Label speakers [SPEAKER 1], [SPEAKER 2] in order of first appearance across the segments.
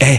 [SPEAKER 1] Eh,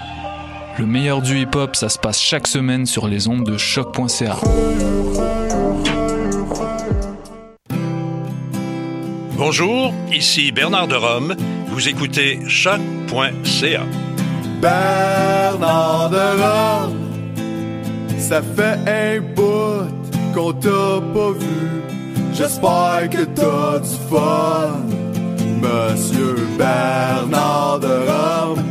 [SPEAKER 2] Le meilleur du hip hop, ça se passe chaque semaine sur les ondes de choc.ca.
[SPEAKER 3] Bonjour, ici Bernard de Rome. Vous écoutez choc.ca.
[SPEAKER 4] Bernard de Rome, ça fait un bout qu'on t'a pas vu. J'espère que t'as du fun, Monsieur Bernard de Rome.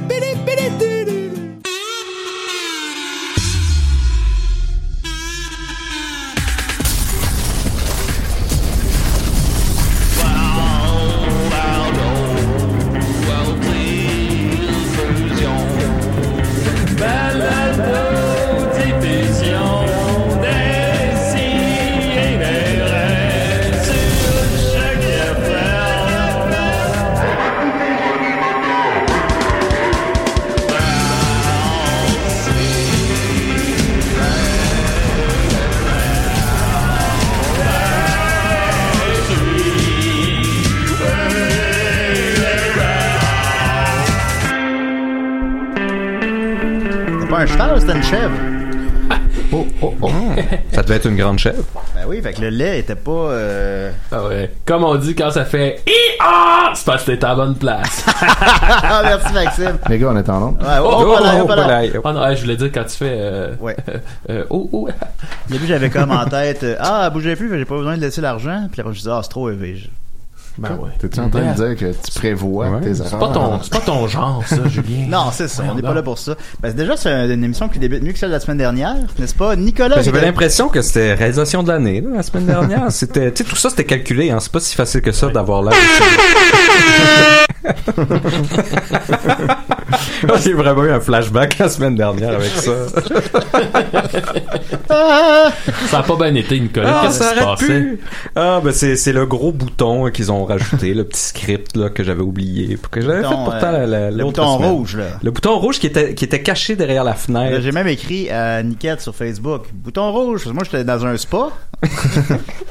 [SPEAKER 5] C'était pas un cheval, c'était une chèvre.
[SPEAKER 6] Oh, oh, oh. ça devait être une grande chèvre.
[SPEAKER 5] Ben oui, fait que le lait était pas. euh,
[SPEAKER 7] Ah ouais. Comme on dit quand ça fait IA, c'est parce que t'es à la bonne place.
[SPEAKER 5] Ah, merci Maxime.
[SPEAKER 6] Les gars, on est en nombre.
[SPEAKER 5] Ouais, oh, oh, pas là, oh, pas là.
[SPEAKER 7] oh non, ouais, je voulais dire quand tu fais. euh,
[SPEAKER 5] Ouais.
[SPEAKER 7] euh, oh, oh.
[SPEAKER 5] Au début, j'avais comme en tête, euh, ah, bougez plus, j'ai pas besoin de laisser l'argent. Puis après, je disais, ah, c'est trop élevé. Je-
[SPEAKER 7] Ben ouais.
[SPEAKER 8] T'es-tu en train de dire que tu prévois
[SPEAKER 6] Ouais.
[SPEAKER 8] tes
[SPEAKER 7] C'est
[SPEAKER 8] erreurs?
[SPEAKER 7] pas ton, c'est pas ton genre, ça, Julien.
[SPEAKER 5] Non, c'est ça, on n'est
[SPEAKER 7] Voyons
[SPEAKER 5] pas
[SPEAKER 7] donc.
[SPEAKER 5] là pour ça. Ben, c'est déjà, c'est une émission qui débute mieux que celle de la semaine dernière, n'est-ce pas? Nicolas,
[SPEAKER 6] Ben, J'avais
[SPEAKER 5] était-
[SPEAKER 6] l'impression que c'était réalisation de l'année, là, la semaine dernière. C'était, tu sais, tout ça, c'était calculé, hein. C'est pas si facile que ça d'avoir l'air. Là, J'ai vraiment eu un flashback la semaine dernière avec ça.
[SPEAKER 5] Ah,
[SPEAKER 7] Ça a pas bien été, Nicolas.
[SPEAKER 6] Ah,
[SPEAKER 7] Qu'est-ce qui
[SPEAKER 6] ça
[SPEAKER 7] se
[SPEAKER 6] arrête
[SPEAKER 7] passait?
[SPEAKER 6] plus! Ah, ben c'est, c'est le gros bouton euh, qu'ils ont rajouté, le petit script là, que j'avais oublié, pour que j'avais fait
[SPEAKER 5] bouton,
[SPEAKER 6] pourtant
[SPEAKER 5] euh,
[SPEAKER 6] la- la-
[SPEAKER 5] le
[SPEAKER 6] l'autre
[SPEAKER 5] bouton
[SPEAKER 6] semaine.
[SPEAKER 5] rouge, là.
[SPEAKER 6] Le bouton rouge qui était, qui était caché derrière la
[SPEAKER 5] Là,
[SPEAKER 6] fenêtre.
[SPEAKER 5] J'ai même écrit à Niquette sur Facebook, bouton rouge. Parce que Moi, j'étais dans un spa. là,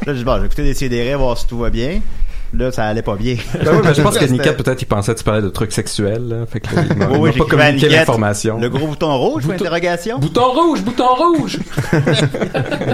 [SPEAKER 5] j'ai dit, bon, j'ai écouté des CDR, voir si tout va bien. Là, ça allait pas bien.
[SPEAKER 6] Ben oui, ben je pense que
[SPEAKER 5] C'était-
[SPEAKER 6] Nikat, peut-être, il pensait que tu parlais de trucs sexuels, là. Fait que, là, il m'a
[SPEAKER 5] Oui,
[SPEAKER 6] il
[SPEAKER 5] oui,
[SPEAKER 6] m'a pas
[SPEAKER 5] j'écrivais à
[SPEAKER 6] communiqué
[SPEAKER 5] Niquette,
[SPEAKER 6] l'information.
[SPEAKER 5] Le gros bouton rouge, ou
[SPEAKER 7] Bouton-
[SPEAKER 5] interrogation?
[SPEAKER 7] Bouton rouge, bouton rouge!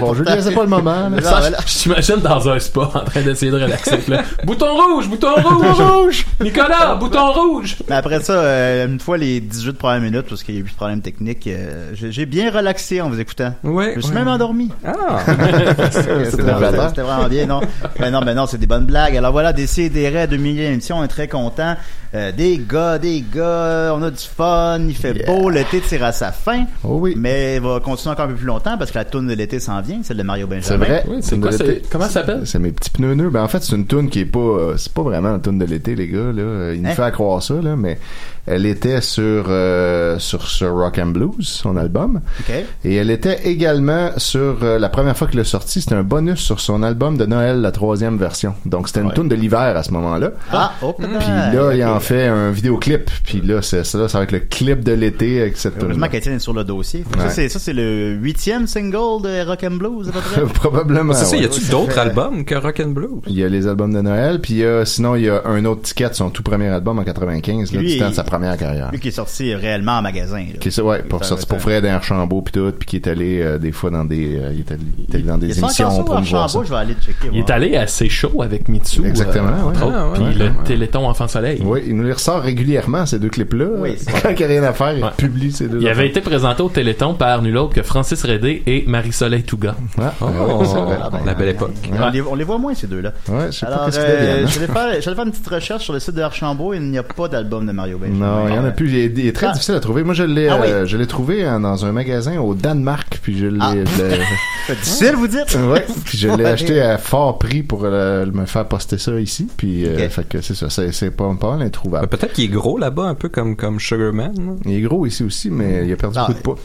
[SPEAKER 8] Bon, Julien, c'est pas le moment. là.
[SPEAKER 5] Non,
[SPEAKER 7] Ça,
[SPEAKER 5] mais là-
[SPEAKER 7] je t'imagine dans un spa en train d'essayer de relaxer. Là. Bouton rouge, bouton rouge! Nicolas, bouton rouge!
[SPEAKER 5] Mais après ça, euh, une fois les 18 premières minutes, parce qu'il y a eu plus de problèmes techniques, euh, j'ai j'ai bien relaxé en vous écoutant.
[SPEAKER 6] Ouais,
[SPEAKER 5] Je me suis
[SPEAKER 6] ouais.
[SPEAKER 5] même endormi.
[SPEAKER 6] Ah!
[SPEAKER 5] C'était
[SPEAKER 8] la
[SPEAKER 5] vraiment,
[SPEAKER 8] valeur.
[SPEAKER 5] c'était vraiment bien, non? Mais non, mais non, c'est des bonnes blagues. Alors voilà, des CDR de milliers d'émissions, on est très content. des gars, des gars, on a du fun, il fait beau, l'été tire à sa fin.
[SPEAKER 8] Oh oui.
[SPEAKER 5] Mais il va continuer encore un peu plus longtemps parce que la tourne de l'été s'en vient, celle de Mario Benjamin.
[SPEAKER 8] C'est vrai.
[SPEAKER 7] Oui, c'est
[SPEAKER 8] Une
[SPEAKER 7] quoi,
[SPEAKER 8] de
[SPEAKER 7] c'est-
[SPEAKER 8] l'été.
[SPEAKER 7] comment ça s'appelle?
[SPEAKER 8] C'est mes petits pneus nœuds. Ben, en fait, c'est une toune qui est pas, euh, c'est pas vraiment une toune de l'été, les gars, là. Il nous
[SPEAKER 5] Hein?
[SPEAKER 8] fait à croire ça, là, mais elle était sur, euh, sur, sur Rock and Blues, son album.
[SPEAKER 5] OK.
[SPEAKER 8] Et elle était également sur euh, la première fois qu'il l'a sorti, c'était un bonus sur son album de Noël, la troisième version. Donc c'était une toune de l'hiver à ce moment-là.
[SPEAKER 5] Ah, oh, putain.
[SPEAKER 8] Puis là, il en fait un vidéoclip. Puis là, c'est ça, là, ça va être le clip de l'été avec cette toune.
[SPEAKER 5] Heureusement qu'Étienne est sur le dossier. Fait que Ça,
[SPEAKER 8] Ouais.
[SPEAKER 5] c'est, ça, c'est le huitième single de Rock and Blues, à peu près.
[SPEAKER 8] Probablement.
[SPEAKER 6] c'est ça, y
[SPEAKER 8] Ah ouais.
[SPEAKER 6] a-tu d'autres albums que Rock'n'Blues?
[SPEAKER 8] Il y a les albums de Noël, puis il y a- sinon il y a un autre ticket, son tout premier album en 95, là,
[SPEAKER 5] Lui,
[SPEAKER 8] du temps
[SPEAKER 5] il-
[SPEAKER 8] de sa première carrière.
[SPEAKER 5] Lui qui est sorti euh, réellement en magasin. là.
[SPEAKER 8] Qui est- ouais, pour
[SPEAKER 5] Ça,
[SPEAKER 8] sorti
[SPEAKER 5] ça-
[SPEAKER 8] pour Fred Archambault puis tout, puis qui est allé euh, des fois dans des, euh, il est allé, il est allé dans
[SPEAKER 5] Il
[SPEAKER 8] des
[SPEAKER 5] est encore
[SPEAKER 8] émissions
[SPEAKER 5] sur
[SPEAKER 8] pour nous voir ça.
[SPEAKER 5] Archambault, je vais aller checker.
[SPEAKER 7] Il est
[SPEAKER 5] voir.
[SPEAKER 7] allé à ses shows avec Mitsu. euh,
[SPEAKER 8] Exactement, oui.
[SPEAKER 7] entre autres.
[SPEAKER 6] Ah, ouais,
[SPEAKER 7] Puis
[SPEAKER 6] ouais,
[SPEAKER 7] le
[SPEAKER 6] ouais.
[SPEAKER 7] Téléthon Enfant Soleil.
[SPEAKER 8] Oui, il nous les ressort régulièrement, ces deux clips-là.
[SPEAKER 5] Oui, c'est
[SPEAKER 8] Quand il n'y a rien à faire,
[SPEAKER 7] Ouais.
[SPEAKER 8] il publie ces deux
[SPEAKER 7] Il avait été présenté au Téléthon par nul autre que Francis Redé et Marie-Soleil Touga.
[SPEAKER 8] Ah,
[SPEAKER 6] Oh,
[SPEAKER 8] ouais, ouais, c'est vrai.
[SPEAKER 6] la belle époque.
[SPEAKER 5] On, les, on les voit moins, ces deux-là.
[SPEAKER 8] Ouais, je sais
[SPEAKER 5] Alors,
[SPEAKER 8] pas qu'est-ce hein. qu'il y a,
[SPEAKER 5] euh,
[SPEAKER 8] Yann.
[SPEAKER 5] je vais faire, je vais faire une petite recherche sur le site de Archambault. Il n'y a pas d'album de Mario Benjamin.
[SPEAKER 8] Non, il y en a plus. Il est, il est très
[SPEAKER 5] Ah.
[SPEAKER 8] difficile à trouver. Moi, je l'ai,
[SPEAKER 5] Ah oui.
[SPEAKER 8] euh, je l'ai trouvé hein, dans un magasin au Danemark, puis je l'ai,
[SPEAKER 5] Ah.
[SPEAKER 8] je l'ai-
[SPEAKER 5] C'est difficile, vous dites?
[SPEAKER 8] ouais, puis je l'ai
[SPEAKER 5] Ouais.
[SPEAKER 8] acheté à fort prix pour euh, me faire poster ça ici. Puis, euh,
[SPEAKER 5] Ok.
[SPEAKER 8] fait que c'est ça, c'est, c'est pas, pas mal introuvable.
[SPEAKER 6] Ben, Peut-être qu'il est gros là-bas, un peu comme, comme Sugarman. là.
[SPEAKER 8] Il est gros ici aussi, mais il a perdu
[SPEAKER 5] Ah.
[SPEAKER 8] beaucoup de poids.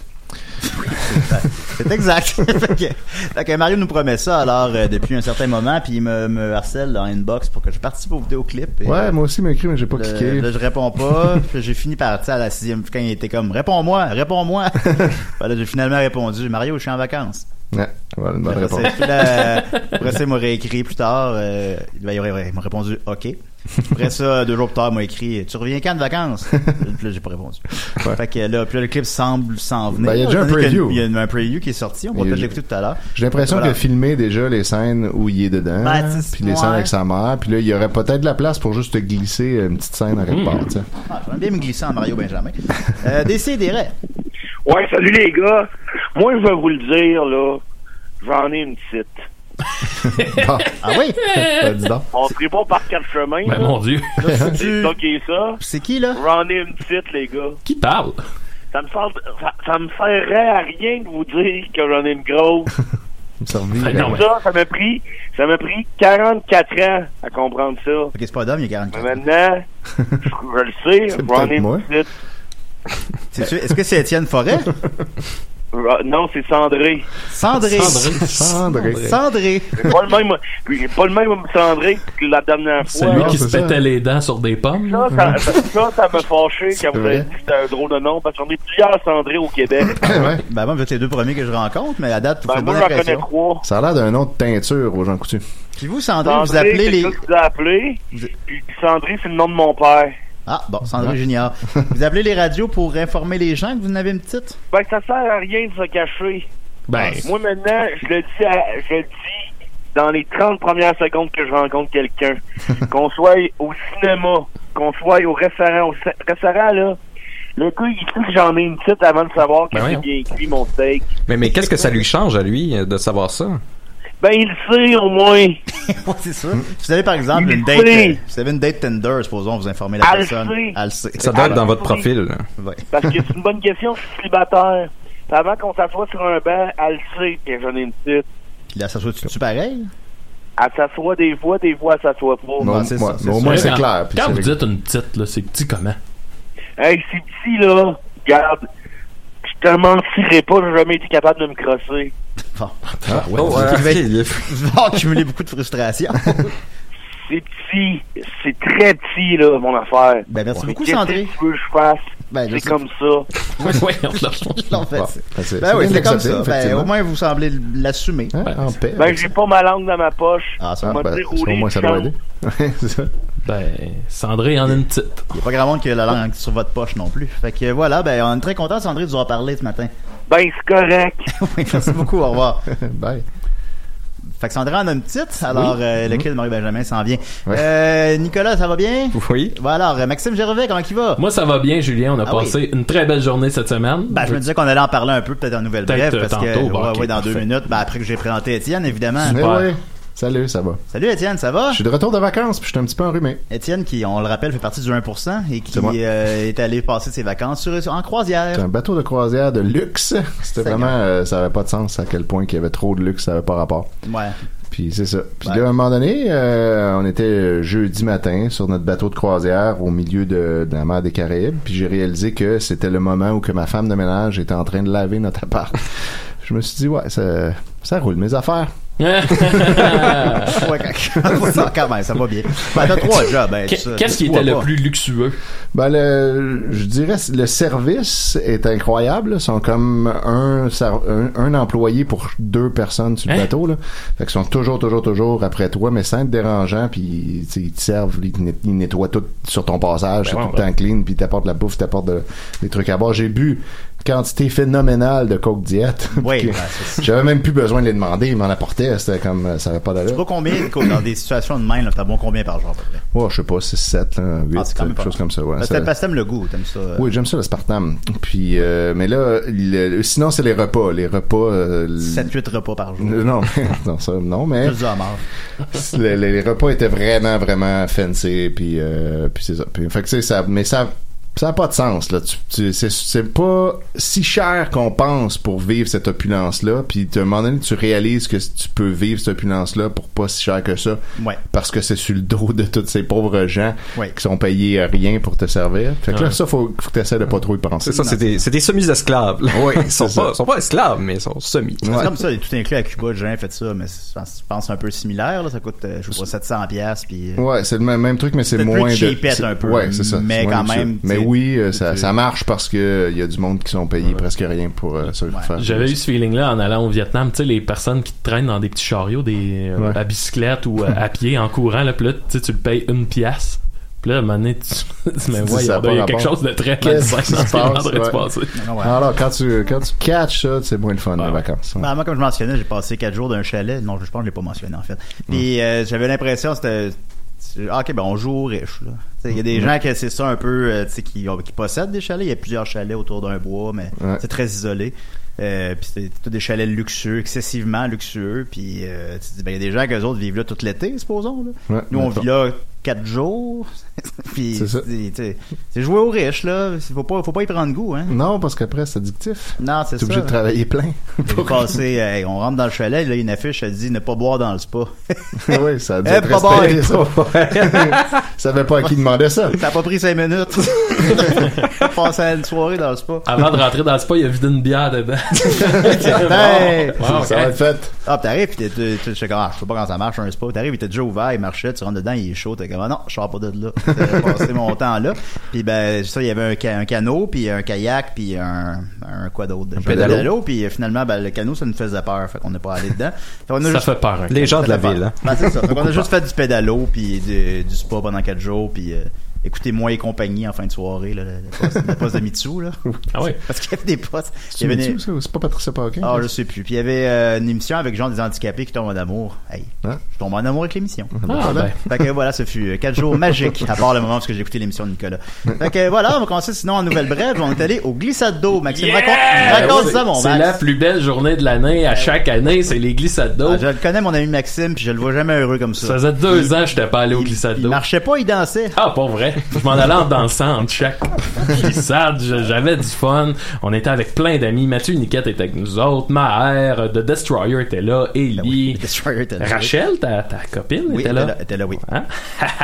[SPEAKER 5] C'est exact. fait que, fait que Mario nous promet ça, alors, euh, depuis un certain moment, puis il me, me harcèle en inbox pour que je participe aux vidéoclips. et,
[SPEAKER 8] Ouais,
[SPEAKER 5] euh,
[SPEAKER 8] moi aussi, il m'a écrit, mais j'ai pas
[SPEAKER 5] Le-
[SPEAKER 8] cliqué.
[SPEAKER 5] Là, je réponds pas. Puis j'ai fini par, tu sais, à la sixième, quand il était comme, réponds-moi, réponds-moi. voilà, j'ai finalement répondu, Mario, je suis en vacances.
[SPEAKER 8] Ouais, voilà une bonne
[SPEAKER 5] Après ça,
[SPEAKER 8] réponse.
[SPEAKER 5] puis là, euh, après ça, il m'a réécrit plus tard. euh, il m'a- il m'a il m'a répondu, OK. Après ça, deux jours plus tard, il m'a écrit, tu reviens quand de vacances? puis là, j'ai pas répondu.
[SPEAKER 8] Ouais.
[SPEAKER 5] Fait que là, puis là, le clip semble s'en venir.
[SPEAKER 8] Ben, il y a déjà un
[SPEAKER 5] Étant donné qu'il
[SPEAKER 8] preview.
[SPEAKER 5] Il y a une- un preview qui est sorti. On
[SPEAKER 8] Il
[SPEAKER 5] va
[SPEAKER 8] y a
[SPEAKER 5] peut-être
[SPEAKER 8] eu-
[SPEAKER 5] l'écouter tout à l'heure.
[SPEAKER 8] J'ai l'impression
[SPEAKER 5] Voilà.
[SPEAKER 8] qu'il a filmé déjà les scènes où il est dedans,
[SPEAKER 5] Ben, tu sais,
[SPEAKER 8] puis les
[SPEAKER 5] ouais.
[SPEAKER 8] scènes avec sa mère, puis là, il y aurait peut-être de la place pour juste te glisser une petite scène à quelque part, tu sais.
[SPEAKER 5] Ah, J'aimerais bien me glisser en Mario Benjamin. Euh, Décès des rêves.
[SPEAKER 9] Ouais, salut les gars. Moi, je vais vous le dire, là, j'en ai une petite.
[SPEAKER 8] Ah,
[SPEAKER 5] Ah oui?
[SPEAKER 8] ben, dis donc.
[SPEAKER 9] On se répond par quatre chemins.
[SPEAKER 7] Ben
[SPEAKER 9] là.
[SPEAKER 7] mon Dieu,
[SPEAKER 5] Là,
[SPEAKER 9] C'est
[SPEAKER 5] c'est-tu-
[SPEAKER 9] ça qui est ça.
[SPEAKER 5] C'est qui, là?
[SPEAKER 9] J'en ai une petite, les gars.
[SPEAKER 7] qui parle?
[SPEAKER 9] Ça me, sert, ça, ça me ferait à rien de vous dire que j'en ai une grosse.
[SPEAKER 8] Il me servit,
[SPEAKER 7] Ah,
[SPEAKER 8] ben,
[SPEAKER 7] non,
[SPEAKER 8] ouais.
[SPEAKER 9] Ça, ça m'a pris, ça m'a pris 44 ans à comprendre ça.
[SPEAKER 5] Ok, c'est pas d'homme, il y a 44.
[SPEAKER 9] Mais maintenant, je, je le sais,
[SPEAKER 8] C'est
[SPEAKER 9] j'en
[SPEAKER 8] peut-être
[SPEAKER 9] ai
[SPEAKER 8] moi.
[SPEAKER 9] une petite.
[SPEAKER 5] C'est-tu- Est-ce que c'est Étienne Forêt?
[SPEAKER 9] Ra- Ah, Non, c'est Sandré.
[SPEAKER 5] Sandré.
[SPEAKER 7] Sandré.
[SPEAKER 8] Cendré.
[SPEAKER 5] Sandré.
[SPEAKER 9] C'est pas le même, j'ai pas le même Sandré que la dernière fois.
[SPEAKER 7] Celui
[SPEAKER 8] non,
[SPEAKER 7] qui
[SPEAKER 8] c'est
[SPEAKER 7] se
[SPEAKER 8] ça.
[SPEAKER 7] pétait les dents sur des pommes.
[SPEAKER 9] Ça, ça, ça, ça m'a fâché quand vous
[SPEAKER 8] vrai.
[SPEAKER 9] avez dit que c'était un drôle de nom, parce qu'on est plusieurs cendrés au Québec.
[SPEAKER 8] Ouais.
[SPEAKER 5] Ben, moi, vous êtes les deux premiers que je rencontre, mais à date, vous
[SPEAKER 9] Ben,
[SPEAKER 5] faites
[SPEAKER 9] moi,
[SPEAKER 5] bonne
[SPEAKER 9] j'en connais
[SPEAKER 5] impression.
[SPEAKER 9] trois.
[SPEAKER 8] Ça a l'air d'un nom de teinture aux gens coutus.
[SPEAKER 5] Puis vous, Sandré, vous
[SPEAKER 9] Sandré,
[SPEAKER 5] appelez
[SPEAKER 9] c'est
[SPEAKER 5] les...
[SPEAKER 9] le gars qui vous a appelé,
[SPEAKER 5] Vous-
[SPEAKER 9] puis Sandré, c'est le nom de mon père.
[SPEAKER 5] Ah, bon, Sandré Junior. Vous appelez les radios pour informer les gens que vous en avez une petite?
[SPEAKER 9] Ben, ça sert à rien de se cacher.
[SPEAKER 7] Ben,
[SPEAKER 9] Moi, maintenant, je le dis, à- je le dis dans les 30 premières secondes que je rencontre quelqu'un. qu'on soit au cinéma, qu'on soit au restaurant, au sa- restaurant, là. Le gars, il sait que j'en ai une petite avant de savoir que
[SPEAKER 7] Ben
[SPEAKER 9] c'est
[SPEAKER 7] voyons.
[SPEAKER 9] bien cuit, mon steak.
[SPEAKER 6] Mais, mais qu'est-ce que ça lui change à lui euh, de savoir ça?
[SPEAKER 9] Ben, il le sait, au moins.
[SPEAKER 5] Ouais, c'est ça. Vous avez, par exemple,
[SPEAKER 9] Oui.
[SPEAKER 5] une date... euh, Vous avez une date Tinder, supposons, vous informez la
[SPEAKER 9] Elle
[SPEAKER 5] personne.
[SPEAKER 9] sait.
[SPEAKER 5] Elle sait.
[SPEAKER 6] Ça doit être dans
[SPEAKER 9] Ah,
[SPEAKER 6] votre
[SPEAKER 9] oui.
[SPEAKER 6] profil. là.
[SPEAKER 5] Ouais.
[SPEAKER 9] Parce que c'est une bonne question, je suis célibataire. Puis Avant qu'on s'assoie sur un banc, elle le sait que j'en ai une petite.
[SPEAKER 5] Puis là, ça soit tu pareil?
[SPEAKER 9] Elle s'assoit des fois, des fois elle s'assoit pas.
[SPEAKER 8] Mais au-
[SPEAKER 5] c'est
[SPEAKER 8] ouais,
[SPEAKER 5] ça,
[SPEAKER 8] mais
[SPEAKER 5] c'est
[SPEAKER 8] au
[SPEAKER 5] ça.
[SPEAKER 8] moins,
[SPEAKER 7] Ouais,
[SPEAKER 8] c'est
[SPEAKER 7] quand-
[SPEAKER 8] clair. puis
[SPEAKER 7] Quand
[SPEAKER 8] c'est
[SPEAKER 7] vous
[SPEAKER 8] réglé.
[SPEAKER 7] dites une petite, là, c'est petit comment?
[SPEAKER 9] Hey, c'est petit là, regarde, je te mentirai pas, j'ai jamais été capable de me crosser.
[SPEAKER 5] Bon.
[SPEAKER 8] Ah, ouais.
[SPEAKER 6] Oh, euh, ok, il est-
[SPEAKER 5] Vous allez accumuler beaucoup de frustration.
[SPEAKER 9] C'est petit, c'est très petit là, mon affaire.
[SPEAKER 5] Ben, merci beaucoup,
[SPEAKER 9] Qu'est-ce que
[SPEAKER 5] Sandré.
[SPEAKER 9] tu veux que je fasse?
[SPEAKER 5] Ben, je
[SPEAKER 9] c'est
[SPEAKER 5] sais-
[SPEAKER 9] comme ça.
[SPEAKER 7] Ouais, on te l'a-
[SPEAKER 5] Non,
[SPEAKER 8] Bon,
[SPEAKER 5] ben, c'est-
[SPEAKER 8] ben, c'est-
[SPEAKER 5] Ben oui,
[SPEAKER 8] bien
[SPEAKER 5] c'est comme
[SPEAKER 8] accepté,
[SPEAKER 5] ça. Ben,
[SPEAKER 8] effectivement.
[SPEAKER 5] au moins, vous semblez l'assumer.
[SPEAKER 8] Hein, en paix.
[SPEAKER 9] Ben, j'ai pas ma langue dans ma poche.
[SPEAKER 5] Ah, ça
[SPEAKER 8] Ah,
[SPEAKER 9] on va
[SPEAKER 8] ben,
[SPEAKER 9] dire
[SPEAKER 8] au
[SPEAKER 9] rouler
[SPEAKER 8] moins,
[SPEAKER 9] du
[SPEAKER 8] ça doit
[SPEAKER 9] champ.
[SPEAKER 8] aider. Ouais, c'est ça.
[SPEAKER 7] Ben, Sandré en a une petite.
[SPEAKER 5] Il n'y a pas grand monde qui a la langue sur votre poche non plus. Fait que voilà, ben, on est très content, Sandrine, de vous avoir parlé ce matin.
[SPEAKER 9] Ben, c'est correct.
[SPEAKER 5] Oui, Merci beaucoup, au revoir.
[SPEAKER 8] Bye. Mm-hmm.
[SPEAKER 5] Fait que Sandrine en a une petite, alors euh, le cri de Marie-Benjamin s'en vient.
[SPEAKER 8] Ouais.
[SPEAKER 5] Euh, Nicolas, ça va bien?
[SPEAKER 6] Oui.
[SPEAKER 5] Voilà, alors, euh, Maxime Gervais, comment il va?
[SPEAKER 7] Moi, ça va bien, Julien. On a
[SPEAKER 5] Ah
[SPEAKER 7] passé une très belle journée cette semaine.
[SPEAKER 5] Ben, je me disais qu'on allait en parler un peu, peut-être en nouvelle
[SPEAKER 7] Peut-être,
[SPEAKER 5] brève, parce
[SPEAKER 7] euh,
[SPEAKER 5] que
[SPEAKER 7] tantôt, bon,
[SPEAKER 5] ouais,
[SPEAKER 7] ok,
[SPEAKER 5] ouais, dans deux
[SPEAKER 7] parfait.
[SPEAKER 5] minutes, ben, après que j'ai présenté Étienne, évidemment.
[SPEAKER 8] Eh
[SPEAKER 7] Ouais.
[SPEAKER 8] ouais. Salut, ça va.
[SPEAKER 5] Salut Étienne, ça va?
[SPEAKER 8] Je suis de retour de vacances, puis je suis un petit peu enrhumé.
[SPEAKER 5] Étienne, qui, on le rappelle, fait partie du 1% et qui
[SPEAKER 8] C'est moi.
[SPEAKER 5] euh, est allé passer ses vacances sur- en croisière.
[SPEAKER 8] C'est un bateau de croisière de luxe. C'était
[SPEAKER 5] Seigneur.
[SPEAKER 8] vraiment, euh, ça avait pas de sens à quel point qu'il y avait trop de luxe, ça avait pas rapport.
[SPEAKER 5] Ouais.
[SPEAKER 8] Puis c'est ça. Puis
[SPEAKER 5] Ouais.
[SPEAKER 8] là, à un moment donné, euh, on était jeudi matin sur notre bateau de croisière au milieu de, de la mer des Caraïbes. Puis j'ai réalisé que c'était le moment où que ma femme de ménage était en train de laver notre appart. Je me suis dit, ouais, ça, ça roule mes affaires.
[SPEAKER 7] Ah.
[SPEAKER 5] Ouais, quand- ça, quand même, ça va bien. Ben, t'as trois jobs. Ben, tu-
[SPEAKER 7] Qu'est-ce
[SPEAKER 5] tu
[SPEAKER 7] qui
[SPEAKER 5] vois
[SPEAKER 7] était le
[SPEAKER 5] pas.
[SPEAKER 7] plus luxueux?
[SPEAKER 8] Ben le, je dirais le service est incroyable. Ils sont comme un, sar- un, un employé pour deux personnes sur le
[SPEAKER 7] Hein?
[SPEAKER 8] bateau. Là. Fait qu'ils sont toujours, toujours, toujours après toi, mais sans être dérangeant. Puis tu sais, ils te servent, ils, te net- ils nettoient tout sur ton passage,
[SPEAKER 7] Ben
[SPEAKER 8] c'est
[SPEAKER 7] ouais,
[SPEAKER 8] tout le temps clean. Puis ils t'apportent la bouffe, ils t'apportent de- des trucs à boire. J'ai bu quantité phénoménale de coke diète.
[SPEAKER 5] Oui,
[SPEAKER 8] Puis
[SPEAKER 5] ben,
[SPEAKER 8] que-
[SPEAKER 5] c'est-
[SPEAKER 8] J'avais même plus besoin de les demander, ils m'en apportaient, c'était comme euh, ça avait pas
[SPEAKER 5] Tu
[SPEAKER 8] d'allure.
[SPEAKER 5] vois combien de coke dans des situations de même, là, t'as bon combien par jour à peu près?
[SPEAKER 8] Oh, je sais pas, 6, 7, 8,
[SPEAKER 5] Ah, c'est quand même
[SPEAKER 8] quelque
[SPEAKER 5] pas
[SPEAKER 8] chose
[SPEAKER 5] mal.
[SPEAKER 8] comme ça. Ouais,
[SPEAKER 5] Parce
[SPEAKER 8] Ça-
[SPEAKER 5] que parce que t'aimes le goût, t'aimes ça. euh,
[SPEAKER 8] Oui, j'aime ça l'aspartame. Puis, euh, mais là, le- le- sinon c'est les repas, les repas. euh, l-
[SPEAKER 5] 7-8 repas par jour.
[SPEAKER 8] Euh, Non, mais- non, ça, non, mais
[SPEAKER 5] Plus de homard.
[SPEAKER 8] le- le- les repas étaient vraiment, vraiment fancy, puis, euh, puis c'est ça. Puis, fait que, tu sais, ça, mais ça, ça n'a pas de sens, là. Tu- tu- c'est, c'est pas si cher qu'on pense pour vivre cette opulence-là, puis à un moment donné, tu réalises que tu peux vivre cette opulence-là pour pas si cher que ça,
[SPEAKER 5] Ouais.
[SPEAKER 8] parce que c'est sur le dos de tous ces pauvres gens
[SPEAKER 5] Ouais.
[SPEAKER 8] qui sont payés à rien pour te servir. Fait que là,
[SPEAKER 6] Ouais.
[SPEAKER 8] ça, faut, faut que tu essaies de pas trop y penser.
[SPEAKER 6] C'est ça, c'est des, c'est des semi-esclaves. là.
[SPEAKER 8] Oui,
[SPEAKER 6] ils sont
[SPEAKER 8] c'est ça.
[SPEAKER 6] pas, sont pas esclaves, mais ils sont semi.
[SPEAKER 5] C'est
[SPEAKER 8] Ouais.
[SPEAKER 5] comme ça, tout inclus à Cuba, j'ai jamais fait ça, mais c'est- je pense que c'est un peu similaire, là. Ça coûte, euh, je sais pas, 700 piastes, puis... euh,
[SPEAKER 8] Ouais, c'est le même, même truc, mais c'est
[SPEAKER 5] C'est plus
[SPEAKER 8] moins
[SPEAKER 5] cheapette
[SPEAKER 8] c'est-
[SPEAKER 5] un peu,
[SPEAKER 8] Ouais, c'est ça.
[SPEAKER 5] mais
[SPEAKER 8] c'est moins
[SPEAKER 5] quand
[SPEAKER 8] luxueux.
[SPEAKER 5] même,
[SPEAKER 8] Mais
[SPEAKER 5] tu sais,
[SPEAKER 8] oui, euh, ça,
[SPEAKER 5] tu-
[SPEAKER 8] ça marche parce que il y a du monde qui sont payés presque rien pour euh, se le
[SPEAKER 5] Ouais.
[SPEAKER 8] faire.
[SPEAKER 7] J'avais eu ce feeling-là en allant au Vietnam, tu sais, les personnes qui te traînent dans des petits chariots des, euh,
[SPEAKER 8] Ouais.
[SPEAKER 7] à bicyclette ou euh, à pied en courant, là, puis là, tu sais, tu le payes une pièce. Puis là, à un moment donné, tu, tu mais
[SPEAKER 8] dis,
[SPEAKER 7] voyons
[SPEAKER 8] ça a
[SPEAKER 7] donc,
[SPEAKER 8] pas
[SPEAKER 7] il y a quelque
[SPEAKER 8] rapport.
[SPEAKER 7] chose de très
[SPEAKER 8] Qu'est-ce
[SPEAKER 7] malsain dans
[SPEAKER 8] qui se
[SPEAKER 7] ce qui est en train de se
[SPEAKER 8] passe,
[SPEAKER 7] passer.
[SPEAKER 5] non, ouais.
[SPEAKER 8] Alors, quand tu, quand tu catches ça, c'est moins le fun, les vacances. Ah ouais.
[SPEAKER 5] Bah, moi, comme je mentionnais, j'ai passé quatre jours d'un chalet. Non, je pense que je l'ai pas mentionné, en fait. Puis
[SPEAKER 8] Hmm.
[SPEAKER 5] euh, j'avais l'impression, c'était... c'est- ah, OK, ben on joue aux riches, là. Tu sais, Il y a
[SPEAKER 8] Hmm.
[SPEAKER 5] des gens que c'est ça un peu, euh, tu sais, qui, ont- qui possèdent des chalets. Il y a plusieurs chalets autour d'un bois, mais
[SPEAKER 8] Ouais.
[SPEAKER 5] c'est très isolé. Euh, puis c'est tous des chalets luxueux, excessivement luxueux. Puis euh, tu te dis, ben il y a des gens qu'eux autres vivent là toute l'été, supposons. Là.
[SPEAKER 8] Ouais,
[SPEAKER 5] Nous, on
[SPEAKER 8] d'accord.
[SPEAKER 5] vit là quatre jours. puis
[SPEAKER 8] C'est ça.
[SPEAKER 5] c'est tu sais, c'est jouer aux riches, là. Faut pas, faut pas y prendre goût, hein.
[SPEAKER 8] Non, parce qu'après, c'est addictif.
[SPEAKER 5] Non, c'est
[SPEAKER 8] Hmm. T'es
[SPEAKER 5] ça.
[SPEAKER 8] obligé de travailler plein.
[SPEAKER 5] J'ai passé, euh, hey, on rentre dans le chalet, là, une affiche, elle dit ne pas boire dans le spa.
[SPEAKER 8] oui, ça a dû
[SPEAKER 5] Eh,
[SPEAKER 8] être
[SPEAKER 5] pas bon,
[SPEAKER 8] respecté,
[SPEAKER 5] et
[SPEAKER 8] ça. Je savais pas à qui demander ça.
[SPEAKER 5] ça a pas pris cinq minutes. passé une soirée dans le spa.
[SPEAKER 7] Avant de rentrer dans le spa, il a vidé une bière dedans. ben,
[SPEAKER 5] Hey!
[SPEAKER 7] Wow, ok.
[SPEAKER 8] Ça va être fait.
[SPEAKER 5] Ben, Ah, pis t'arrives, pis t'es, t'es, t'es- je sais comment, je sais pas quand ça marche un spa. T'arrives, il était déjà ouvert, il marchait, tu rentres dedans, il est chaud, t'es comme, ah non, je sors pas de là. J'ai passé mon temps là. Puis ben, ça, il y avait un, ca- un canot, puis un kayak, puis un, un quoi d'autre? Un
[SPEAKER 6] pédalo.
[SPEAKER 5] Puis finalement, ben, le canot, ça nous faisait peur, fait qu'on n'est pas allé dedans. Fait qu'on a
[SPEAKER 7] Ça
[SPEAKER 5] juste-
[SPEAKER 7] fait peur. hein.
[SPEAKER 6] Les gens de la
[SPEAKER 5] Ça fait
[SPEAKER 6] ville. hein.
[SPEAKER 5] peur. Ben, c'est ça. Fait qu'on a juste fait du pédalo puis du, du spa pendant 4 jours puis euh, écoutez moi et compagnie en fin de soirée là, le, le poste, le poste de Mitsou là.
[SPEAKER 7] Ah
[SPEAKER 8] Eh
[SPEAKER 7] ouais.
[SPEAKER 5] Parce qu'il y avait des postes. Il
[SPEAKER 8] Tu
[SPEAKER 5] y
[SPEAKER 8] me
[SPEAKER 5] avait
[SPEAKER 8] dis
[SPEAKER 5] des-
[SPEAKER 8] où ça? C'est pas Patricia Paquin?
[SPEAKER 5] Ah, je sais plus. Puis il y avait euh, une émission avec gens des handicapés qui tombent en amour. Hey,
[SPEAKER 8] Hein?
[SPEAKER 5] je tombe en amour avec l'émission.
[SPEAKER 7] Ah, ben.
[SPEAKER 5] Fait que voilà, ce fut 4 jours magiques, à part le moment où j'ai écouté l'émission de Nicolas. Fait que voilà, on va commencer sinon en nouvelle brève. On est allé au glissade d'eau. Maxime,
[SPEAKER 7] Yeah!
[SPEAKER 5] raconte, raconte
[SPEAKER 7] C'est-
[SPEAKER 5] ça, mon
[SPEAKER 7] Ben C'est la
[SPEAKER 5] Max.
[SPEAKER 7] plus belle journée de l'année. À chaque année, c'est les glissades d'eau.
[SPEAKER 5] Ah, je le connais, mon ami Maxime, puis je le vois jamais heureux comme ça.
[SPEAKER 7] Ça faisait deux
[SPEAKER 5] Il-
[SPEAKER 7] ans que j'étais pas allé aux
[SPEAKER 5] il-
[SPEAKER 7] glissades
[SPEAKER 5] Il
[SPEAKER 7] d'eau.
[SPEAKER 5] marchait pas, il dansait.
[SPEAKER 7] Ah, pas vrai. Je m'en allais en dansant entre chaque glissade. Je- J'avais du fun. On était avec plein d'amis. Mathieu Niquette était avec nous autres. Maher, The Destroyer était là.
[SPEAKER 5] Ah oui,
[SPEAKER 7] Ellie.
[SPEAKER 5] le Destroyer était là.
[SPEAKER 7] Rachel, ta, ta copine,
[SPEAKER 5] Oui,
[SPEAKER 7] était
[SPEAKER 5] elle
[SPEAKER 7] là.
[SPEAKER 5] était là, oui.
[SPEAKER 7] Hein?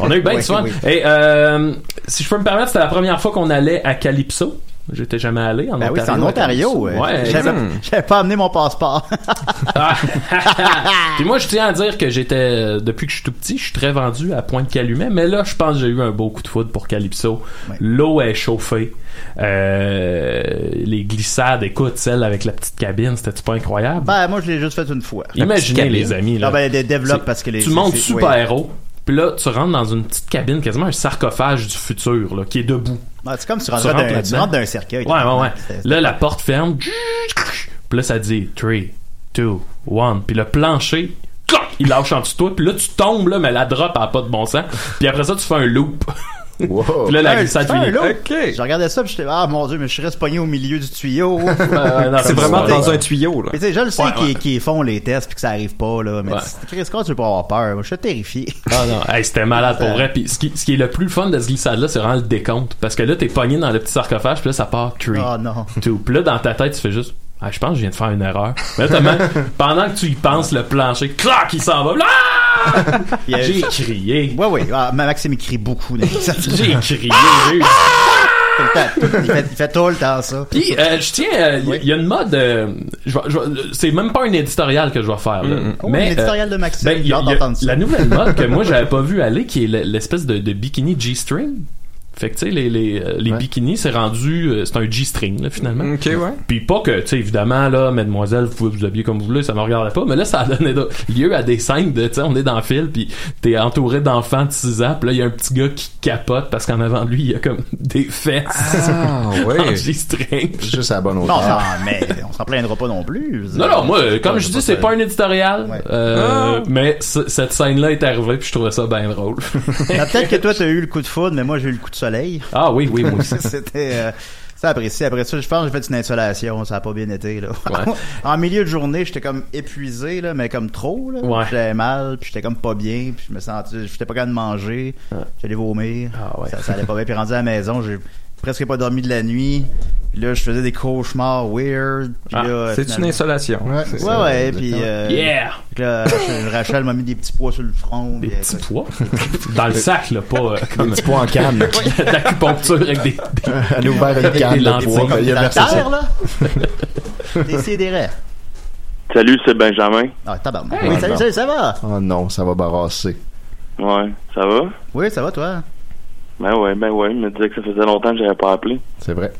[SPEAKER 7] On a eu bien
[SPEAKER 5] Oui,
[SPEAKER 7] du fun.
[SPEAKER 5] oui.
[SPEAKER 7] Et euh, si je peux me permettre, c'était la première fois qu'on allait à Calypso. J'étais jamais allé en
[SPEAKER 5] Ben oui,
[SPEAKER 7] Ontario.
[SPEAKER 5] c'est en
[SPEAKER 7] à
[SPEAKER 5] Ontario.
[SPEAKER 7] Calypso.
[SPEAKER 5] euh,
[SPEAKER 7] Ouais,
[SPEAKER 5] J'avais
[SPEAKER 7] exact.
[SPEAKER 5] j'avais pas amené mon passeport.
[SPEAKER 7] Ah. Puis moi, je tiens à dire que j'étais, depuis que je suis tout petit, je suis très vendu à Pointe-Calumet, mais là, je pense que j'ai eu un beau coup de foudre pour Calypso.
[SPEAKER 5] Ouais.
[SPEAKER 7] L'eau est chauffée. Euh, les glissades, écoute, celle avec la petite cabine, c'était pas incroyable?
[SPEAKER 5] ben, moi, je l'ai juste fait une fois.
[SPEAKER 7] Imaginez,
[SPEAKER 6] petite
[SPEAKER 7] les amis, là.
[SPEAKER 5] Là, ben, elle dé- développe
[SPEAKER 7] C'est-
[SPEAKER 5] parce que les.
[SPEAKER 7] tu montes
[SPEAKER 5] c'est-
[SPEAKER 7] super
[SPEAKER 5] oui.
[SPEAKER 7] héros, puis là, tu rentres dans une petite cabine, quasiment un sarcophage du futur, là, qui est debout.
[SPEAKER 5] Ah, c'est comme si tu
[SPEAKER 7] rentres
[SPEAKER 5] rentrais d'un- tu
[SPEAKER 7] là-dedans.
[SPEAKER 5] rentres d'un cercueil.
[SPEAKER 7] Ouais, ouais, ouais.
[SPEAKER 5] C'est- c'est-
[SPEAKER 7] Là, la porte ferme. Puis là, ça dit 3, 2, 1. Puis le plancher, cloc, il lâche en dessous de toi. Puis là, tu tombes, là, mais la drop a pas de bon sens. Puis après ça, tu fais un loop.
[SPEAKER 8] Wow.
[SPEAKER 7] Puis là, la
[SPEAKER 5] Hey,
[SPEAKER 7] glissade
[SPEAKER 5] tu fais un
[SPEAKER 7] finit.
[SPEAKER 5] loop.
[SPEAKER 6] Ok.
[SPEAKER 5] Je regardais ça, puis j'étais, ah mon dieu, mais je suis resté pogné au milieu du tuyau. mais
[SPEAKER 7] Euh, non,
[SPEAKER 6] C'est vraiment
[SPEAKER 7] pas
[SPEAKER 6] dans
[SPEAKER 7] vrai.
[SPEAKER 6] un tuyau, là.
[SPEAKER 5] tu sais, je le sais
[SPEAKER 7] Ouais,
[SPEAKER 5] qu'ils
[SPEAKER 7] ouais.
[SPEAKER 5] qu'ils font les tests, puis que ça arrive pas, là. Mais
[SPEAKER 7] Ouais.
[SPEAKER 5] c'est- Chris, quand tu veux pas avoir peur, moi, je suis terrifié.
[SPEAKER 7] Ah non, hey, c'était malade pour vrai. Puis ce qui, ce qui est le plus fun de ce glissade-là, c'est vraiment le décompte. Parce que là, t'es pogné dans le petit sarcophage, puis là, ça part 3,
[SPEAKER 5] Ah non.
[SPEAKER 7] tout. Puis là, dans ta tête, tu fais juste. Ah, je pense que je viens de faire une erreur. Mais là, t'as même- pendant que tu y penses, le plancher, clac, il s'en va. Ah!
[SPEAKER 5] Il y a-
[SPEAKER 7] J'ai crié.
[SPEAKER 5] Ouais, ouais. Ah, Maxime, il crie beaucoup. dans les glissades.
[SPEAKER 7] J'ai crié. j'ai eu-
[SPEAKER 5] Tout le temps, tout- il, fait, il fait tout le temps ça.
[SPEAKER 7] Puis, euh, je tiens, euh, il y a une mode. euh, je vais- je vais- c'est même pas un éditorial que je vais faire. là.
[SPEAKER 5] Oh,
[SPEAKER 7] Mais, euh,
[SPEAKER 5] un éditorial de Maxime,
[SPEAKER 7] ben, il y a-
[SPEAKER 5] j'ai hâte
[SPEAKER 7] il y a
[SPEAKER 5] d'entendre ça.
[SPEAKER 7] La nouvelle mode que moi j'avais pas vue aller, qui est le- l'espèce de, de bikini G-string. Fait que, tu sais, les, les, euh, les bikinis, c'est rendu. euh, c'est un G-string, là, finalement.
[SPEAKER 6] Ok, ouais.
[SPEAKER 7] Puis pas que, tu sais, évidemment, là, mademoiselle, vous pouvez vous habiller comme vous voulez, ça me regardait pas, mais là, ça a donné de- lieu à des scènes de, tu sais, on est dans le fil, puis t'es entouré d'enfants de 6 ans, puis là, il y a un petit gars qui capote parce qu'en avant de lui, il y a comme des fesses.
[SPEAKER 6] Ah, ouais.
[SPEAKER 7] en G-string.
[SPEAKER 8] Juste à la bonne
[SPEAKER 5] Non,
[SPEAKER 8] hauteur.
[SPEAKER 5] ça- Ah, mais on s'en plaindra pas non plus.
[SPEAKER 7] Non, non, moi, euh, comme je dis, c'est
[SPEAKER 5] ça.
[SPEAKER 7] pas un éditorial,
[SPEAKER 5] Ouais.
[SPEAKER 7] euh,
[SPEAKER 8] Ah.
[SPEAKER 7] mais c- cette scène-là est arrivée, puis je trouvais ça bien drôle.
[SPEAKER 5] Ah, Peut-être que toi, t'as eu le coup de foudre, mais moi, j'ai eu le coup de soleil.
[SPEAKER 7] ah oui, oui, moi aussi.
[SPEAKER 5] Ça, C'était. euh, ça apprécié. Après ça, je pense que j'ai fait une insolation. Ça a pas bien été. Là.
[SPEAKER 7] Ouais.
[SPEAKER 5] en milieu de journée, j'étais comme épuisé, là, mais comme trop. Là.
[SPEAKER 7] Ouais.
[SPEAKER 5] J'avais mal, puis j'étais comme pas bien, puis je me sentais. J'étais pas capable de manger. J'allais vomir.
[SPEAKER 7] Ah ouais.
[SPEAKER 5] ça, ça allait pas bien. Puis rendu à la maison, j'ai presque pas dormi de la nuit. Puis là, je faisais des cauchemars weird. Puis
[SPEAKER 7] Ah,
[SPEAKER 5] là,
[SPEAKER 6] C'est une
[SPEAKER 5] finalement-
[SPEAKER 6] insolation.
[SPEAKER 8] Ouais,
[SPEAKER 6] C'est
[SPEAKER 8] c'est
[SPEAKER 5] Ouais,
[SPEAKER 8] ça,
[SPEAKER 5] ouais,
[SPEAKER 8] exactement.
[SPEAKER 5] puis. euh,
[SPEAKER 7] Yeah!
[SPEAKER 5] puis là, Rachel- Rachel m'a mis des petits pois sur le front.
[SPEAKER 7] Des
[SPEAKER 5] puis,
[SPEAKER 7] petits
[SPEAKER 5] euh,
[SPEAKER 7] pois. Dans le sac, là, pas euh, comme
[SPEAKER 8] Petit poids en canne.
[SPEAKER 7] d'acupuncture avec des, des-
[SPEAKER 8] Elle a ouvert une canne de
[SPEAKER 7] lentilles.
[SPEAKER 8] poids. ben, Il a
[SPEAKER 5] la
[SPEAKER 8] versé ça.
[SPEAKER 5] terre, là! Décidérez.
[SPEAKER 9] Salut, c'est Benjamin.
[SPEAKER 5] Ah, tabarnak.
[SPEAKER 8] Hey,
[SPEAKER 5] Oui, salut,
[SPEAKER 8] non.
[SPEAKER 5] salut, ça va?
[SPEAKER 8] Oh non, ça va barrasser.
[SPEAKER 9] Ouais, ça va?
[SPEAKER 5] Oui, ça va, toi?
[SPEAKER 9] Ben ouais, ben ouais, il me disait que ça faisait longtemps que j'avais pas appelé.
[SPEAKER 8] C'est vrai.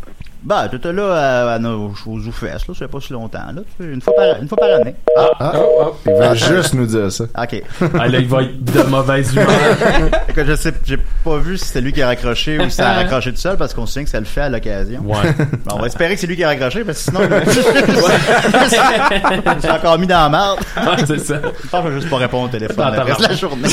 [SPEAKER 5] Bah, tu étais là à, à nos, aux oufesses, là, ça fait pas si longtemps, là. Tu fais Une fois par, une fois par année.
[SPEAKER 8] Ah,
[SPEAKER 6] Oh,
[SPEAKER 8] il va juste nous dire ça.
[SPEAKER 5] OK.
[SPEAKER 7] Ah là, il va être de mauvaise humeur.
[SPEAKER 5] Écoute, je sais, j'ai pas vu si c'est lui qui a raccroché ou si ça a raccroché tout seul parce qu'on se souvient que ça le fait à l'occasion.
[SPEAKER 7] Ouais.
[SPEAKER 5] Bon, on va espérer que c'est lui qui a raccroché parce que sinon, je suis encore mis dans la marde.
[SPEAKER 7] Ah, c'est ça.
[SPEAKER 5] Je pense que je vais juste pas répondre au téléphone
[SPEAKER 7] Dans
[SPEAKER 5] le
[SPEAKER 7] ta
[SPEAKER 5] reste de la journée.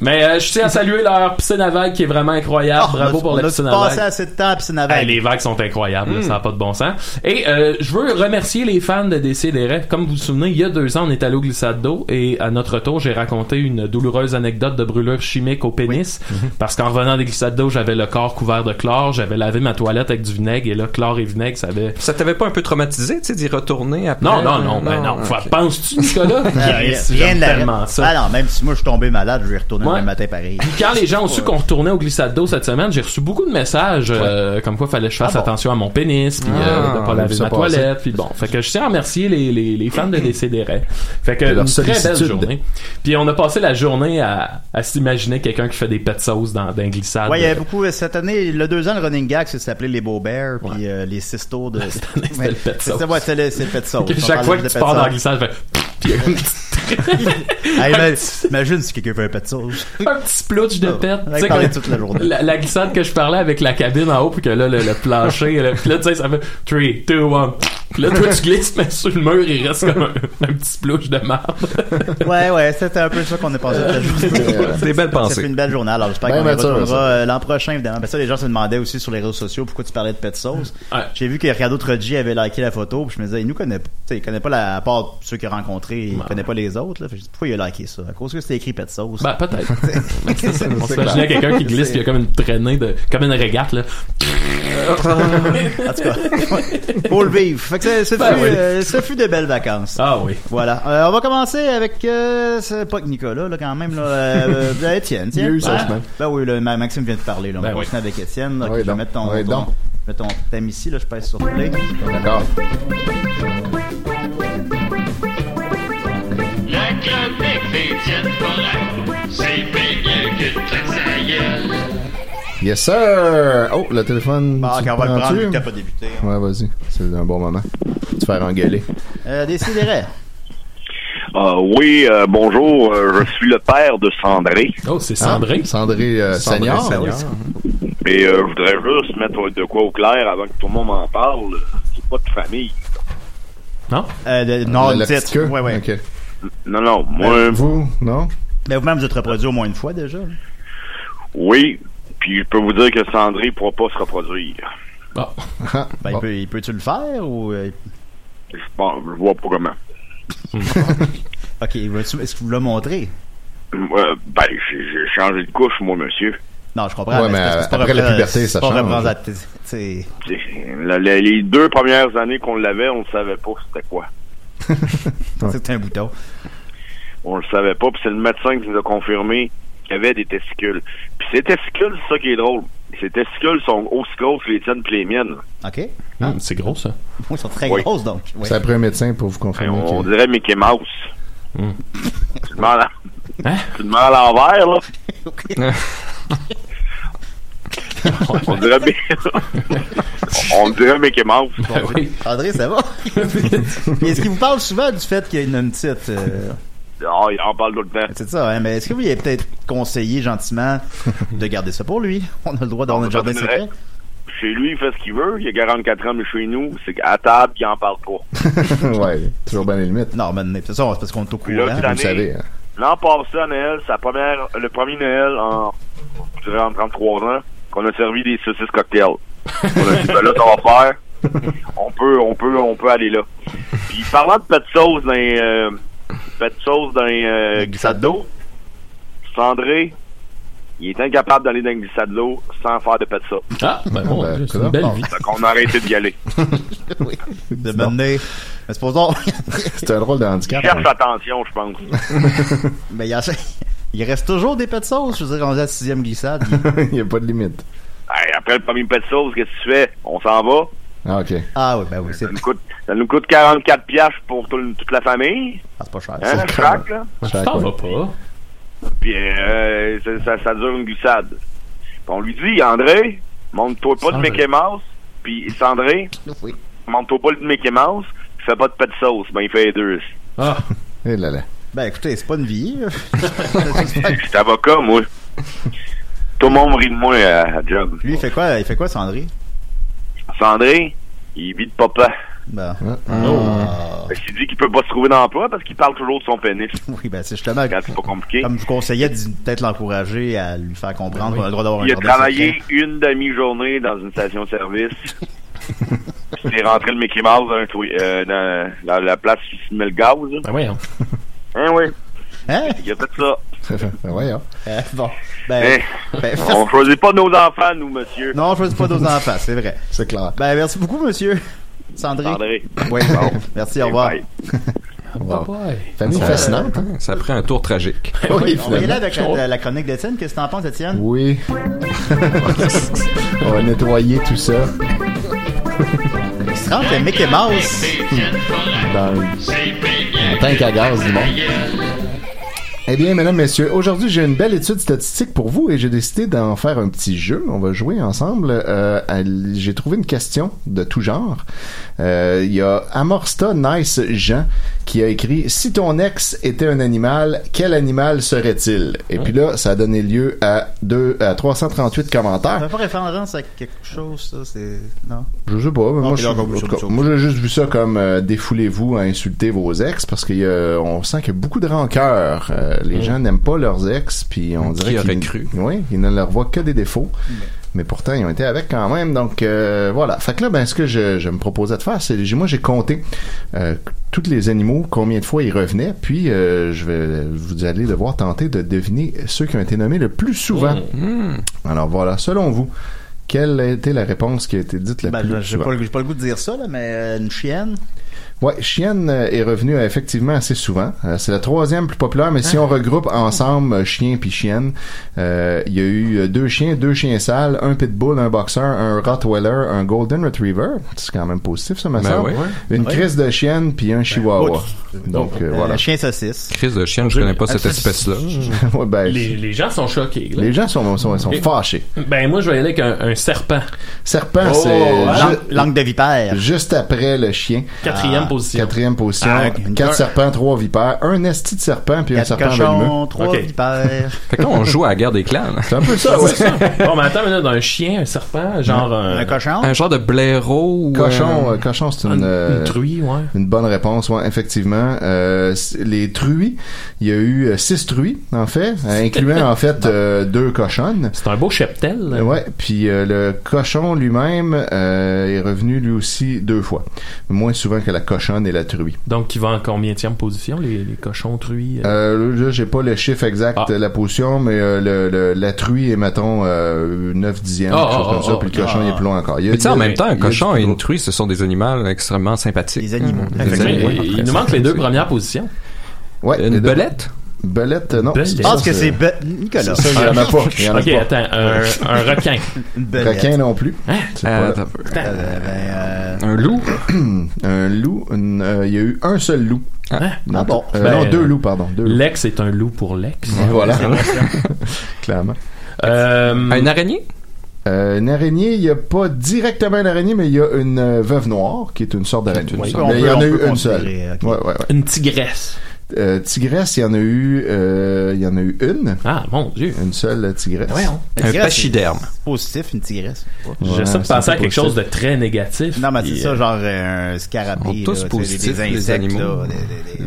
[SPEAKER 7] Mais euh, je tiens à saluer leur piscine à vagues qui est vraiment incroyable.
[SPEAKER 5] Ah,
[SPEAKER 7] Bravo pour
[SPEAKER 5] on
[SPEAKER 7] la
[SPEAKER 5] a
[SPEAKER 7] piscine à
[SPEAKER 5] passé
[SPEAKER 7] vagues.
[SPEAKER 5] assez de temps à Hmm. piscine à
[SPEAKER 7] Hey,
[SPEAKER 5] vagues.
[SPEAKER 7] les vagues sont incroyables, là, ça n'a pas de bon sens. Et euh, je veux remercier les fans de DCDR. Comme vous vous souvenez, il y a deux ans, on est allé au glissade d'eau et à notre retour, j'ai raconté une douloureuse anecdote de brûlure chimique au pénis.
[SPEAKER 5] Mhm.
[SPEAKER 7] Parce qu'en revenant des glissades d'eau, j'avais le corps couvert de chlore, j'avais lavé ma toilette avec du vinaigre et là, chlore et vinaigre, ça avait...
[SPEAKER 6] Ça t'avait pas un peu traumatisé, tu sais, d'y retourner après?
[SPEAKER 7] Non,
[SPEAKER 6] Ah,
[SPEAKER 7] non, non, mais non. Faut-
[SPEAKER 6] ok.
[SPEAKER 7] Penses-tu, Nicolas?
[SPEAKER 5] Ah,
[SPEAKER 7] Yes,
[SPEAKER 5] rien
[SPEAKER 7] j'aime
[SPEAKER 5] de la
[SPEAKER 7] tellement ça.
[SPEAKER 5] Ah non, même si moi je suis tombé malade, je vais y retourner
[SPEAKER 7] Ouais.
[SPEAKER 5] le même matin pareil.
[SPEAKER 7] Puis quand les gens ont su qu'on retournait au glissade d'eau cette semaine, j'ai reçu beaucoup de messages euh, comme quoi fallait que je fasse
[SPEAKER 5] Ah bon?
[SPEAKER 7] attention à mon pénis, puis euh,
[SPEAKER 6] Ah,
[SPEAKER 7] de
[SPEAKER 6] on
[SPEAKER 7] pas
[SPEAKER 6] a
[SPEAKER 8] vu
[SPEAKER 7] laver
[SPEAKER 8] ça
[SPEAKER 7] ma
[SPEAKER 8] passer.
[SPEAKER 7] toilette, puis bon. Fait que je tiens à remercier les, les, les fans de Décideret. Fait que
[SPEAKER 8] De
[SPEAKER 7] une
[SPEAKER 8] leur
[SPEAKER 7] très belle
[SPEAKER 8] sollicitude.
[SPEAKER 7] journée. Puis on a passé la journée à, à s'imaginer quelqu'un qui fait des pets sauces dans, dans un glissade.
[SPEAKER 5] Ouais, il y avait beaucoup. euh, Cette année, le deux ans, le running gag, ça s'appelait les Beaux Bears, puis euh, les six tours de.
[SPEAKER 7] Cette année, c'était
[SPEAKER 5] Ouais,
[SPEAKER 7] le pet
[SPEAKER 5] c'est-
[SPEAKER 7] sauce.
[SPEAKER 5] ouais, c'est le, c'est le pet sauce.
[SPEAKER 7] Que
[SPEAKER 5] On
[SPEAKER 7] chaque fois
[SPEAKER 5] parlait
[SPEAKER 7] que
[SPEAKER 5] de
[SPEAKER 7] tu
[SPEAKER 5] pet
[SPEAKER 7] pars dans le
[SPEAKER 5] sauce.
[SPEAKER 7] glissade, je fais pff, puis il y a un petit-
[SPEAKER 5] Hey, mais- Imagine si quelqu'un fait un pet sauce.
[SPEAKER 7] un petit splotch de pète.
[SPEAKER 5] On
[SPEAKER 7] Tu sais,
[SPEAKER 5] va parler
[SPEAKER 7] comme-
[SPEAKER 5] toute la journée.
[SPEAKER 7] La, la glissade que je parlais avec la cabine en haut, puis que là, le, le plancher, là, puis là, tu sais, ça fait 3, 2, 1. Puis là, toi, tu glisses, mais sur le mur, il reste comme un, un petit plouche de marbre.
[SPEAKER 5] Ouais, ouais, c'était un peu ça qu'on a passé toute la journée.
[SPEAKER 8] Euh,
[SPEAKER 6] Des belles
[SPEAKER 5] Ça fait
[SPEAKER 6] pensées.
[SPEAKER 5] une belle journée. Alors, j'espère
[SPEAKER 8] Ben
[SPEAKER 5] qu'on y
[SPEAKER 8] mature,
[SPEAKER 5] retournera
[SPEAKER 8] ça.
[SPEAKER 5] euh, l'an prochain, évidemment. Parce que les gens se demandaient aussi sur les réseaux sociaux pourquoi tu parlais de pet sauce.
[SPEAKER 7] Ouais.
[SPEAKER 5] J'ai vu que Ricardo Troggi avait liké la photo, puis je me disais, il nous connaît pas. Tu sais, Il connaît pas la, à part ceux qu'il a rencontrés, il
[SPEAKER 7] Ouais.
[SPEAKER 5] connaît pas les autres. Là. Fait que je dis, pourquoi il a liké ça? À cause que c'était écrit pet sauce.
[SPEAKER 7] Ben, peut-être.
[SPEAKER 5] C'est- c'est-
[SPEAKER 7] On s'imaginait quelqu'un qui glisse, puis il y a comme une traînée, de, comme une régate, là.
[SPEAKER 5] En tout cas, pour le vivre. Fait que ce- ce,
[SPEAKER 7] Ben
[SPEAKER 5] fut,
[SPEAKER 7] oui.
[SPEAKER 5] euh, ce fut de belles vacances.
[SPEAKER 7] Ah oui.
[SPEAKER 5] Voilà. Euh, on va commencer avec euh, c'est pas que Nicolas là quand même là euh, euh, Étienne.
[SPEAKER 8] Il y a
[SPEAKER 5] Tiens.
[SPEAKER 8] eu ça,
[SPEAKER 5] Ah.
[SPEAKER 8] ce matin.
[SPEAKER 5] Ben oui, le, Ma- Maxime vient de parler là. On
[SPEAKER 7] Ben
[SPEAKER 5] va
[SPEAKER 7] oui.
[SPEAKER 5] continuer avec Étienne. là.
[SPEAKER 8] Oui,
[SPEAKER 5] je vais
[SPEAKER 8] donc.
[SPEAKER 5] mettre ton,
[SPEAKER 8] Oui,
[SPEAKER 5] ton-
[SPEAKER 8] donc.
[SPEAKER 5] je mets ton thème ici là, je passe sur play.
[SPEAKER 8] D'accord.
[SPEAKER 10] Le club des Étienne Forêt, c'est bien que tu sa gueule.
[SPEAKER 8] Yes, sir! Oh, le téléphone.
[SPEAKER 5] Bon,
[SPEAKER 8] tu
[SPEAKER 5] Ah, ok, on va le prendre
[SPEAKER 8] prends-tu?
[SPEAKER 5] vu que t'as pas débuté.
[SPEAKER 7] hein.
[SPEAKER 8] Ouais, vas-y. C'est un bon moment. Tu te faire engueuler.
[SPEAKER 5] Euh, Décidérez.
[SPEAKER 9] Ah oui, euh, bonjour, euh, je suis le père de Sandré.
[SPEAKER 7] Oh, c'est cendré.
[SPEAKER 8] Ah, Cendré euh,
[SPEAKER 6] Sandré
[SPEAKER 8] Senior.
[SPEAKER 6] Senior.
[SPEAKER 9] Et euh, je voudrais juste mettre de quoi au clair avant que tout le monde m'en parle. J'ai pas de famille.
[SPEAKER 5] Euh, de- non,
[SPEAKER 8] Le-
[SPEAKER 5] le
[SPEAKER 8] le petit
[SPEAKER 5] titre.
[SPEAKER 8] queue.
[SPEAKER 5] Ouais, ouais.
[SPEAKER 8] Ok.
[SPEAKER 9] Non, non, moi,
[SPEAKER 8] Vous, non?
[SPEAKER 5] Mais Ben, vous-même vous êtes reproduit au moins une fois déjà. là.
[SPEAKER 9] oui. Puis je peux vous dire que Sandré pourra pas se reproduire.
[SPEAKER 7] Bon.
[SPEAKER 8] Ah,
[SPEAKER 5] Ben
[SPEAKER 8] bon.
[SPEAKER 5] il peut il peut-tu le faire ou euh,
[SPEAKER 9] Je, bon, je vois pas comment.
[SPEAKER 5] OK, veux-tu- est-ce que vous le montrez
[SPEAKER 9] Euh, ben, j'ai j'ai changé de couche, moi, monsieur.
[SPEAKER 5] Non, je comprends.
[SPEAKER 8] Ouais, mais
[SPEAKER 5] c'est parce que c'est pas
[SPEAKER 8] après la
[SPEAKER 5] repré-
[SPEAKER 8] puberté,
[SPEAKER 5] c'est
[SPEAKER 8] ça
[SPEAKER 5] pas
[SPEAKER 8] change.
[SPEAKER 5] représentatif, tu sais.
[SPEAKER 9] C'est- la- la- les deux premières années qu'on l'avait, on ne savait pas c'était quoi.
[SPEAKER 5] C'est un bouton.
[SPEAKER 9] On le savait pas, puis c'est le médecin qui nous a confirmé qu'il y avait des testicules. Puis ces testicules, c'est ça qui est drôle. Ces testicules sont aussi grosses que les tiennes que les miennes.
[SPEAKER 5] OK?
[SPEAKER 7] Hum, c'est gros, ça.
[SPEAKER 5] Oh, Ils sont très
[SPEAKER 9] Oui.
[SPEAKER 5] grosses, donc. Oui.
[SPEAKER 8] Ça a pris un médecin pour vous confirmer.
[SPEAKER 9] On
[SPEAKER 8] que-
[SPEAKER 9] dirait Mickey Mouse. Tu le mets à la-
[SPEAKER 7] Hein?
[SPEAKER 9] tu le mets à l'envers, là.
[SPEAKER 11] On dirait, mais... on dirait Mickey Mouse.
[SPEAKER 5] André, ça va? Mais est-ce qu'il vous parle souvent du fait qu'il y a une, une petite. euh,
[SPEAKER 11] Ah, il en parle tout le temps.
[SPEAKER 5] C'est ça, hein, mais est-ce que vous lui avez peut-être conseillé gentiment de garder ça pour lui? On a le droit dans notre jardin
[SPEAKER 11] Ça donnerait-
[SPEAKER 5] secret.
[SPEAKER 11] Chez lui, il fait ce qu'il veut. Il a 44 ans, mais chez nous, c'est à table, il en parle pas.
[SPEAKER 5] ouais, toujours bien les limites. Non, mais de toute façon, c'est parce qu'on est au
[SPEAKER 11] Puis là,
[SPEAKER 5] courant.
[SPEAKER 11] cette année,
[SPEAKER 8] hein.
[SPEAKER 11] L'an passé, à Noël, sa première, le premier Noël en, je dirais en 33 ans, qu'on a servi des saucisses cocktails. On a dit, ben là, ça va faire. On peut, on peut, on peut aller là. Puis, parlant de petites sauces dans les, euh, petites sauces dans les, euh, glissades d'eau, Sandré, il est incapable d'aller dans une glissade d'eau sans faire de petites sauces.
[SPEAKER 7] Ah, ben bon,
[SPEAKER 5] Ah, ben,
[SPEAKER 7] c'est une belle vie.
[SPEAKER 11] Donc, on a arrêté d'y aller.
[SPEAKER 5] De mener. Mais supposons.
[SPEAKER 8] C'est un drôle de handicap.
[SPEAKER 11] Il cherche attention, je pense.
[SPEAKER 5] mais il, y a- il reste toujours des pets de sauce. Je veux dire, on est à la sixième glissade.
[SPEAKER 8] hein. il n'y a pas de limite.
[SPEAKER 11] Hey, après le premier petit sauce, qu'est-ce que tu fais? On s'en va.
[SPEAKER 8] Ah, ok.
[SPEAKER 5] Ah, oui, ben oui, c'est.
[SPEAKER 11] Ça nous coûte, ça nous coûte 44 piastres pour tout le- toute la famille.
[SPEAKER 5] ah, c'est pas cher.
[SPEAKER 11] Hein, chaque, là?
[SPEAKER 7] Tu t'en vas pas.
[SPEAKER 11] Puis euh, ça, ça- ça dure une glissade. Puis on lui dit, André, monte-toi pas de
[SPEAKER 7] Sandré.
[SPEAKER 11] Mickey Mouse. Puis Sandré, monte-toi pas de Mickey Mouse. Fais pas de pet de sauce. Ben, il fait les deux.
[SPEAKER 7] Ah.
[SPEAKER 8] Eh là là.
[SPEAKER 5] Ben écoutez, c'est pas une vie.
[SPEAKER 11] Je suis avocat, moi. Tout le monde rit de moi euh, à, à job.
[SPEAKER 5] Lui, il fait quoi, il fait quoi Sandré?
[SPEAKER 11] Sandré, il vit de papa.
[SPEAKER 5] Ben. ah,
[SPEAKER 11] Fait qu'il dit qu'il peut pas se trouver d'emploi parce qu'il parle toujours de son pénis.
[SPEAKER 5] Oui, ben c'est justement.
[SPEAKER 11] Quand c'est pas compliqué.
[SPEAKER 5] Comme je vous conseillais de peut-être l'encourager à lui faire comprendre qu'on a le droit d'avoir un
[SPEAKER 11] Il a
[SPEAKER 5] jardin
[SPEAKER 11] travaillé une demi-journée dans une station-service. Puis il est rentré le Mickey Mouse dans, un toit- euh, dans- dans la place qui se met le gaz.
[SPEAKER 7] Ben voyons.
[SPEAKER 11] Hein, oui.
[SPEAKER 5] Hein?
[SPEAKER 11] Il a fait ça.
[SPEAKER 8] Ben voyons.
[SPEAKER 5] secret. Euh, bon.
[SPEAKER 7] Eh.
[SPEAKER 5] Ben,
[SPEAKER 11] Hein?
[SPEAKER 5] ben,
[SPEAKER 11] on choisit pas nos enfants, nous, monsieur.
[SPEAKER 5] Non, je ne pas nos enfants, c'est vrai.
[SPEAKER 8] C'est clair.
[SPEAKER 5] Ben, merci beaucoup, monsieur. Sandré.
[SPEAKER 11] André.
[SPEAKER 5] Oui,
[SPEAKER 11] Bon.
[SPEAKER 5] merci, au revoir.
[SPEAKER 8] Wow.
[SPEAKER 7] Ouais.
[SPEAKER 8] Famille
[SPEAKER 6] Ça-
[SPEAKER 8] fascinante. hein?
[SPEAKER 6] Ah, Ça prend un tour tragique.
[SPEAKER 8] Ah,
[SPEAKER 5] Oui, on est là avec
[SPEAKER 7] Chaud.
[SPEAKER 5] la, la chronique d'Étienne. Qu'est-ce que t'en penses, Étienne?
[SPEAKER 8] Oui. on va nettoyer tout ça
[SPEAKER 5] Il se rentre le Mickey Mouse.
[SPEAKER 8] dans le
[SPEAKER 10] En
[SPEAKER 8] tank à gaz du monde. Eh bien, mesdames, messieurs, aujourd'hui, j'ai une belle étude statistique pour vous et j'ai décidé d'en faire un petit jeu. On va jouer ensemble. Euh, à l- j'ai trouvé une question de tout genre. Euh, Il y a Amorsta Nice Jean qui a écrit « Si ton ex était un animal, quel animal serait-il? » Et puis là, ça a donné lieu à, deux, à 338
[SPEAKER 5] Ça
[SPEAKER 8] commentaires.
[SPEAKER 5] fait pas référence à quelque chose, ça, c'est. Non.
[SPEAKER 8] Je sais pas, mais moi,
[SPEAKER 5] Ok,
[SPEAKER 8] je,
[SPEAKER 5] d'accord,
[SPEAKER 8] en
[SPEAKER 5] chose,
[SPEAKER 8] tout cas,
[SPEAKER 5] chose.
[SPEAKER 8] moi j'ai juste vu ça comme euh, défoulez-vous à insulter vos ex parce qu'il y a- euh, on sent qu'il y a beaucoup de rancœur. Euh, les gens n'aiment pas leurs ex, puis on
[SPEAKER 6] Mm. Qui
[SPEAKER 8] dirait
[SPEAKER 6] aurait
[SPEAKER 8] qu'ils
[SPEAKER 6] cru? Mm.
[SPEAKER 8] Oui, ils ne leur voient que des défauts. Mais pourtant, ils ont été avec quand même. Donc euh, voilà. Fait que là, ben, ce que je, je me proposais de faire, c'est j'ai- moi j'ai compté euh, tous les animaux, combien de fois ils revenaient, puis euh, je vais vous allez devoir tenter de deviner ceux qui ont été nommés le plus
[SPEAKER 6] Mm.
[SPEAKER 8] souvent. Alors voilà, selon vous. Quelle a été la réponse qui a été dite le
[SPEAKER 5] Ben,
[SPEAKER 8] plus
[SPEAKER 5] je- j'ai
[SPEAKER 8] souvent?
[SPEAKER 5] pas, le- j'ai pas le goût de dire ça, là, mais euh, une chienne.
[SPEAKER 8] Ouais, chienne euh, est revenu euh, effectivement assez souvent. Euh, c'est la troisième plus populaire, mais si on regroupe ensemble euh, chien puis chienne, euh, il y a eu euh, deux chiens, deux chiens sales, un pitbull, un boxer, un rottweiler, un golden retriever. C'est quand même positif ça, ma
[SPEAKER 6] Ben
[SPEAKER 8] sœur.
[SPEAKER 6] ouais.
[SPEAKER 8] Une
[SPEAKER 5] Ouais.
[SPEAKER 8] crise de chienne puis un chihuahua.
[SPEAKER 5] Oh, tu-
[SPEAKER 8] Donc euh,
[SPEAKER 5] Euh,
[SPEAKER 8] voilà.
[SPEAKER 5] Chien saucisse.
[SPEAKER 6] Crise de chien, je connais pas cette
[SPEAKER 5] Ah,
[SPEAKER 6] espèce-là.
[SPEAKER 8] Ouais, ben,
[SPEAKER 7] Les, les gens sont choqués. là.
[SPEAKER 8] les gens sont, sont, sont
[SPEAKER 7] Et-
[SPEAKER 8] fâchés.
[SPEAKER 7] Ben moi je vais aller avec un, un serpent.
[SPEAKER 8] Serpent,
[SPEAKER 5] Oh,
[SPEAKER 8] c'est
[SPEAKER 5] langue,
[SPEAKER 8] ju-
[SPEAKER 5] langue de vipère.
[SPEAKER 8] juste après le chien.
[SPEAKER 7] Quatrième
[SPEAKER 8] Ah,
[SPEAKER 7] position.
[SPEAKER 8] Quatrième position,
[SPEAKER 5] Ah, ok.
[SPEAKER 8] quatre
[SPEAKER 5] Un-
[SPEAKER 8] serpents, trois vipères, un esti de serpent puis un
[SPEAKER 5] Quatre
[SPEAKER 8] serpent venimeux.
[SPEAKER 5] cochons, trois
[SPEAKER 7] Ok.
[SPEAKER 5] vipères.
[SPEAKER 6] Fait que là, on joue à la guerre des clans. là.
[SPEAKER 8] C'est un peu ça, ouais.
[SPEAKER 7] bon mais attends, mais là, d'un chien, un serpent, genre un,
[SPEAKER 5] Un cochon.
[SPEAKER 6] Un genre de blaireau ou...
[SPEAKER 8] Cochon,
[SPEAKER 6] euh,
[SPEAKER 8] euh, cochon, c'est
[SPEAKER 7] un-
[SPEAKER 8] une,
[SPEAKER 7] une
[SPEAKER 8] euh,
[SPEAKER 7] truie, ouais.
[SPEAKER 8] une bonne réponse, ouais, effectivement. Euh, c- les truies, il y a eu euh, six truies, en fait, euh, incluant en fait euh, deux cochonnes.
[SPEAKER 7] C'est un beau cheptel. là.
[SPEAKER 8] Ouais, puis euh, le cochon lui-même euh, est revenu lui aussi deux fois, moins souvent que la cochonne et la truie.
[SPEAKER 7] Donc qui va en combien position les, les cochons truies euh?
[SPEAKER 8] Euh, là, j'ai pas le chiffre exact
[SPEAKER 7] Ah.
[SPEAKER 8] de la potion, mais euh, le, le- la truie est mettons euh, 9 dixièmes,
[SPEAKER 7] Ah,
[SPEAKER 8] quelque chose
[SPEAKER 7] ah,
[SPEAKER 8] comme
[SPEAKER 7] ah,
[SPEAKER 8] ça,
[SPEAKER 7] ah,
[SPEAKER 8] puis le cochon
[SPEAKER 5] ah.
[SPEAKER 8] il est plus loin encore. Il y a-
[SPEAKER 6] Mais tu sais, en
[SPEAKER 8] il y a-
[SPEAKER 6] même temps,
[SPEAKER 8] il y
[SPEAKER 6] un
[SPEAKER 8] a
[SPEAKER 6] cochon
[SPEAKER 8] du
[SPEAKER 6] et une
[SPEAKER 8] gros.
[SPEAKER 6] truie, ce sont des animaux extrêmement sympathiques.
[SPEAKER 5] Les animaux.
[SPEAKER 6] Des
[SPEAKER 7] Fait que là,
[SPEAKER 6] animaux,
[SPEAKER 7] il, il nous
[SPEAKER 6] très
[SPEAKER 7] manque les deux
[SPEAKER 6] sympathiques.
[SPEAKER 7] premières positions.
[SPEAKER 8] Ouais, les
[SPEAKER 6] Une
[SPEAKER 8] deux-
[SPEAKER 6] belette?
[SPEAKER 8] Belette, euh, non.
[SPEAKER 7] Belette.
[SPEAKER 5] Je
[SPEAKER 8] Ça,
[SPEAKER 5] pense que
[SPEAKER 8] c'est-
[SPEAKER 5] c'est Be- Nicolas.
[SPEAKER 8] Ça, il y en a pas. Il y en a
[SPEAKER 7] Ok,
[SPEAKER 8] pas.
[SPEAKER 7] attends, un, un requin. Hein?
[SPEAKER 5] Une belette.
[SPEAKER 8] Requin non plus. C'est
[SPEAKER 6] Euh,
[SPEAKER 8] pas-
[SPEAKER 6] attends un peu.
[SPEAKER 5] Euh, ben, euh,
[SPEAKER 6] un loup?
[SPEAKER 8] Un loup, une- euh, il y a eu un seul loup.
[SPEAKER 6] Ah.
[SPEAKER 8] Non,
[SPEAKER 5] Ah bon.
[SPEAKER 8] euh,
[SPEAKER 7] Ben,
[SPEAKER 8] non, deux loups, pardon. Deux loups.
[SPEAKER 7] Lex est un loup pour Lex.
[SPEAKER 8] Voilà. Clairement.
[SPEAKER 7] Euh,
[SPEAKER 6] Une araignée?
[SPEAKER 8] Euh, une araignée, il n'y a pas directement une araignée, mais il y a une euh, veuve noire, qui est une sorte d'araignée.
[SPEAKER 5] Oui,
[SPEAKER 8] Mais
[SPEAKER 5] on
[SPEAKER 8] il
[SPEAKER 5] peut-
[SPEAKER 8] y en
[SPEAKER 5] on
[SPEAKER 8] a eu
[SPEAKER 5] peut
[SPEAKER 8] une seule.
[SPEAKER 5] considérer, ok.
[SPEAKER 8] Une tigresse. Euh, tigresse, il y en a eu, euh, il y en a eu une.
[SPEAKER 7] Ah, mon Dieu.
[SPEAKER 8] Une seule euh, tigresse.
[SPEAKER 5] Une tigresse, c'est Positif, une tigresse.
[SPEAKER 8] Ouais, J'essaie de c'est penser un peu à quelque chose positif.
[SPEAKER 7] de très négatif.
[SPEAKER 5] Non, mais
[SPEAKER 8] Puis,
[SPEAKER 5] c'est ça,
[SPEAKER 8] euh,
[SPEAKER 5] genre euh, un scarabée.
[SPEAKER 8] tous
[SPEAKER 5] là, tu sais,
[SPEAKER 8] positifs,
[SPEAKER 5] des- Des
[SPEAKER 8] les
[SPEAKER 5] insectes,
[SPEAKER 8] animaux.
[SPEAKER 5] là.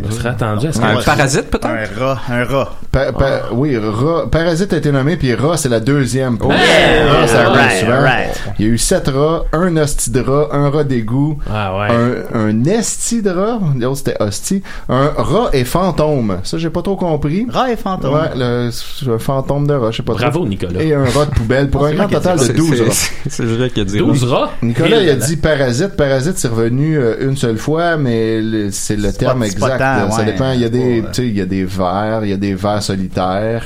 [SPEAKER 7] On serait attendu à ce
[SPEAKER 8] Un parasite,
[SPEAKER 5] peut-être Un rat. Un rat.
[SPEAKER 8] Pa- pa- Oui, Ra- Parasite a été nommé, puis Ra, c'est la deuxième. Pour Ra, Oh. Ah, ça arrive
[SPEAKER 5] Alright,
[SPEAKER 8] souvent.
[SPEAKER 5] alright.
[SPEAKER 8] Il y a eu sept rats, un hostie de rat, un rat d'égout,
[SPEAKER 7] Ah,
[SPEAKER 8] un, un esti de rat, l'autre c'était hostie, un rat et fantôme. Ça, j'ai pas trop compris.
[SPEAKER 5] Rat et fantôme.
[SPEAKER 8] Ouais, le, c'est un fantôme de rat, je sais pas
[SPEAKER 7] Bravo,
[SPEAKER 8] trop.
[SPEAKER 7] Nicolas.
[SPEAKER 8] Et un rat de poubelle pour
[SPEAKER 7] Ah,
[SPEAKER 8] un
[SPEAKER 7] c'est
[SPEAKER 8] grand
[SPEAKER 7] moi qui ai
[SPEAKER 8] total
[SPEAKER 7] dit
[SPEAKER 8] de
[SPEAKER 7] ça.
[SPEAKER 8] 12
[SPEAKER 7] C'est-
[SPEAKER 8] rats.
[SPEAKER 7] c'est-
[SPEAKER 6] C'est vrai qu'il a dit.
[SPEAKER 7] 12 rats?
[SPEAKER 8] Nicolas,
[SPEAKER 7] Et
[SPEAKER 8] il a
[SPEAKER 7] là, là.
[SPEAKER 8] dit parasite. Parasite, c'est revenu euh, une seule fois, mais le- c'est le terme
[SPEAKER 5] pas- c'est pas
[SPEAKER 8] exact.
[SPEAKER 5] tant,
[SPEAKER 8] Ça
[SPEAKER 5] ouais.
[SPEAKER 8] dépend. Il y a des, tu sais, il y a des vers, il y a des vers solitaires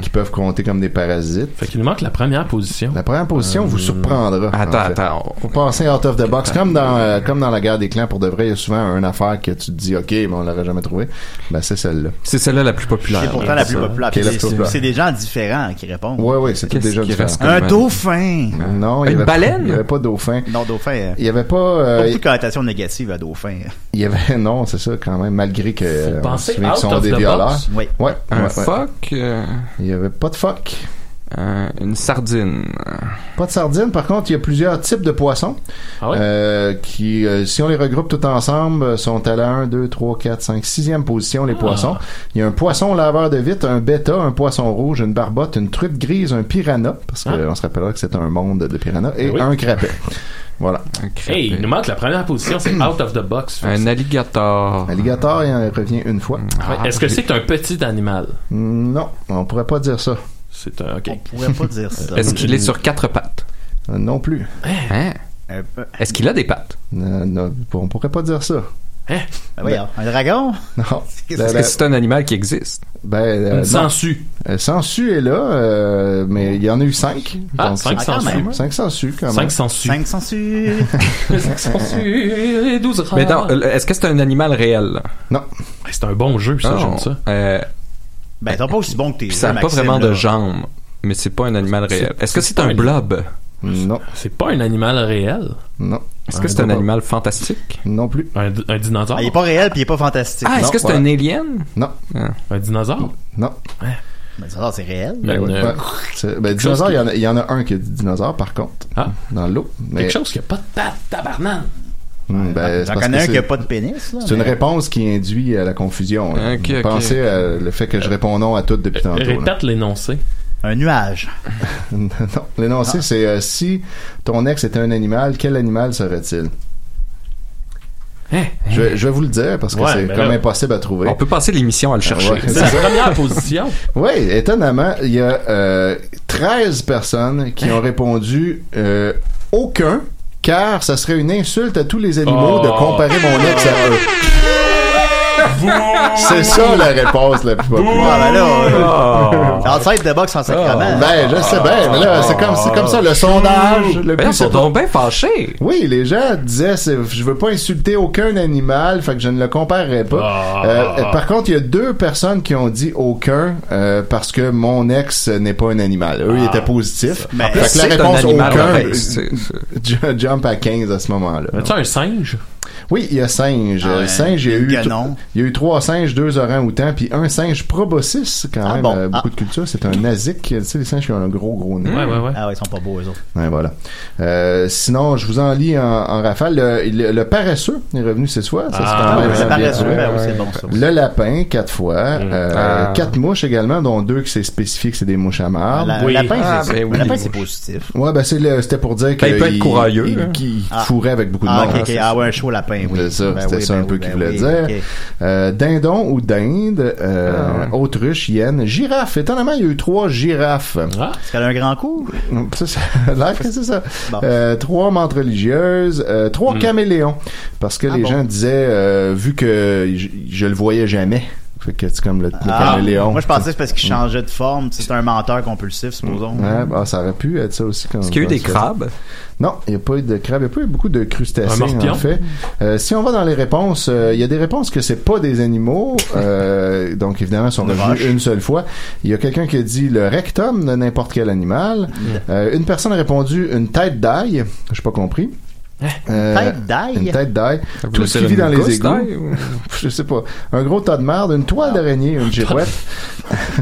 [SPEAKER 8] qui peuvent compter comme des parasites.
[SPEAKER 7] Fait qu'il nous manque la première position.
[SPEAKER 8] La première position vous surprendra.
[SPEAKER 6] Euh, Attends,
[SPEAKER 8] en fait.
[SPEAKER 6] attends.
[SPEAKER 8] Faut penser out of the box. Comme dans, euh, comme dans la guerre des clans, pour de vrai, il y a souvent une affaire que tu te dis, OK, mais on l'aurait jamais trouvé. Ben, c'est celle-là.
[SPEAKER 6] C'est celle-là la plus populaire.
[SPEAKER 5] C'est pourtant la plus populaire.
[SPEAKER 8] Qui est la
[SPEAKER 5] Puis
[SPEAKER 8] plus
[SPEAKER 5] c'est-
[SPEAKER 8] populaire.
[SPEAKER 5] C'est des gens différents qui répondent.
[SPEAKER 8] Ouais, ouais, c'était
[SPEAKER 5] Qu'est-ce
[SPEAKER 8] déjà
[SPEAKER 5] qui
[SPEAKER 8] différent.
[SPEAKER 5] reste comme- Un dauphin!
[SPEAKER 8] Non, il y
[SPEAKER 5] Une
[SPEAKER 8] avait-
[SPEAKER 5] baleine?
[SPEAKER 8] Il n'y avait pas de dauphin.
[SPEAKER 5] Non, dauphin. euh,
[SPEAKER 8] Il y avait pas. euh,
[SPEAKER 5] Beaucoup de connotations négatives à dauphin.
[SPEAKER 8] Il y avait non, c'est ça quand même malgré que euh, on se
[SPEAKER 5] penser
[SPEAKER 8] souvient qu'ils
[SPEAKER 5] out
[SPEAKER 8] sont
[SPEAKER 5] of
[SPEAKER 8] des
[SPEAKER 5] the
[SPEAKER 8] violeurs.
[SPEAKER 5] box. Oui.
[SPEAKER 8] Ouais,
[SPEAKER 6] Un
[SPEAKER 8] ouais, ouais.
[SPEAKER 6] phoque. euh,
[SPEAKER 8] Il y avait pas de phoque.
[SPEAKER 6] une sardine.
[SPEAKER 8] Pas de sardines, par contre, il y a plusieurs types de poissons euh, qui, euh, si on les regroupe tout ensemble, euh, sont à la 1, 2, 3, 4, 5, 6e position, les
[SPEAKER 7] Ah.
[SPEAKER 8] poissons. Il y a un poisson laveur de vite, un bêta, un poisson rouge, une barbotte, une truite grise, un piranha, parce qu'on se rappellera que c'est un monde de piranha, et
[SPEAKER 7] Ben oui.
[SPEAKER 8] un crapet. voilà.
[SPEAKER 7] Hey, il nous manque la première position, c'est out of the box.
[SPEAKER 6] Un alligator.
[SPEAKER 8] Alligator, il en revient une fois.
[SPEAKER 6] Ah,
[SPEAKER 7] Ouais, Ah, Est-ce que c'est un petit animal?
[SPEAKER 8] Non, on pourrait pas dire ça.
[SPEAKER 7] C'est un, ok. On
[SPEAKER 8] Oh,
[SPEAKER 5] pourrait pas dire ça.
[SPEAKER 6] Est-ce qu'il est sur quatre pattes?
[SPEAKER 8] Euh, Non plus.
[SPEAKER 6] Hein? Est-ce qu'il a des pattes?
[SPEAKER 8] Euh, non, on pourrait pas dire ça.
[SPEAKER 5] Ben voyons, un dragon?
[SPEAKER 8] Non. Ben,
[SPEAKER 5] Qu'est-ce
[SPEAKER 8] La-
[SPEAKER 6] Est-ce
[SPEAKER 8] la-
[SPEAKER 6] que c'est un animal qui existe?
[SPEAKER 8] Ben, euh,
[SPEAKER 6] Une
[SPEAKER 8] non.
[SPEAKER 6] sangsue.
[SPEAKER 8] Euh, sangsue est là, euh, mais il y en a eu 5.
[SPEAKER 6] Ah, cinq sangsues.
[SPEAKER 8] 5 sangsues, quand même.
[SPEAKER 6] Cinq sangsues. Cinq
[SPEAKER 5] sangsues.
[SPEAKER 7] Les 12 rats.
[SPEAKER 6] Mais non, euh, est-ce que c'est un animal réel? Euh,
[SPEAKER 8] Non.
[SPEAKER 7] C'est un bon jeu, ça, j'aime ça.
[SPEAKER 5] Ben, t'as pas aussi bon que tes
[SPEAKER 6] Puis ça
[SPEAKER 5] jeux,
[SPEAKER 6] n'a pas
[SPEAKER 5] Maxime,
[SPEAKER 6] vraiment
[SPEAKER 5] là.
[SPEAKER 6] de jambes, mais c'est pas un animal réel. Est-ce que c'est un blob?
[SPEAKER 8] Non.
[SPEAKER 7] C'est pas un animal réel.
[SPEAKER 8] Non.
[SPEAKER 6] Est-ce que c'est un animal fantastique?
[SPEAKER 8] Non plus.
[SPEAKER 7] Un, un dinosaure.
[SPEAKER 5] Ah, il est pas réel puis il est pas fantastique.
[SPEAKER 6] Ah, est-ce que c'est un alien? Ben
[SPEAKER 8] Non.
[SPEAKER 7] Un dinosaure?
[SPEAKER 8] Non.
[SPEAKER 5] Ben, ça, c'est réel.
[SPEAKER 8] Ben, ouais.
[SPEAKER 7] euh,
[SPEAKER 8] C'est- ben, dinosaure, il y en a- il y, en a un qui est dinosaure, par contre. Dans l'eau. mais-
[SPEAKER 7] Ah. Quelque chose qui a pas de pattes, tabarnak.
[SPEAKER 8] Hmm, ben, c'est
[SPEAKER 5] J'en
[SPEAKER 8] parce
[SPEAKER 5] connais
[SPEAKER 8] que
[SPEAKER 5] un qui
[SPEAKER 8] c'est-
[SPEAKER 5] a pas de pénis, là.
[SPEAKER 8] C'est une
[SPEAKER 5] mais-
[SPEAKER 8] réponse qui induit à la confusion. là.
[SPEAKER 5] Ah, Ok, ok.
[SPEAKER 8] Pensez à le fait que je réponds non à tout depuis tantôt. là.
[SPEAKER 7] Répète l'énoncé.
[SPEAKER 5] Un nuage.
[SPEAKER 8] non, l'énoncé, c'est euh, si ton ex était un animal, quel animal serait-il? Je, vais- je vais vous le dire parce que
[SPEAKER 6] Ouais,
[SPEAKER 8] c'est
[SPEAKER 6] ben
[SPEAKER 8] comme
[SPEAKER 6] là-
[SPEAKER 8] impossible à trouver.
[SPEAKER 6] On peut passer l'émission à le chercher.
[SPEAKER 8] Ah, Ouais, c'est ça.
[SPEAKER 7] position.
[SPEAKER 8] Oui, étonnamment, il y a euh, 13 personnes qui ont répondu euh, aucun, car ça serait une insulte à tous les animaux de
[SPEAKER 10] Oh.
[SPEAKER 8] comparer mon ex à eux. C'est ça la réponse la plus
[SPEAKER 6] Oh!
[SPEAKER 8] populaire.
[SPEAKER 5] Ah, ben là, on- Outside the box en
[SPEAKER 6] Oh!
[SPEAKER 5] sacrament.
[SPEAKER 8] Ben, je sais bien, mais là, c'est comme, c'est comme ça, le sondage. Le
[SPEAKER 6] Ben, ils sont
[SPEAKER 8] c'est-
[SPEAKER 6] donc bien fâchés.
[SPEAKER 8] Oui, les gens disaient, c'est- je veux pas insulter aucun animal, fait que je ne le comparerai pas.
[SPEAKER 10] Ah.
[SPEAKER 8] Euh, euh, par contre, il y a deux personnes qui ont dit aucun euh, parce que mon ex n'est pas un animal. Eux, ils étaient positifs.
[SPEAKER 5] ben,
[SPEAKER 6] Mais-
[SPEAKER 8] fait que la
[SPEAKER 6] C'est un
[SPEAKER 8] réponse
[SPEAKER 6] animal,
[SPEAKER 8] aucun
[SPEAKER 6] ouais, c'est-
[SPEAKER 8] ju- jump à 15 à ce moment-là.
[SPEAKER 7] As-tu un singe?
[SPEAKER 8] Oui, il y a singe.
[SPEAKER 5] Ah ouais,
[SPEAKER 8] singe, il y a eu,
[SPEAKER 5] Ganon.
[SPEAKER 8] il y a eu trois singes, deux orangs-outans, puis un singe proboscis, quand même,
[SPEAKER 5] Ah bon.
[SPEAKER 8] euh, beaucoup de culture. C'est un asique. Tu sais, les singes qui ont un gros, gros nez.
[SPEAKER 5] Ah, ouais, ils sont pas beaux, eux autres.
[SPEAKER 8] Ouais, voilà. Euh, sinon, je vous en lis en, en rafale. Le, le- le paresseux est revenu cette fois. Ça, c'est
[SPEAKER 5] Ah,
[SPEAKER 8] quand
[SPEAKER 5] oui,
[SPEAKER 8] même
[SPEAKER 5] le
[SPEAKER 8] bien.
[SPEAKER 5] paresseux, ben oui, c'est bon, ça.
[SPEAKER 8] Le lapin, quatre fois. Euh,
[SPEAKER 5] Ah.
[SPEAKER 8] Quatre mouches également, dont deux que c'est spécifié que c'est des mouches à marbre.
[SPEAKER 5] La- Oui. lapin, Ah, c'est- ben oui, lapin, les c'est mouches. positif.
[SPEAKER 8] Ouais, ben c'est le- c'était pour dire que
[SPEAKER 5] Ben, il peut être courailleux,
[SPEAKER 8] il-
[SPEAKER 5] hein.
[SPEAKER 8] qu'il
[SPEAKER 5] Ah.
[SPEAKER 8] fourrait avec beaucoup de
[SPEAKER 5] Ah,
[SPEAKER 8] monde.
[SPEAKER 5] ok, ok. Ah ouais, un chaud lapin, oui.
[SPEAKER 8] C'est ça,
[SPEAKER 5] Ben
[SPEAKER 8] c'était
[SPEAKER 5] oui,
[SPEAKER 8] ça
[SPEAKER 5] ben
[SPEAKER 8] un peu
[SPEAKER 5] oui,
[SPEAKER 8] qu'il
[SPEAKER 5] ben
[SPEAKER 8] voulait
[SPEAKER 5] oui,
[SPEAKER 8] dire.
[SPEAKER 5] ok.
[SPEAKER 8] Euh, dindon ou dinde, euh, autruche, hyène, girafe. Étonnamment, il y a eu trois girafes.
[SPEAKER 7] Ah,
[SPEAKER 5] Est-ce qu'elle a un grand coup?
[SPEAKER 8] Ça, ça a l'air que Mm, c'est ça. Euh, trois mantes religieuses, euh,
[SPEAKER 5] Mm. Ah
[SPEAKER 8] trois caméléons. Parce que les gens disaient, euh, vu que je, je le voyais jamais, Fait que c'est comme le, le
[SPEAKER 5] Ah,
[SPEAKER 8] caméléon.
[SPEAKER 5] moi, je pensais que c'est parce qu'il changeait de forme. C'est un menteur compulsif, supposons.
[SPEAKER 8] Mm. Ouais, bah, ça aurait pu être ça aussi.
[SPEAKER 5] Est-ce qu'il y a eu des crabes?
[SPEAKER 8] Non, il n'y a pas eu de crabes. Il n'y a pas eu beaucoup de
[SPEAKER 5] Un
[SPEAKER 8] crustacés,
[SPEAKER 5] morpion?
[SPEAKER 8] en fait. Euh, si on va dans les réponses, euh, il y a des réponses que c'est pas des animaux. euh, donc, évidemment, ils sont
[SPEAKER 5] Une
[SPEAKER 8] revenus
[SPEAKER 5] vache.
[SPEAKER 8] une seule fois. Il y a quelqu'un qui a dit le rectum de n'importe quel animal.
[SPEAKER 6] Mm.
[SPEAKER 8] Euh, une personne a répondu une tête d'ail. Je pas compris. Euh,
[SPEAKER 5] Tête d'ail?
[SPEAKER 8] Une tête d'ail.
[SPEAKER 5] Ça
[SPEAKER 8] Tout
[SPEAKER 5] voulait
[SPEAKER 8] ce
[SPEAKER 5] dire
[SPEAKER 8] qui vit
[SPEAKER 5] une
[SPEAKER 8] dans les
[SPEAKER 5] gousse
[SPEAKER 8] égouts.
[SPEAKER 5] d'ail, ou-
[SPEAKER 8] Je sais pas. Un gros tas de merde, une toile d'araignée, une girouette.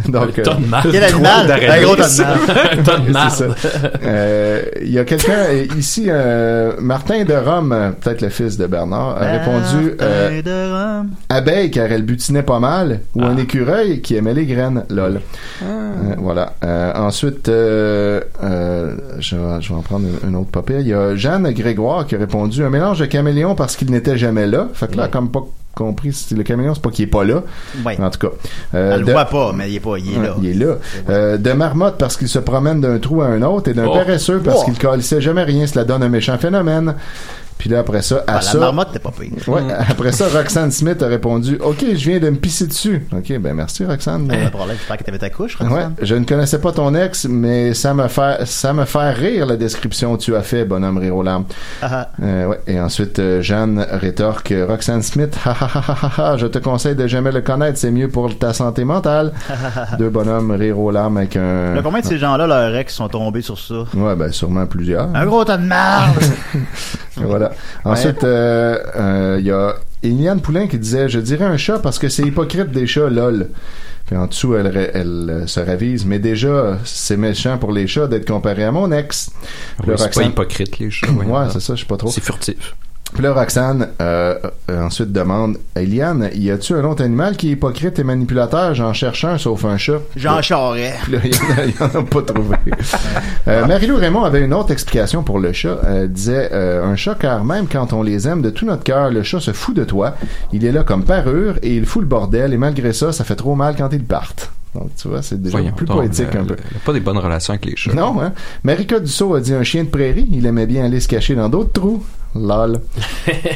[SPEAKER 8] Donc,
[SPEAKER 7] Un tas de marde.
[SPEAKER 8] euh,
[SPEAKER 7] Quel
[SPEAKER 8] une
[SPEAKER 7] animal?
[SPEAKER 8] toile d'araignée.
[SPEAKER 7] Un gros tas de marde. Un tas de
[SPEAKER 8] C'est
[SPEAKER 7] marde.
[SPEAKER 8] ça. Euh, Il y a quelqu'un euh, ici, euh, Martin de Rome, euh, peut-être le fils de Bernard, a répondu euh, abeille car elle butinait pas mal ou
[SPEAKER 5] Ah.
[SPEAKER 8] un écureuil qui aimait les graines. Lol. Euh, voilà. Euh, ensuite, euh, euh, je, vais- je vais en prendre une, une autre papier. Il y a Jeanne Grégoire qui a répondu un mélange de caméléon parce qu'il n'était jamais là. Fait que là, comme pas compris, si le caméléon, c'est pas qu'il est pas là.
[SPEAKER 5] Ouais.
[SPEAKER 8] En tout cas. Euh,
[SPEAKER 5] Elle le
[SPEAKER 8] de-
[SPEAKER 5] voit pas, mais il est pas, il est
[SPEAKER 8] Ouais,
[SPEAKER 5] là.
[SPEAKER 8] Il est là. Euh, de marmotte parce qu'il se promène d'un trou à un autre et d'un
[SPEAKER 5] Oh.
[SPEAKER 8] paresseux parce
[SPEAKER 5] Oh.
[SPEAKER 8] qu'il colissait jamais rien. Cela donne un méchant phénomène. Puis là, après ça, à
[SPEAKER 5] Ah,
[SPEAKER 8] ça.
[SPEAKER 5] la marmotte, t'es pas pire.
[SPEAKER 8] Ouais,
[SPEAKER 6] Hmm.
[SPEAKER 8] après ça, Roxane Smith a répondu Ok, je viens de me pisser dessus. Ok, ben merci, Roxane.
[SPEAKER 5] Pas de problème, j'espère que t'avais ta couche,
[SPEAKER 8] Ouais,
[SPEAKER 5] Roxane.
[SPEAKER 8] je ne connaissais pas ton ex, mais ça me fait ça me fait rire la description que tu as fait, bonhomme rire aux larmes.
[SPEAKER 5] Ah,
[SPEAKER 8] Euh, ouais. Et ensuite, euh, Jeanne rétorque euh, Roxane Smith, ha, ha, ha, ha, ha, je te conseille de jamais le connaître, c'est mieux pour ta santé mentale. Deux bonhommes rire aux larmes avec un.
[SPEAKER 5] Là, combien de ces gens-là, leurs ex, sont tombés sur ça?
[SPEAKER 8] Ouais, ben sûrement plusieurs.
[SPEAKER 5] Un gros tas de marde!
[SPEAKER 8] Voilà. Ensuite, euh, euh, il y a Eliane Poulain qui disait Je dirais un chat parce que c'est hypocrite des chats, lol. Puis en dessous, elle, ra- elle euh, se ravise. Mais déjà, c'est méchant pour les chats d'être comparé à mon ex. Puis
[SPEAKER 6] Oui,
[SPEAKER 8] là,
[SPEAKER 6] c'est pas
[SPEAKER 8] Roxane-
[SPEAKER 6] hypocrite, les chats.
[SPEAKER 8] Ouais, c'est ça, je sais pas trop.
[SPEAKER 6] C'est furtif.
[SPEAKER 8] Puis là, Roxane euh, euh, ensuite demande Eliane, y a-tu un autre animal qui est hypocrite et manipulateur J'en cherche un sauf un chat.
[SPEAKER 5] Jean Charest.
[SPEAKER 8] Puis là, il n'y en, a pas trouvé.
[SPEAKER 6] Ah.
[SPEAKER 8] Euh, Marie-Lou Raymond avait une autre explication pour le chat. Elle disait euh, Un chat, car même quand on les aime de tout notre cœur, le chat se fout de toi. Il est là comme parure et il fout le bordel. Et malgré ça, ça fait trop mal quand ils partent. Donc, tu vois, c'est déjà
[SPEAKER 6] Voyons
[SPEAKER 8] plus
[SPEAKER 6] donc,
[SPEAKER 8] poétique
[SPEAKER 6] elle-
[SPEAKER 8] un peu.
[SPEAKER 6] elle a pas des bonnes relations avec les chats.
[SPEAKER 8] Non, hein? Marika Dussault a dit un chien de prairie. Il aimait bien aller se cacher dans d'autres trous. Lol.
[SPEAKER 5] Ouais,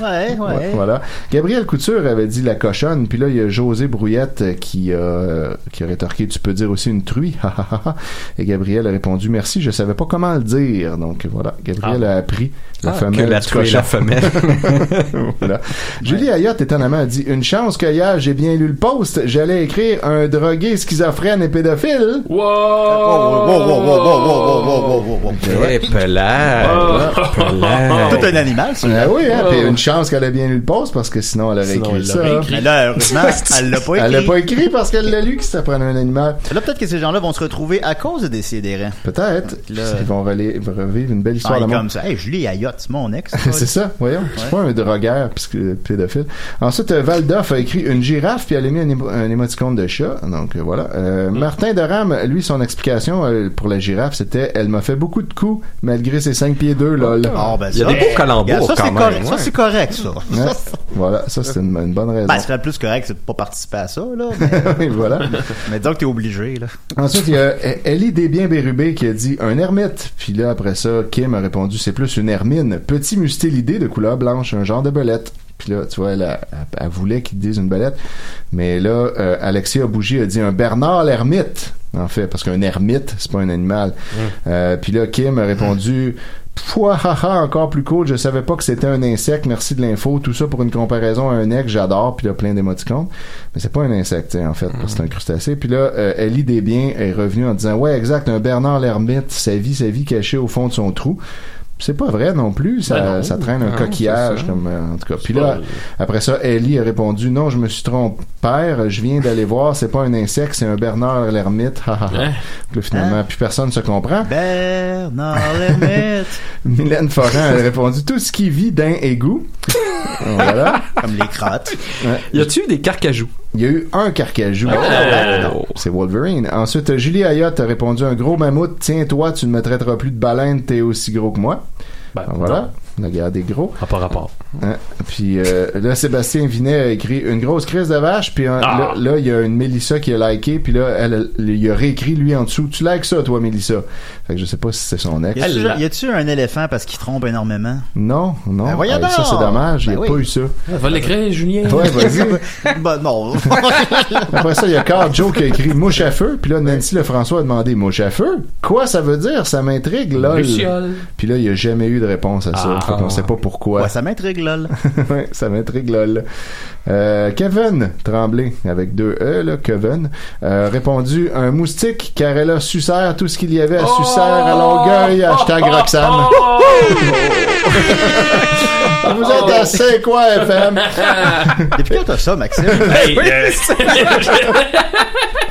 [SPEAKER 8] Ouais,
[SPEAKER 5] ouais.
[SPEAKER 8] Voilà. Gabriel Couture avait dit la cochonne, puis là il y a José Brouillette euh, qui a euh, qui a rétorqué tu peux dire aussi une truie. Ha, ha, ha, ha. Et Gabriel a répondu merci, je savais pas comment le dire. Donc voilà, Gabriel a appris la
[SPEAKER 6] Ah,
[SPEAKER 8] femelle
[SPEAKER 6] que la
[SPEAKER 8] du
[SPEAKER 6] truie est
[SPEAKER 8] cochon.
[SPEAKER 6] la femelle.
[SPEAKER 8] voilà. Julie Ayotte étonnamment a dit une chance que hier j'ai bien lu le post, j'allais écrire un drogué schizophrène et pédophile.
[SPEAKER 6] Eh, pelade, pelade.
[SPEAKER 5] Tout un animal, ça.
[SPEAKER 8] Ah oui, hein,
[SPEAKER 5] Oh.
[SPEAKER 8] puis une chance qu'elle a bien lu le poste parce que sinon elle aurait
[SPEAKER 5] Sinon,
[SPEAKER 8] écrit
[SPEAKER 5] elle
[SPEAKER 8] ça. hein.
[SPEAKER 5] l'aurait écrit. Mais là, heureusement, elle l'a pas
[SPEAKER 8] Elle
[SPEAKER 5] écrit.
[SPEAKER 8] l'a pas écrit parce qu'elle l'a lu que ça prenait un animal.
[SPEAKER 5] Là, peut-être que ces gens-là vont se retrouver à cause de des CDR.
[SPEAKER 8] Peut-être. Ils vont reli- revivre une belle histoire
[SPEAKER 5] Ah, il est
[SPEAKER 8] d'amour.
[SPEAKER 5] comme ça. Hey, Julie Ayotte, c'est mon ex.
[SPEAKER 8] C'est ça, voyons. C'est pas un drogueur puisque pédophile. Ensuite, euh, Valdoff a écrit une girafe puis elle a mis un, émo- un émoticône de chat. Donc euh, voilà. Euh, Martin Deram, lui, son explication euh, pour la girafe, c'était elle m'a fait beaucoup de coups malgré ses 5 pieds 2 lol.
[SPEAKER 5] Ah, ben, ça- Eh, regarde, ça, c'est correct, ça, c'est correct, ça.
[SPEAKER 8] Ouais. Voilà, ça c'est une, une bonne raison.
[SPEAKER 5] Ben, ce serait plus correct de pas participer à ça, là.
[SPEAKER 8] Oui, voilà.
[SPEAKER 5] Mais donc, t'es obligé, là.
[SPEAKER 8] Ensuite, il y a Ellie Desbiens Bérubé qui a dit un ermite. Puis là, après ça, Kim a répondu c'est plus une hermine. Petit mustélidé de couleur blanche, un genre de belette. Puis là, tu vois, elle, a- elle- elle voulait qu'ils disent une belette. Mais là, euh, Alexia Bougie a dit un Bernard l'ermite. En fait, parce qu'un ermite, c'est pas un animal. Euh, puis là, Kim a répondu Pouah, haha, encore plus cool, je savais pas que c'était un insecte, merci de l'info, tout ça pour une comparaison à un ex, j'adore, puis là, plein d'émoticônes. Mais c'est pas un insecte, tu sais, en fait, parce que c'est un crustacé. Puis là, euh, Ellie Desbiens est revenue en disant, ouais, exact, un Bernard l'ermite, sa vie, sa vie cachée au fond de son trou. C'est pas vrai non plus, ça,
[SPEAKER 5] Ben non.
[SPEAKER 8] ça traîne un
[SPEAKER 7] Ah,
[SPEAKER 5] Non,
[SPEAKER 8] coquillage,
[SPEAKER 5] c'est ça.
[SPEAKER 8] comme, euh, en tout cas. Puis là, après ça, Ellie a répondu, non, je me suis trompé, père, je viens d'aller voir, c'est pas un insecte, c'est un Bernard l'ermite, ha, ha, ha.
[SPEAKER 5] Hein?
[SPEAKER 8] Puis là, finalement, puis personne se comprend.
[SPEAKER 5] Bernard l'ermite.
[SPEAKER 8] Hein? Mylène Forin a répondu tout ce qui vit d'un égout. voilà.
[SPEAKER 5] Comme les crottes.
[SPEAKER 8] Y a-tu eu des carcajous? Il y a eu un carcajou.
[SPEAKER 7] Oh!
[SPEAKER 8] ben,
[SPEAKER 5] Ah, ouais.
[SPEAKER 8] Non, non, C'est Wolverine. Ensuite, euh, Julie Ayotte a répondu un gros mammouth. Tiens, toi, tu ne me traiteras plus de baleine, t'es aussi gros que moi. Alors, voilà. la guerre des gros.
[SPEAKER 7] Pas rapport.
[SPEAKER 8] Hein? Puis euh, là, Sébastien Vinet a écrit une grosse crise de vache. Puis hein, là- là, il y a une Mélissa qui a liké. Puis là, elle, a- il a réécrit lui en dessous. Tu likes ça, toi, Mélissa. Fait que je sais pas si c'est son ex.
[SPEAKER 5] Y a-tu- Y a-tu un éléphant parce qu'il trompe énormément?
[SPEAKER 8] Non, non.
[SPEAKER 5] Ben voyons
[SPEAKER 8] Oh, Hey, ça,
[SPEAKER 5] donc!
[SPEAKER 8] c'est dommage. Il n'y
[SPEAKER 5] Ben
[SPEAKER 8] a
[SPEAKER 5] oui.
[SPEAKER 8] pas eu ça.
[SPEAKER 7] Va l'écrire, Julien.
[SPEAKER 8] Ouais, vas-y.
[SPEAKER 5] ben non.
[SPEAKER 8] Après ça, il y a Carl Joe qui a écrit mouche à feu. Puis là, Nancy Lefrançois a demandé mouche à feu. Quoi ça veut dire? Ça m'intrigue, lol.
[SPEAKER 5] Luciole.
[SPEAKER 8] Puis là, il n'y a jamais eu de réponse à ça.
[SPEAKER 5] Ah.
[SPEAKER 8] Fait qu'on sait pas pourquoi.
[SPEAKER 5] Ouais, ça m'intrigue, lol.
[SPEAKER 8] Ouais, ça m'intrigue, lol. Euh, Kevin Tremblay, avec deux E, là, Kevin, euh, répondu un moustique car elle a sucère tout ce qu'il y avait à sucère à Longueuil, hashtag Roxane.
[SPEAKER 7] Oh!
[SPEAKER 8] Vous êtes à C'est quoi, FM?
[SPEAKER 5] Depuis quand t'as ça, Maxime?
[SPEAKER 8] Hey,
[SPEAKER 5] Oui,
[SPEAKER 8] euh,
[SPEAKER 5] c'est-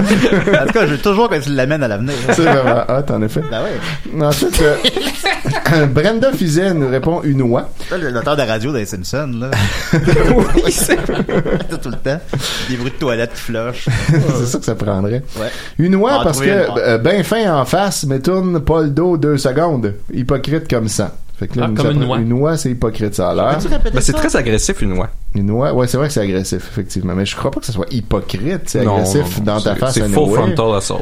[SPEAKER 5] en tout cas, je veux toujours que tu l'amènes à l'avenir.
[SPEAKER 8] C'est vraiment hot, en effet.
[SPEAKER 5] Ben ouais.
[SPEAKER 8] Ensuite, euh, Brenda Fizet nous répond une oie.
[SPEAKER 5] Ça, le l'auteur de radio des Simpsons, là.
[SPEAKER 8] oui,
[SPEAKER 5] c'est tout le temps. Des bruits de toilettes qui flochent.
[SPEAKER 8] c'est ça que ça prendrait.
[SPEAKER 5] Ouais.
[SPEAKER 8] Une oie
[SPEAKER 5] On va
[SPEAKER 8] parce que
[SPEAKER 5] trouver une-
[SPEAKER 8] euh, ben fin en face, mais tourne pas le dos deux secondes. Hypocrite comme ça. Fait que là,
[SPEAKER 6] Ah,
[SPEAKER 8] nous
[SPEAKER 6] comme une
[SPEAKER 8] apprend-
[SPEAKER 6] oie.
[SPEAKER 8] Une oie, c'est hypocrite, ça a l'air.
[SPEAKER 6] Peux-tu répéter Ben, c'est ça? très agressif, une oie.
[SPEAKER 8] Une oie, ouais, c'est vrai que c'est agressif, effectivement. Mais je crois pas que ce soit hypocrite, c'est
[SPEAKER 6] Non,
[SPEAKER 8] agressif
[SPEAKER 6] non, non.
[SPEAKER 8] dans ta
[SPEAKER 6] C'est-
[SPEAKER 8] face.
[SPEAKER 6] C'est
[SPEAKER 8] une
[SPEAKER 6] faux
[SPEAKER 8] oie.
[SPEAKER 6] frontal assault.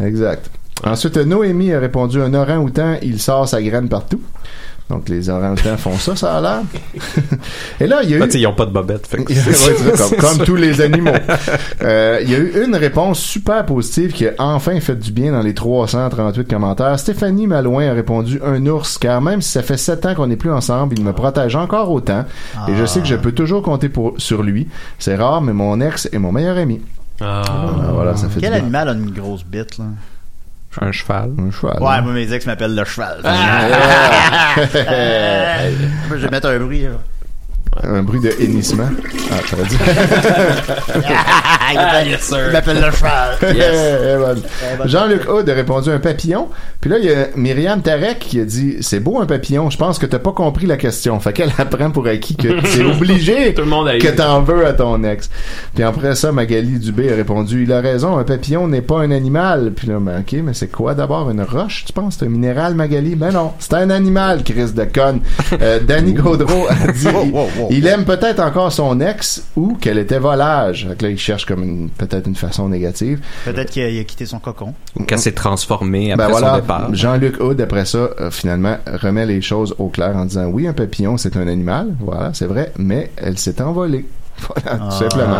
[SPEAKER 6] là.
[SPEAKER 8] Exact. Ensuite, euh, Noémie a répondu un orang-outan, il sort sa graine partout. Donc, les orang-outans font ça, ça a l'air. Et là, il y a eu.
[SPEAKER 6] Ben, tu sais, ils ont pas de bobette. fait que-
[SPEAKER 8] Ouais, c'est ça, comme, comme
[SPEAKER 6] ça.
[SPEAKER 8] tous les animaux. Euh, Il y a eu une réponse super positive qui a enfin fait du bien dans les 338 commentaires. Stéphanie Malouin a répondu un ours, car même si ça fait 7 ans qu'on n'est plus ensemble, il me protège encore autant. Et je sais que je peux toujours compter pour, sur lui. C'est rare, mais mon ex est mon meilleur ami. Ah, voilà, ça fait
[SPEAKER 5] Quel
[SPEAKER 8] du bien.
[SPEAKER 5] animal a une grosse bite, là?
[SPEAKER 8] Un cheval. Un cheval.
[SPEAKER 5] Ouais, moi, mes ex m'appellent le cheval.
[SPEAKER 8] Ah!
[SPEAKER 5] je vais mettre un bruit, là.
[SPEAKER 8] Un bruit de hennissement. Ah, t'aurais dit.
[SPEAKER 5] Ah, il m'appelle-
[SPEAKER 8] yes, sir.
[SPEAKER 5] il m'appelle le cheval.
[SPEAKER 8] Yes. Eh, bonne.
[SPEAKER 5] Eh, bonne.
[SPEAKER 8] Jean-Luc Hood a répondu un papillon. Puis là, il y a Myriam Tarek qui a dit C'est beau un papillon, je pense que t'as pas compris la question. Fait qu'elle apprend pour acquis que c'est obligé
[SPEAKER 7] a eu.
[SPEAKER 8] que t'en veux à ton ex. Puis après ça, Magali Dubé a répondu Il a raison, un papillon n'est pas un animal. Puis là, ben, ok, mais c'est quoi d'abord Une roche, tu penses C'est un minéral, Magali Ben non, c'est un animal, Chris de conne. Euh, Danny Gaudreau a dit
[SPEAKER 5] Wow, wow, wow.
[SPEAKER 8] Il aime peut-être encore son ex ou qu'elle était volage. Fait que là, il cherche comme une- peut-être une façon négative.
[SPEAKER 5] Peut-être qu'il a, il a quitté son cocon.
[SPEAKER 6] Ou qu'elle s'est transformée après
[SPEAKER 8] Ben
[SPEAKER 6] son
[SPEAKER 8] voilà,
[SPEAKER 6] départ.
[SPEAKER 8] Jean-Luc Houd, après ça, euh, finalement, remet les choses au clair en disant oui, un papillon, c'est un animal, voilà, c'est vrai, mais elle s'est envolée. Voilà,
[SPEAKER 5] Ah.
[SPEAKER 8] tout simplement.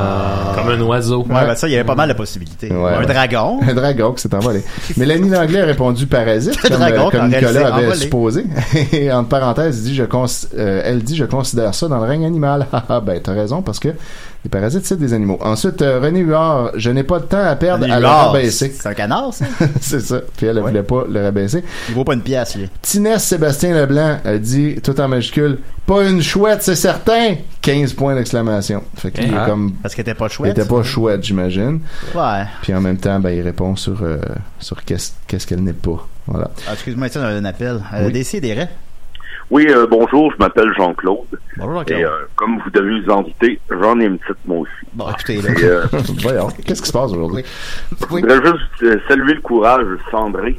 [SPEAKER 7] Comme un oiseau.
[SPEAKER 5] Ouais, ben ça, il y avait pas mal de possibilités.
[SPEAKER 8] Ouais,
[SPEAKER 5] un
[SPEAKER 8] ouais.
[SPEAKER 5] dragon.
[SPEAKER 8] Un dragon qui s'est envolé. Mélanie Langlais a répondu parasite,
[SPEAKER 5] Le
[SPEAKER 8] comme,
[SPEAKER 5] dragon,
[SPEAKER 8] euh, comme
[SPEAKER 5] quand elle s'est
[SPEAKER 8] Nicolas avait
[SPEAKER 5] envolée.
[SPEAKER 8] supposé. Et entre parenthèses, il dit, je cons- euh, elle dit, je considère ça dans le règne animal. Ah, ah, ben, t'as raison, parce que les parasites, c'est des animaux. Ensuite, euh, René Huard, je n'ai pas de temps à perdre
[SPEAKER 5] René
[SPEAKER 8] à le
[SPEAKER 5] Huard,
[SPEAKER 8] rabaisser.
[SPEAKER 5] C'est un canard, ça?
[SPEAKER 8] c'est ça. Puis elle ne voulait pas le rabaisser.
[SPEAKER 5] Il vaut pas une pièce, lui.
[SPEAKER 8] Tinès Sébastien Leblanc a dit, tout en majuscule, pas une chouette, c'est certain! 15 points d'exclamation. Fait qu'il est
[SPEAKER 5] Ah.
[SPEAKER 8] comme.
[SPEAKER 5] Parce qu'elle était pas
[SPEAKER 8] Il
[SPEAKER 5] chouette.
[SPEAKER 8] était pas chouette, j'imagine.
[SPEAKER 5] Ouais.
[SPEAKER 8] Puis en même temps, ben, il répond sur, euh, sur qu'est-ce qu'est-ce qu'elle n'est pas. Voilà.
[SPEAKER 5] Ah, excuse-moi, Étienne, on a un appel. Euh,
[SPEAKER 8] Oui.
[SPEAKER 5] Décidez, des
[SPEAKER 11] Oui, euh, bonjour, je m'appelle Jean-Claude.
[SPEAKER 5] Bonjour, Jean-Claude.
[SPEAKER 11] Et euh, comme vous devez vous en douter, j'en ai une petite, moi aussi.
[SPEAKER 5] Bon, écoutez, là.
[SPEAKER 11] Et, euh,
[SPEAKER 8] Voyons, qu'est-ce qui se passe aujourd'hui?
[SPEAKER 11] Je voudrais juste euh, saluer le courage de Sandré.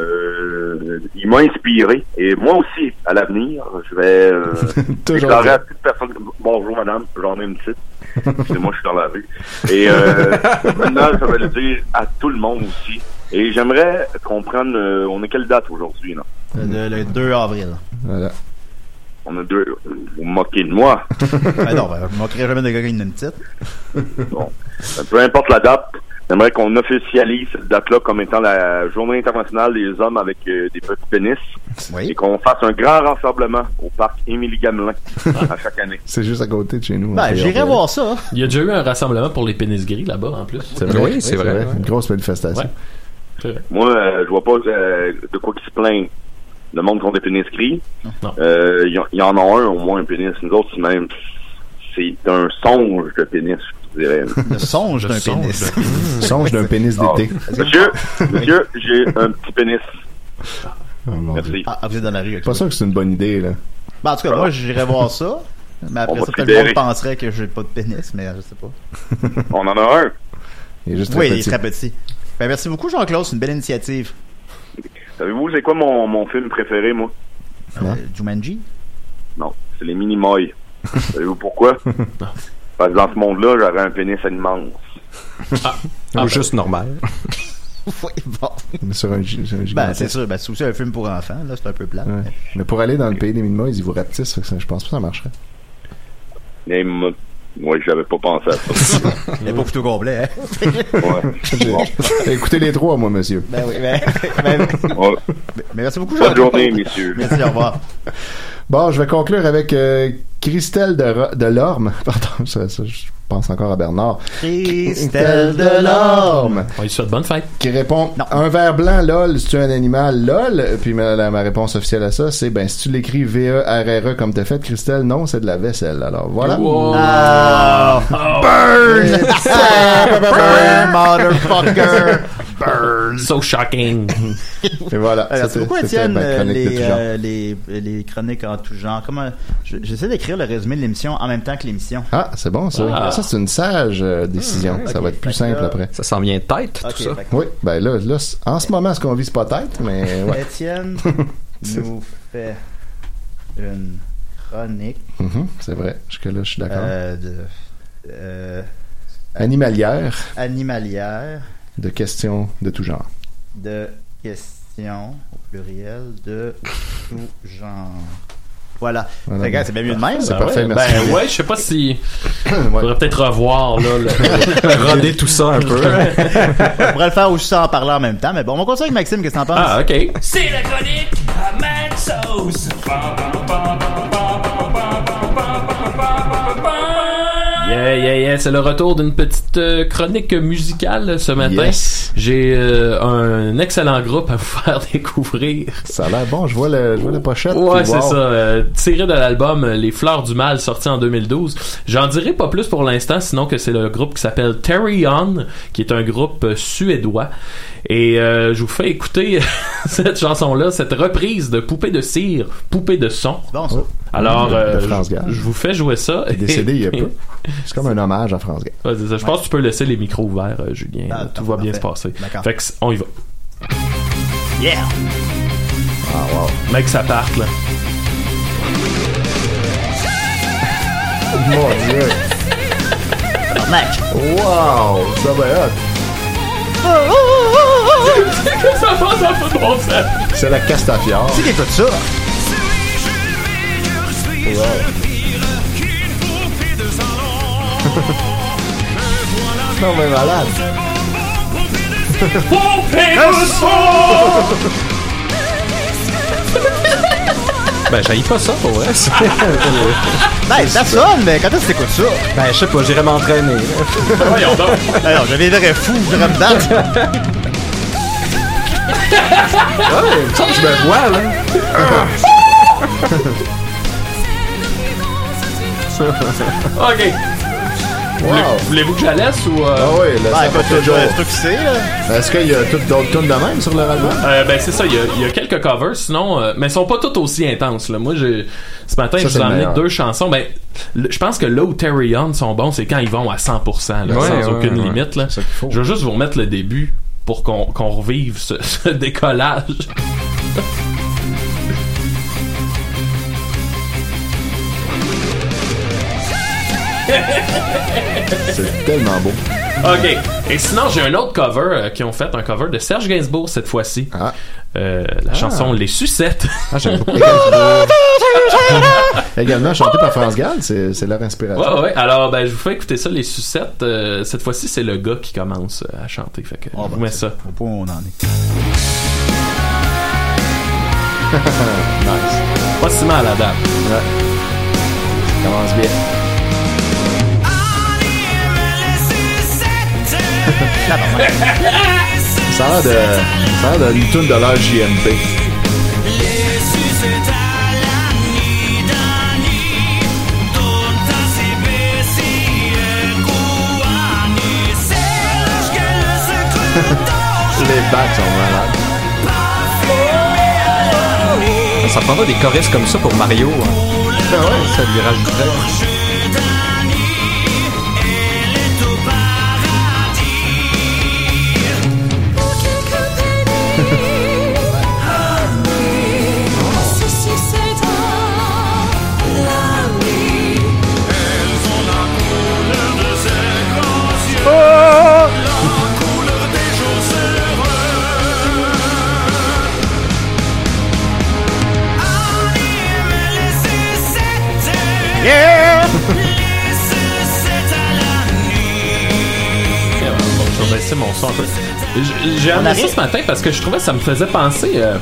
[SPEAKER 11] Euh, il m'a inspiré. Et moi aussi, à l'avenir, je vais euh,
[SPEAKER 8] Toujours
[SPEAKER 11] déclarer
[SPEAKER 8] dire.
[SPEAKER 11] à toute personne Bonjour madame, j'en ai une petite. C'est moi, je suis dans la rue. Et euh, maintenant, je vais le dire à tout le monde aussi. Et j'aimerais qu'on prenne... euh, on est quelle date aujourd'hui, non?
[SPEAKER 5] Le, le 2 avril.
[SPEAKER 8] Voilà.
[SPEAKER 11] On a deux... Vous vous moquez de moi.
[SPEAKER 5] ben non, ben, je manquerai jamais de gars qui a une petite.
[SPEAKER 11] Bon. Euh, Peu importe la date, j'aimerais qu'on officialise cette date-là comme étant la Journée internationale des hommes avec euh, des petits pénis
[SPEAKER 5] Oui.
[SPEAKER 11] et qu'on fasse un grand rassemblement au parc Émilie Gamelin à chaque année.
[SPEAKER 8] C'est juste à côté de chez nous.
[SPEAKER 7] Ben,
[SPEAKER 8] j'irai
[SPEAKER 7] j'irai
[SPEAKER 5] voir ça. hein.
[SPEAKER 7] Il y a déjà eu un rassemblement pour les pénis gris là-bas, en plus.
[SPEAKER 8] Une grosse manifestation.
[SPEAKER 11] Moi, euh, je vois pas euh, de quoi qu'ils se plaignent. Le monde qui ont des pénis gris, euh, il y, en- il y en a un au moins un pénis. Nous autres, c'est même c'est un songe de pénis, je dirais.
[SPEAKER 5] Le songe d'un pénis.
[SPEAKER 8] Songe d'un pénis
[SPEAKER 5] Ah.
[SPEAKER 8] d'été.
[SPEAKER 11] Monsieur, monsieur, j'ai un petit pénis. Merci.
[SPEAKER 5] Ah, ah, vous êtes dans la rue.
[SPEAKER 8] Pas sûr que c'est une bonne idée, là.
[SPEAKER 5] Ben, en tout cas, moi, j'irai voir ça. Mais
[SPEAKER 8] On
[SPEAKER 5] après
[SPEAKER 8] va te
[SPEAKER 5] ça, tout le monde
[SPEAKER 8] libérer.
[SPEAKER 5] penserait que j'ai pas de pénis, mais je sais pas.
[SPEAKER 11] On en a un.
[SPEAKER 8] Il est juste
[SPEAKER 5] oui, il
[SPEAKER 8] très
[SPEAKER 5] est
[SPEAKER 8] petit.
[SPEAKER 5] très petit. Ben, merci beaucoup, Jean-Claude. C'est une belle initiative.
[SPEAKER 11] Savez-vous, c'est quoi mon, mon film préféré, moi?
[SPEAKER 5] Euh, Jumanji?
[SPEAKER 11] Non, c'est les mini-moilles. Savez-vous pourquoi? Parce que dans ce monde-là, j'aurais un pénis immense.
[SPEAKER 6] Ou juste normal.
[SPEAKER 8] Sur un, gi- sur un
[SPEAKER 5] Ben,
[SPEAKER 8] gigantesque.
[SPEAKER 5] c'est sûr, ben, c'est aussi un film pour enfants, là, c'est un peu plat.
[SPEAKER 8] Ouais. Mais pour aller dans le pays des minima, ils y vous rapetissent. fait que ça- Je pense pas que ça marcherait.
[SPEAKER 11] Mais moi, ouais, j'avais pas pensé à ça.
[SPEAKER 5] Mais pas plutôt complet, hein.
[SPEAKER 8] J'ai- Écoutez les trois, moi, monsieur.
[SPEAKER 5] Ben oui, ben, ben-
[SPEAKER 11] Ouais.
[SPEAKER 5] mais merci beaucoup,
[SPEAKER 11] Bonne
[SPEAKER 5] Jean.
[SPEAKER 11] journée, messieurs.
[SPEAKER 5] Merci, au revoir.
[SPEAKER 8] Bon, je vais conclure avec euh, Christelle de, Ro- de Lorme. Pardon, ça- ça, je pense encore à Bernard.
[SPEAKER 5] Christelle
[SPEAKER 8] Delorme.
[SPEAKER 7] On lui souhaite bonne fête.
[SPEAKER 8] Qui répond Un verre blanc, lol, c'est un animal, lol. Puis ma, la- ma réponse officielle à ça, c'est Ben, si tu l'écris V-E-R-R-E E comme t'as fait, Christelle, non, c'est de la vaisselle. Alors voilà.
[SPEAKER 5] Ah.
[SPEAKER 8] Burn!
[SPEAKER 5] Burn, motherfucker!
[SPEAKER 7] So shocking.
[SPEAKER 8] Et voilà.
[SPEAKER 5] Alors, c'est
[SPEAKER 8] C'était-
[SPEAKER 5] pourquoi,
[SPEAKER 8] c'était
[SPEAKER 5] Étienne,
[SPEAKER 8] ma
[SPEAKER 5] euh,
[SPEAKER 8] chronique de
[SPEAKER 5] les,
[SPEAKER 8] tout genre.
[SPEAKER 5] euh, les, les chroniques en tout genre? Comment, je- j'essaie d'écrire le résumé de l'émission en même temps que l'émission.
[SPEAKER 8] Ah, c'est bon, ça.
[SPEAKER 5] Ah.
[SPEAKER 8] Ça, c'est une sage euh, décision.
[SPEAKER 5] Hmm,
[SPEAKER 8] ça
[SPEAKER 5] ok.
[SPEAKER 8] va être plus
[SPEAKER 5] Fait que
[SPEAKER 8] simple
[SPEAKER 5] là-
[SPEAKER 8] après. Ça sent bien tête,
[SPEAKER 5] Ok, ça. fait que-
[SPEAKER 8] Oui, ben là, là, c- en ce moment, ce qu'on vit, c'est pas tête, mais ouais.
[SPEAKER 5] Étienne
[SPEAKER 8] C'est-
[SPEAKER 5] nous fait une chronique
[SPEAKER 8] Mhm, c'est vrai. Jusque-là, je suis d'accord.
[SPEAKER 5] euh, de, euh,
[SPEAKER 8] Animalière,
[SPEAKER 5] animalière
[SPEAKER 8] de questions de tout genre.
[SPEAKER 5] de questions au pluriel de tout genre. Voilà.
[SPEAKER 8] Voilà.
[SPEAKER 5] Fait que, c'est bien mieux de même.
[SPEAKER 8] C'est
[SPEAKER 7] Ah
[SPEAKER 8] parfait,
[SPEAKER 7] ouais?
[SPEAKER 8] merci.
[SPEAKER 7] Ben ouais, je sais pas si. Faudrait peut-être revoir, là. le-
[SPEAKER 6] Roder tout ça un peu.
[SPEAKER 5] On pourrait le faire aussi sans en parler en même temps, mais bon, on continue avec Maxime, qu'est-ce que t'en penses?
[SPEAKER 7] Ah, ok.
[SPEAKER 10] C'est la chronique à Mad Sauce.
[SPEAKER 7] Yeah, yeah, yeah. C'est le retour d'une petite euh, chronique musicale ce matin.
[SPEAKER 8] Yes.
[SPEAKER 7] J'ai euh, un excellent groupe à vous faire découvrir.
[SPEAKER 8] Ça a l'air bon, je vois, le, je vois la pochette.
[SPEAKER 7] Ouais,
[SPEAKER 8] puis
[SPEAKER 7] c'est
[SPEAKER 8] wow.
[SPEAKER 7] ça. Euh, tiré de l'album euh, Les Fleurs du Mal, sorti en 2012. J'en dirai pas plus pour l'instant, sinon que c'est le groupe qui s'appelle Terry On, qui est un groupe euh, suédois. Et euh, je vous fais écouter cette chanson-là, cette reprise de Poupée de cire, Poupée de son.
[SPEAKER 5] Bon, ça.
[SPEAKER 7] Alors,
[SPEAKER 8] Mmh, De- de
[SPEAKER 7] euh,
[SPEAKER 8] France
[SPEAKER 7] je-
[SPEAKER 8] Gall.
[SPEAKER 7] je vous fais jouer ça.
[SPEAKER 8] Il est décédé il y a peu. C'est comme un hommage à France Gall.
[SPEAKER 7] Ouais, c'est ça. Je pense que tu peux laisser les micros ouverts, euh, Julien.
[SPEAKER 5] Ah,
[SPEAKER 7] Tout va bien se
[SPEAKER 5] parfait.
[SPEAKER 7] passer.
[SPEAKER 5] D'accord.
[SPEAKER 7] Fait que c- on y va.
[SPEAKER 5] Yeah!
[SPEAKER 8] Ah, wow.
[SPEAKER 7] Mec, ça part, là.
[SPEAKER 8] Mon dieu.
[SPEAKER 5] Mec!
[SPEAKER 8] Wow. Ça va être.
[SPEAKER 7] ça passe un peu de bon sens.
[SPEAKER 8] C'est la Castafiore.
[SPEAKER 5] Tu sais t'écoutes ça?
[SPEAKER 8] Non, mais malade.
[SPEAKER 6] Ben, j'haïs pas ça pour vrai.
[SPEAKER 5] Ben, ça sonne, mais quand est-ce que t'écoutes ça?
[SPEAKER 6] ben, je sais pas, j'irais m'entraîner.
[SPEAKER 7] Voyons donc.
[SPEAKER 5] Alors, je viendrais fou, je viendrais me battre.
[SPEAKER 6] Ouais, il me semble que je me vois, là.
[SPEAKER 7] OK.
[SPEAKER 8] Wow.
[SPEAKER 7] Voulez-vous que je la laisse ou...
[SPEAKER 8] Ah
[SPEAKER 7] euh,
[SPEAKER 8] oui, là, ça
[SPEAKER 5] Ben,
[SPEAKER 8] va
[SPEAKER 5] écoute, je
[SPEAKER 8] toujours.
[SPEAKER 5] vais fixé, là.
[SPEAKER 8] Est-ce qu'il y a toutes d'autres tunes de même sur leur album?
[SPEAKER 7] euh, ben c'est ça, il y, a- il y a quelques covers, sinon, euh, mais elles sont pas toutes aussi intenses. Là. Moi, j'ai, ce matin,
[SPEAKER 8] Ça,
[SPEAKER 7] je
[SPEAKER 8] c'est
[SPEAKER 7] vous ai
[SPEAKER 8] le
[SPEAKER 7] emmené
[SPEAKER 8] meilleur.
[SPEAKER 7] deux chansons. Ben, le- je pense que là où Terry Young sont bons, c'est quand ils vont à 100%, là,
[SPEAKER 6] Ouais,
[SPEAKER 7] sans
[SPEAKER 6] ouais,
[SPEAKER 7] aucune
[SPEAKER 6] ouais.
[SPEAKER 7] limite. Là.
[SPEAKER 8] C'est ça qu'il faut.
[SPEAKER 7] Je vais juste vous remettre le début pour qu'on, qu'on revive ce, ce décollage.
[SPEAKER 8] C'est tellement beau.
[SPEAKER 7] OK. Et sinon, j'ai un autre cover euh, qui ont fait, un cover de Serge Gainsbourg cette fois-ci.
[SPEAKER 8] Ah.
[SPEAKER 7] Euh, la chanson Les Sucettes.
[SPEAKER 8] Ah, j'aime beaucoup. Également chanté par France Gall, c'est c'est leur inspiration.
[SPEAKER 7] Ouais, ouais. Alors, ben, je vous fais écouter ça, les sucettes. Euh, cette fois-ci, c'est le gars qui commence euh, à chanter. Fait que, je vous mets ça.
[SPEAKER 5] Au point où on en est.
[SPEAKER 7] Pas si mal à date.
[SPEAKER 8] Ça commence bien. Ça a l'air de, ça a l'air d'une tune de leur JMP. Les bacs sont malades.
[SPEAKER 6] Ça prendra des choristes comme ça pour Mario. hein.
[SPEAKER 8] Ah ouais,
[SPEAKER 6] Ça lui rajouterait.
[SPEAKER 10] Sucette,
[SPEAKER 7] baisser mon son un peu. J- J'ai
[SPEAKER 5] On
[SPEAKER 7] amené ça
[SPEAKER 5] arrive.
[SPEAKER 7] ce matin parce que je trouvais que ça me faisait penser. euh,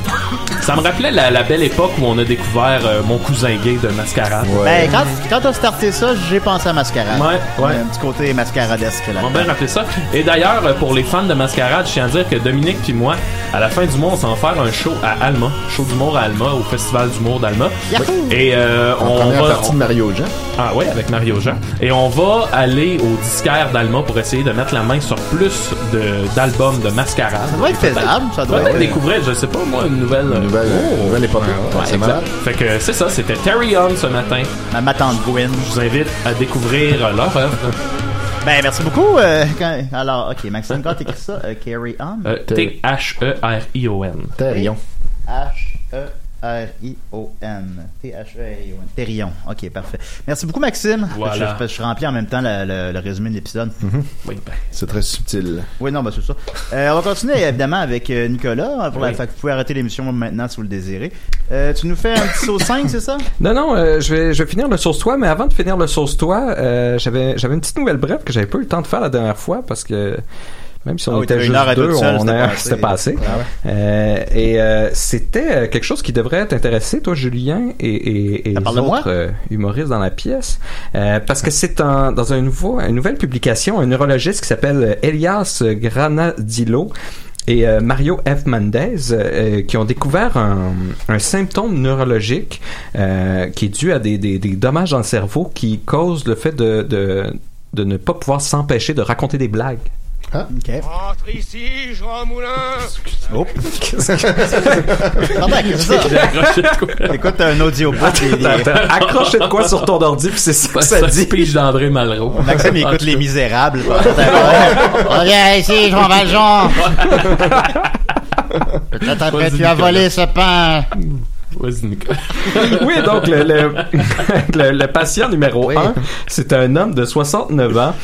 [SPEAKER 7] ça me rappelait la, la belle époque où on a découvert euh, mon cousin gay de mascarade.
[SPEAKER 5] Ben, quand, quand t'as starté ça, j'ai pensé à Mascarade.
[SPEAKER 7] Ouais, ouais.
[SPEAKER 5] Il y a Un petit côté mascaradesque là.
[SPEAKER 7] On va bien rappeler ben, ça. Et d'ailleurs, euh, pour les fans de Mascarade, je tiens à dire que Dominique puis moi, à la fin du mois, on s'en va faire un show à Alma. Show d'humour à Alma, au Festival d'humour d'Alma.
[SPEAKER 8] Yahoo!
[SPEAKER 7] Et euh,
[SPEAKER 8] En
[SPEAKER 7] on
[SPEAKER 8] première
[SPEAKER 7] va...
[SPEAKER 8] partie de Mario Jean.
[SPEAKER 7] Ah oui, avec Mario Jean. Et on va aller au disquaire d'Alma pour essayer de mettre la main sur plus de- d'albums de, Mascarade.
[SPEAKER 5] Ça doit être
[SPEAKER 7] Et peut-être-
[SPEAKER 5] faisable, ça doit
[SPEAKER 7] peut-être
[SPEAKER 5] être-
[SPEAKER 7] découvrir, je sais pas moi, une nouvelle... Une
[SPEAKER 8] nouvelle, époque.
[SPEAKER 7] Ouais,
[SPEAKER 8] c'est
[SPEAKER 7] exact.
[SPEAKER 8] malade.
[SPEAKER 7] Fait que c'est ça, c'était Terry Young ce matin.
[SPEAKER 5] Ma tante Gwen.
[SPEAKER 7] Je vous invite à découvrir euh, leur œuvre.
[SPEAKER 5] Ben, merci beaucoup. euh, quand- Alors, ok, Maxime, quand t'écris ça, euh, Carry On.
[SPEAKER 7] Euh, T-H-E-R-I-O-N.
[SPEAKER 8] Terrion.
[SPEAKER 5] H-E-R-I-O-N. T-H-E-R-I-O-N. Terrion. OK, parfait. Merci beaucoup, Maxime.
[SPEAKER 7] Voilà.
[SPEAKER 5] Je, je- je remplis en même temps le, le- le résumé de l'épisode.
[SPEAKER 7] Oui, ben.
[SPEAKER 8] C'est très subtil.
[SPEAKER 5] Oui, non, ben c'est ça. Euh, on va continuer, évidemment, avec euh, Nicolas. Pour la,
[SPEAKER 6] Oui.
[SPEAKER 5] fait que vous pouvez arrêter l'émission maintenant si vous le désirez. Euh, tu nous fais un petit saut 5, c'est ça?
[SPEAKER 6] Non, non, euh, je, vais, je vais finir le sauce toi, mais avant de finir le sauce toi, euh, j'avais, j'avais une petite nouvelle brève que j'avais pas eu le temps de faire la dernière fois parce que même si on
[SPEAKER 5] Ah oui,
[SPEAKER 6] était
[SPEAKER 5] t'as une
[SPEAKER 6] juste
[SPEAKER 5] heure à
[SPEAKER 6] deux,
[SPEAKER 5] toute seule,
[SPEAKER 6] on
[SPEAKER 5] c'était
[SPEAKER 6] a,
[SPEAKER 5] passé.
[SPEAKER 6] c'était passé.
[SPEAKER 5] Ah ouais.
[SPEAKER 6] Euh, et euh, c'était euh, quelque chose qui devrait t'intéresser, toi, Julien, et, et, et les
[SPEAKER 5] parle de moi?
[SPEAKER 6] autres euh, humoristes dans la pièce, Euh, parce que c'est un, dans un nouveau, une nouvelle publication, un neurologiste qui s'appelle euh, Elias Granadillo et euh, Mario F. Mendez euh, qui ont découvert un, un symptôme neurologique euh, qui est dû à des, des- des dommages dans le cerveau qui causent le fait de, de, de ne pas pouvoir s'empêcher de raconter des blagues.
[SPEAKER 5] OK.
[SPEAKER 10] Entre ici, Jean Moulin!
[SPEAKER 5] Oh. Pardon, qu'est-ce que
[SPEAKER 7] J'ai
[SPEAKER 5] c'est
[SPEAKER 7] accroché de quoi.
[SPEAKER 5] ça? Écoute, t'as un audiobook. des- des-
[SPEAKER 6] Attends, accroche de quoi sur ton ordi, puis c'est ça que ça dit.
[SPEAKER 7] pige d'André Malraux.
[SPEAKER 5] Maxime, il
[SPEAKER 7] En
[SPEAKER 5] écoute
[SPEAKER 7] tout
[SPEAKER 5] Les
[SPEAKER 7] cas.
[SPEAKER 5] Misérables. Regarde ici, Jean Valjean. Peut-être
[SPEAKER 7] après, tu as volé
[SPEAKER 5] ce pain.
[SPEAKER 7] Vas-y, Nicolas.
[SPEAKER 6] Oui, donc le, le, le- le patient numéro
[SPEAKER 5] Oui.
[SPEAKER 6] 1, c'est un homme de 69 ans.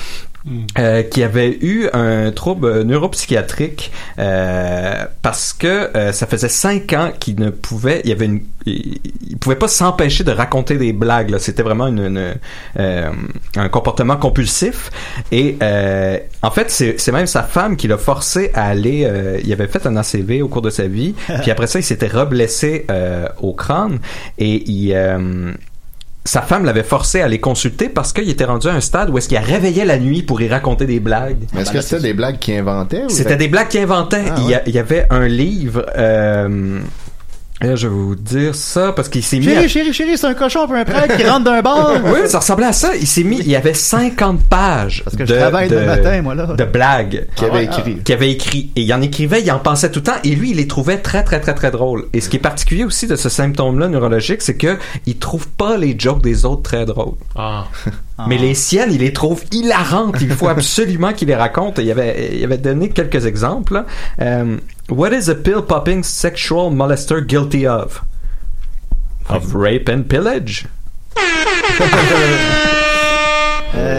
[SPEAKER 6] euh, qui avait eu un trouble neuropsychiatrique euh, parce que euh, ça faisait cinq ans qu'il ne pouvait, il y avait une, il, il pouvait pas s'empêcher de raconter des blagues. là. C'était vraiment une, une, euh, un comportement compulsif. Et euh, en fait, c'est c'est même sa femme qui l'a forcé à aller. euh, il avait fait un ACV au cours de sa vie, puis après ça, il s'était reblessé euh, au crâne et il. euh, sa femme l'avait forcé à les consulter parce qu'il était rendu à un stade où est-ce qu'il la réveillait la nuit pour y raconter des blagues.
[SPEAKER 5] Ben,
[SPEAKER 8] Mais Est-ce que c'était des blagues qu'il inventait? ou-
[SPEAKER 6] C'était des blagues qu'il inventait.
[SPEAKER 8] Ah,
[SPEAKER 6] il, y a-
[SPEAKER 8] ouais.
[SPEAKER 6] il y avait un livre. euh, là, je vais vous dire ça parce qu'il s'est mis. à-
[SPEAKER 5] Chérie, chérie, chérie, c'est un cochon, puis un prêtre qui rentre d'un bar.
[SPEAKER 6] Oui, ça ressemblait à ça. Il s'est mis. Il y avait 50 pages
[SPEAKER 5] Parce que je
[SPEAKER 6] de,
[SPEAKER 5] travaille
[SPEAKER 6] de-
[SPEAKER 5] le matin, moi, là.
[SPEAKER 6] de blagues
[SPEAKER 8] Qu'il avait
[SPEAKER 5] Ah ouais,
[SPEAKER 8] écrit.
[SPEAKER 6] qu'il avait écrit. Et il en écrivait, il en pensait tout le temps, et lui, il les trouvait très, très, très, très drôles. Et ce qui est particulier aussi de ce symptôme-là neurologique, c'est que il trouve pas les jokes des autres très drôles.
[SPEAKER 7] Ah.
[SPEAKER 6] Mais les siennes, il les trouve hilarantes. Il faut absolument qu'il les raconte. Il avait, il avait donné quelques exemples. là. Euh, What is a pill-popping sexual molester guilty of? Of rape and pillage.
[SPEAKER 5] Euh,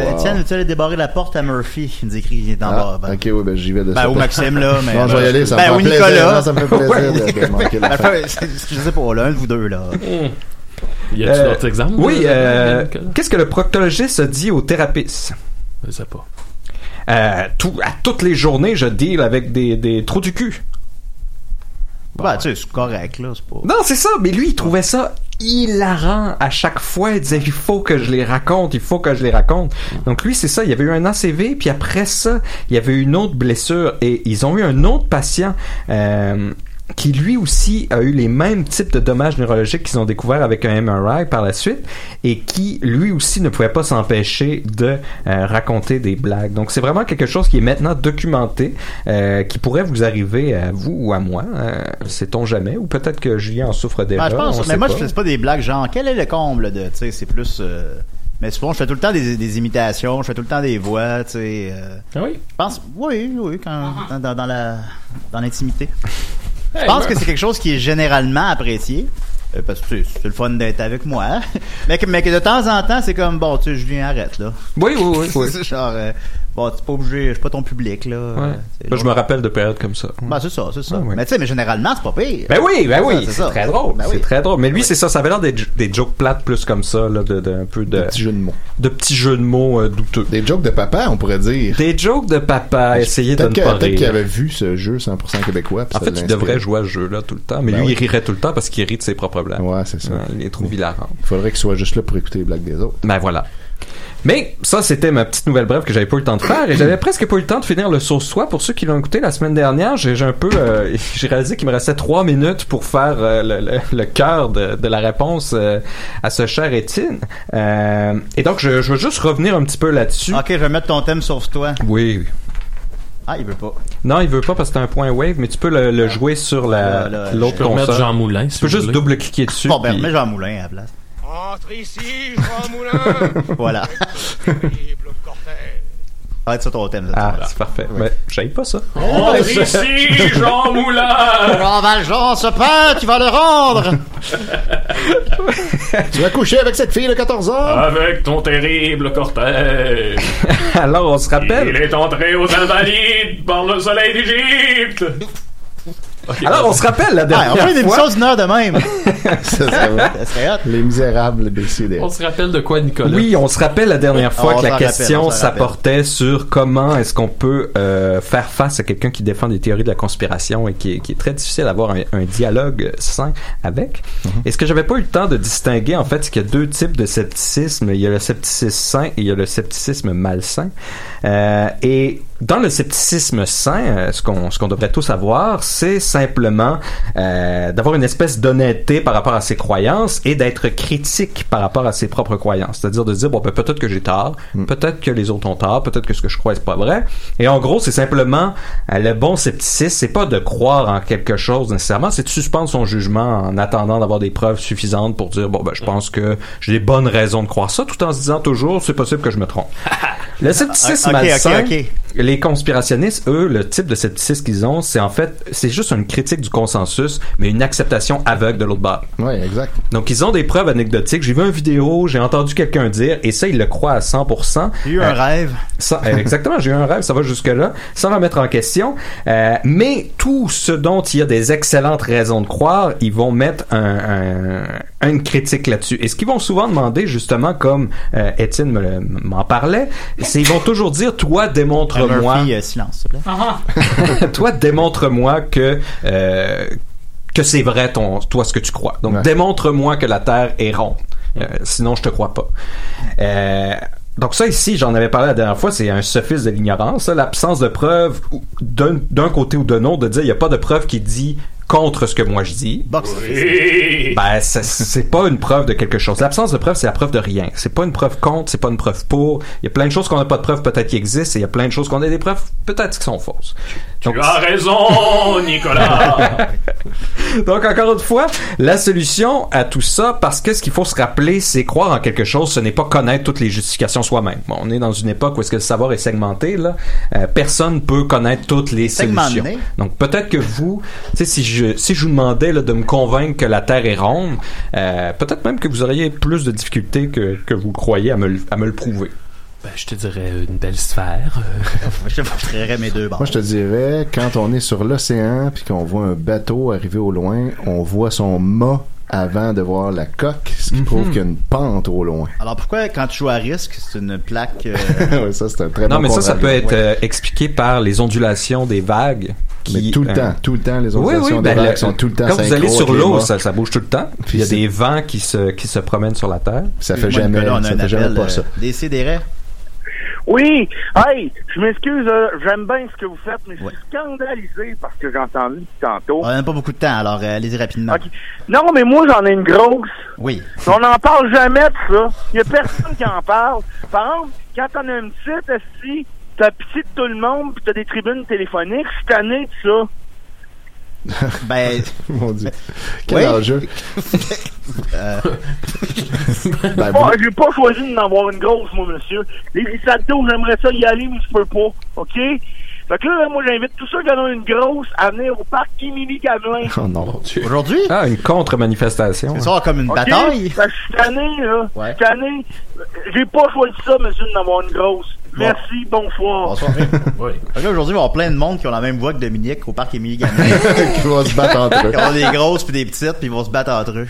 [SPEAKER 8] Wow.
[SPEAKER 5] Étienne, tu allais débarrer la porte à Murphy, il nous écrit qu'il est en
[SPEAKER 8] Ah,
[SPEAKER 5] bas.
[SPEAKER 6] bah,
[SPEAKER 5] Ben,
[SPEAKER 8] ok, oui, ben j'y vais de
[SPEAKER 5] ben,
[SPEAKER 8] ça.
[SPEAKER 5] au Maxime, là. Mais,
[SPEAKER 8] Non, je vais y aller, ça
[SPEAKER 5] ben,
[SPEAKER 8] me
[SPEAKER 5] au
[SPEAKER 8] fait plaisir.
[SPEAKER 5] Nicolas.
[SPEAKER 8] Non, ça me fait plaisir de, de manquer la fête.
[SPEAKER 5] Ben, je sais pas, l'un de vous deux, là.
[SPEAKER 7] Y a-tu
[SPEAKER 6] Euh,
[SPEAKER 7] d'autres exemples?
[SPEAKER 6] Oui,
[SPEAKER 7] là,
[SPEAKER 6] euh,
[SPEAKER 7] Nicolas?
[SPEAKER 6] qu'est-ce que le proctologiste a dit au thérapeute?
[SPEAKER 7] Je sais pas.
[SPEAKER 6] Euh, tout, à toutes les journées, je deal avec des, des trous du cul.
[SPEAKER 5] Ben, tu sais, c'est correct, là. C'est pas.
[SPEAKER 6] Non, c'est ça, mais lui, il trouvait ça hilarant à chaque fois. Il disait, il faut que je les raconte, il faut que je les raconte. Donc lui, c'est ça, il y avait eu un ACV, puis après ça, il y avait eu une autre blessure, et ils ont eu un autre patient. euh, qui lui aussi a eu les mêmes types de dommages neurologiques qu'ils ont découvert avec un MRI par la suite et qui lui aussi ne pouvait pas s'empêcher de euh, raconter des blagues. Donc c'est vraiment quelque chose qui est maintenant documenté, euh, qui pourrait vous arriver à vous ou à moi. euh, Sait-on jamais ou peut-être que Julien en souffre déjà.
[SPEAKER 5] Ben, je
[SPEAKER 6] on
[SPEAKER 5] pense, mais
[SPEAKER 6] sait
[SPEAKER 5] moi,
[SPEAKER 6] pas.
[SPEAKER 5] je fais pas des blagues genre, quel est le comble de. Tu sais, c'est plus. euh, Mais souvent, je fais tout le temps des, des imitations, je fais tout le temps des voix, tu sais. euh,
[SPEAKER 7] Ah oui?
[SPEAKER 5] Je pense, oui, oui, quand, dans, dans- dans la, dans l'intimité. Je pense que c'est quelque chose qui est généralement apprécié. euh, Parce que tu sais, c'est le fun d'être avec moi. hein. Mais que, mais que de temps en temps, c'est comme, bon, tu sais, Julien, arrête, là.
[SPEAKER 6] Oui, oui, oui. oui.
[SPEAKER 5] Genre, euh, bon, t'es pas obligé, je suis pas ton public, là.
[SPEAKER 6] Ouais.
[SPEAKER 5] Euh, c'est-
[SPEAKER 6] Moi, Ben, je me rappelle de périodes comme ça.
[SPEAKER 5] Ben, c'est ça, c'est ça.
[SPEAKER 6] Ouais, ouais.
[SPEAKER 5] Mais tu sais, mais généralement, c'est pas pire.
[SPEAKER 6] Ben oui,
[SPEAKER 5] C'est
[SPEAKER 6] ben
[SPEAKER 5] ça,
[SPEAKER 6] oui,
[SPEAKER 5] c'est
[SPEAKER 6] c'est
[SPEAKER 5] ça.
[SPEAKER 6] très drôle.
[SPEAKER 5] Ben oui.
[SPEAKER 6] C'est très drôle. Mais lui, c'est ça, ça avait l'air des, des jokes plates plus comme ça, là, de, de- un peu de.
[SPEAKER 8] petits jeux de mots.
[SPEAKER 6] De petits jeux de mots euh, douteux.
[SPEAKER 8] Des jokes de papa, on pourrait dire.
[SPEAKER 6] Des jokes de papa, essayer de
[SPEAKER 8] Peut-être
[SPEAKER 6] ne
[SPEAKER 8] que-
[SPEAKER 6] pas
[SPEAKER 8] peut-être
[SPEAKER 6] rire.
[SPEAKER 8] qu'il avait vu ce jeu 100% québécois. puis
[SPEAKER 6] En
[SPEAKER 8] ça
[SPEAKER 6] fait,
[SPEAKER 8] l'a
[SPEAKER 6] il
[SPEAKER 8] inspiré.
[SPEAKER 6] devrait jouer à ce jeu-là tout le temps, mais
[SPEAKER 8] Ben
[SPEAKER 6] lui,
[SPEAKER 8] oui.
[SPEAKER 6] il rirait tout le temps parce qu'il rit de ses propres blagues.
[SPEAKER 8] Ouais, c'est ça.
[SPEAKER 6] Ouais, il est trop hilarant.
[SPEAKER 8] Il faudrait qu'il soit juste là pour écouter les blagues des autres.
[SPEAKER 6] Ben voilà. Mais ça, c'était ma petite nouvelle brève que j'avais pas eu le temps de faire et j'avais presque pas eu le temps de finir le source soi. Pour ceux qui l'ont écouté la semaine dernière, j'ai j'ai un peu, euh, j'ai réalisé qu'il me restait trois minutes pour faire euh, le, le- le cœur de, de la réponse euh, à ce cher Étienne. Euh, et donc, je, je veux juste revenir un petit peu là-dessus.
[SPEAKER 7] Ah,
[SPEAKER 5] Ok, je vais mettre ton thème sur toi.
[SPEAKER 6] Oui, oui.
[SPEAKER 5] Ah, il veut pas.
[SPEAKER 6] Non, il veut pas parce que c'est un point wave, mais tu peux le, le jouer sur la-
[SPEAKER 5] Là, là,
[SPEAKER 7] Euh,
[SPEAKER 6] l'autre
[SPEAKER 7] je peux remettre
[SPEAKER 6] console.
[SPEAKER 7] Jean Moulin, si
[SPEAKER 6] tu peux
[SPEAKER 7] vous
[SPEAKER 6] juste
[SPEAKER 7] voulez.
[SPEAKER 6] double-cliquer dessus.
[SPEAKER 5] Bon, ben,
[SPEAKER 6] puis-
[SPEAKER 5] mets Jean Moulin à la place.
[SPEAKER 10] Entre ici, Jean Moulin!
[SPEAKER 5] Voilà.
[SPEAKER 10] Horrible cortège!
[SPEAKER 5] Ah, c'est ça ton thème. ça,
[SPEAKER 6] Ah,
[SPEAKER 5] voilà.
[SPEAKER 6] c'est parfait. Oh. Mais j'aille pas ça.
[SPEAKER 7] Entre ici, Jean Moulin!
[SPEAKER 5] Jean Valjean, ce pain, tu vas le rendre!
[SPEAKER 8] Tu vas coucher avec cette fille de 14 ans?
[SPEAKER 7] Avec ton terrible cortège,
[SPEAKER 6] Alors, on se rappelle.
[SPEAKER 7] il est entré aux Invalides par le soleil d'Égypte.
[SPEAKER 6] Alors, on se rappelle la
[SPEAKER 5] Ah,
[SPEAKER 6] dernière
[SPEAKER 5] on fait une
[SPEAKER 6] fois.
[SPEAKER 5] émission d'une heure de même!
[SPEAKER 8] Ça, ça va.
[SPEAKER 5] Ça serait hot.
[SPEAKER 8] les misérables des CDR.
[SPEAKER 7] On se rappelle de quoi, Nicolas?
[SPEAKER 6] Oui, on se rappelle la dernière fois
[SPEAKER 5] Ah, On
[SPEAKER 6] que la
[SPEAKER 5] s'en
[SPEAKER 6] question
[SPEAKER 5] rappelle, on s'en rappelle.
[SPEAKER 6] s'apportait sur comment est-ce qu'on peut euh, faire face à quelqu'un qui défend des théories de la conspiration et qui, est- qui est très difficile d'avoir un, un dialogue sain avec.
[SPEAKER 5] Mhm.
[SPEAKER 6] Et ce que j'avais pas eu le temps de distinguer, en fait, c'est qu'il y a deux types de scepticisme. Il y a le scepticisme sain et il y a le scepticisme malsain. Euh, et dans le scepticisme sain, euh, ce qu'on ce qu'on devrait tous avoir, c'est simplement euh, d'avoir une espèce d'honnêteté par rapport à ses croyances et d'être critique par rapport à ses propres croyances. C'est-à-dire de se dire bon ben, peut-être que j'ai tort, peut-être que les autres ont tort, peut-être que ce que je crois c'est pas vrai. Et en gros, c'est simplement euh, le bon scepticisme, c'est pas de croire en quelque chose nécessairement, c'est de suspendre son jugement en attendant d'avoir des preuves suffisantes pour dire bon ben je pense que j'ai des bonnes raisons de croire ça, tout en se disant toujours c'est possible que je me trompe. Le scepticisme
[SPEAKER 5] Ah, ok, ok,
[SPEAKER 6] malsain,
[SPEAKER 5] ok.
[SPEAKER 6] les conspirationnistes, eux, le type de scepticisme qu'ils ont, c'est en fait, c'est juste une critique du consensus, mais une acceptation aveugle de l'autre bord.
[SPEAKER 8] Ouais, exact.
[SPEAKER 6] Donc, ils ont des preuves anecdotiques. J'ai vu une vidéo, j'ai entendu quelqu'un dire, et ça, ils le croient à 100%.
[SPEAKER 5] J'ai eu
[SPEAKER 6] Euh,
[SPEAKER 5] un rêve.
[SPEAKER 6] ça- euh, exactement, j'ai eu un rêve, ça va jusque-là, sans la mettre en question. Euh, mais tout ce dont il y a des excellentes raisons de croire, ils vont mettre un, un- une critique là-dessus. Et ce qu'ils vont souvent demander, justement, comme euh, Étienne me le- m'en parlait, c'est ils vont toujours dire, toi, démontre-moi
[SPEAKER 5] Murphy, euh, silence, s'il te plaît.
[SPEAKER 6] toi, démontre-moi que euh, que c'est vrai ton toi ce que tu crois. Donc
[SPEAKER 8] Ouais.
[SPEAKER 6] démontre-moi que la Terre est ronde. Euh, sinon, je te crois pas. Euh, donc ça ici, j'en avais parlé la dernière fois, c'est un sophisme de l'ignorance, ça, l'absence de preuve ou- d'un d'un côté ou de non, de dire il n'y a pas de preuve qui dit contre ce que moi je dis.
[SPEAKER 5] Box.
[SPEAKER 6] Ben, ça- c'est pas une preuve de quelque chose. L'absence de preuve, c'est la preuve de rien. C'est pas une preuve contre, c'est pas une preuve pour. Il y a plein de choses qu'on n'a pas de preuve peut-être qui existent, et il y a plein de choses qu'on a des preuves peut-être qui sont fausses. Donc,
[SPEAKER 7] raison, Nicolas!
[SPEAKER 6] donc, encore une fois, la solution à tout ça, parce que ce qu'il faut se rappeler, c'est croire en quelque chose, ce n'est pas connaître toutes les justifications soi-même. Bon, on est dans une époque où est-ce que le savoir est segmenté, là. Euh, personne peut connaître toutes les
[SPEAKER 5] Segmenté.
[SPEAKER 6] solutions. Donc, peut-être que vous, tu sais, si je, si je vous demandais, là, de me convaincre que la Terre est ronde, euh, peut-être même que vous auriez plus de difficultés que, que vous croyez à me, le- à me le prouver.
[SPEAKER 7] ben, je te dirais une belle sphère. euh.
[SPEAKER 5] Je montrerai mes deux barres.
[SPEAKER 8] Moi, je te dirais, quand on est sur l'océan puis qu'on voit un bateau arriver au loin, on voit son mât avant de voir la coque, ce
[SPEAKER 6] Mhm.
[SPEAKER 8] qui prouve qu'il y a une pente au loin.
[SPEAKER 5] Alors pourquoi, quand tu joues à risque, c'est une plaque. euh,
[SPEAKER 8] Ouais, ça, c'est un très
[SPEAKER 6] Non,
[SPEAKER 8] bon
[SPEAKER 6] mais ça, ça
[SPEAKER 8] contrario.
[SPEAKER 6] peut être
[SPEAKER 8] Ouais.
[SPEAKER 6] euh, expliqué par les ondulations des vagues. Qui,
[SPEAKER 8] Mais tout le
[SPEAKER 6] euh,
[SPEAKER 8] temps, tout le temps, les
[SPEAKER 6] Oui,
[SPEAKER 8] ondulations
[SPEAKER 6] oui,
[SPEAKER 8] des
[SPEAKER 6] ben,
[SPEAKER 8] vagues
[SPEAKER 6] le-
[SPEAKER 8] sont tout le temps
[SPEAKER 6] Quand vous
[SPEAKER 8] synchro
[SPEAKER 6] allez sur
[SPEAKER 8] avec les
[SPEAKER 6] l'eau,
[SPEAKER 8] mâts.
[SPEAKER 6] ça, ça bouge tout le temps.
[SPEAKER 8] Puis
[SPEAKER 6] il y a
[SPEAKER 8] c'est-
[SPEAKER 6] des vents qui se, qui se promènent sur la Terre.
[SPEAKER 8] Ça fait
[SPEAKER 5] excuse-moi,
[SPEAKER 8] jamais,
[SPEAKER 5] Nicolas, ben on a
[SPEAKER 8] ça
[SPEAKER 5] un
[SPEAKER 8] fait jamais
[SPEAKER 5] appel,
[SPEAKER 8] pas
[SPEAKER 5] euh,
[SPEAKER 8] ça.
[SPEAKER 5] Décidérez.
[SPEAKER 9] Oui! Hey! Je m'excuse, euh, j'aime bien ce que vous faites, mais je
[SPEAKER 5] Ouais.
[SPEAKER 9] suis scandalisé parce que j'ai entendu depuis tantôt.
[SPEAKER 5] On n'a pas beaucoup de temps, alors euh, allez-y rapidement.
[SPEAKER 9] Ok. Non, mais moi, j'en ai une grosse.
[SPEAKER 5] Oui.
[SPEAKER 9] On n'en parle jamais de ça. Il n'y a personne qui en parle. Par exemple, quand t'en as une petite, esti, t'as pitié de tout le monde, puis t'as des tribunes téléphoniques. Je suis tanné de ça.
[SPEAKER 5] Ben,
[SPEAKER 8] Mon Dieu. Quel
[SPEAKER 5] Oui.
[SPEAKER 8] enjeu. Ben,
[SPEAKER 9] Bon,
[SPEAKER 8] vous-
[SPEAKER 9] j'ai pas choisi d'en avoir une grosse, moi, monsieur. Les risottos, j'aimerais ça y aller, mais je peux pas. OK? Fait que là, moi, j'invite tous ceux qui en ont une grosse à venir au parc Émilie Gamelin.
[SPEAKER 8] Oh non.
[SPEAKER 5] aujourd'hui,
[SPEAKER 6] Ah, une contre-manifestation.
[SPEAKER 5] ça sort comme une
[SPEAKER 9] OK?
[SPEAKER 5] bataille.
[SPEAKER 9] Fait que je Ben, suis tanné, là.
[SPEAKER 5] Ouais.
[SPEAKER 9] Je suis tanné. J'ai pas choisi ça, monsieur, d'en avoir une grosse. Merci, bonsoir.
[SPEAKER 5] Bonsoir.
[SPEAKER 9] oui.
[SPEAKER 5] Fait que là, aujourd'hui, il va y avoir plein de monde qui ont la même voix que Dominique au parc Émilie Gamelin.
[SPEAKER 8] Qui vont se battre entre eux.
[SPEAKER 5] Ils ont des grosses puis des petites, puis ils vont se battre entre eux.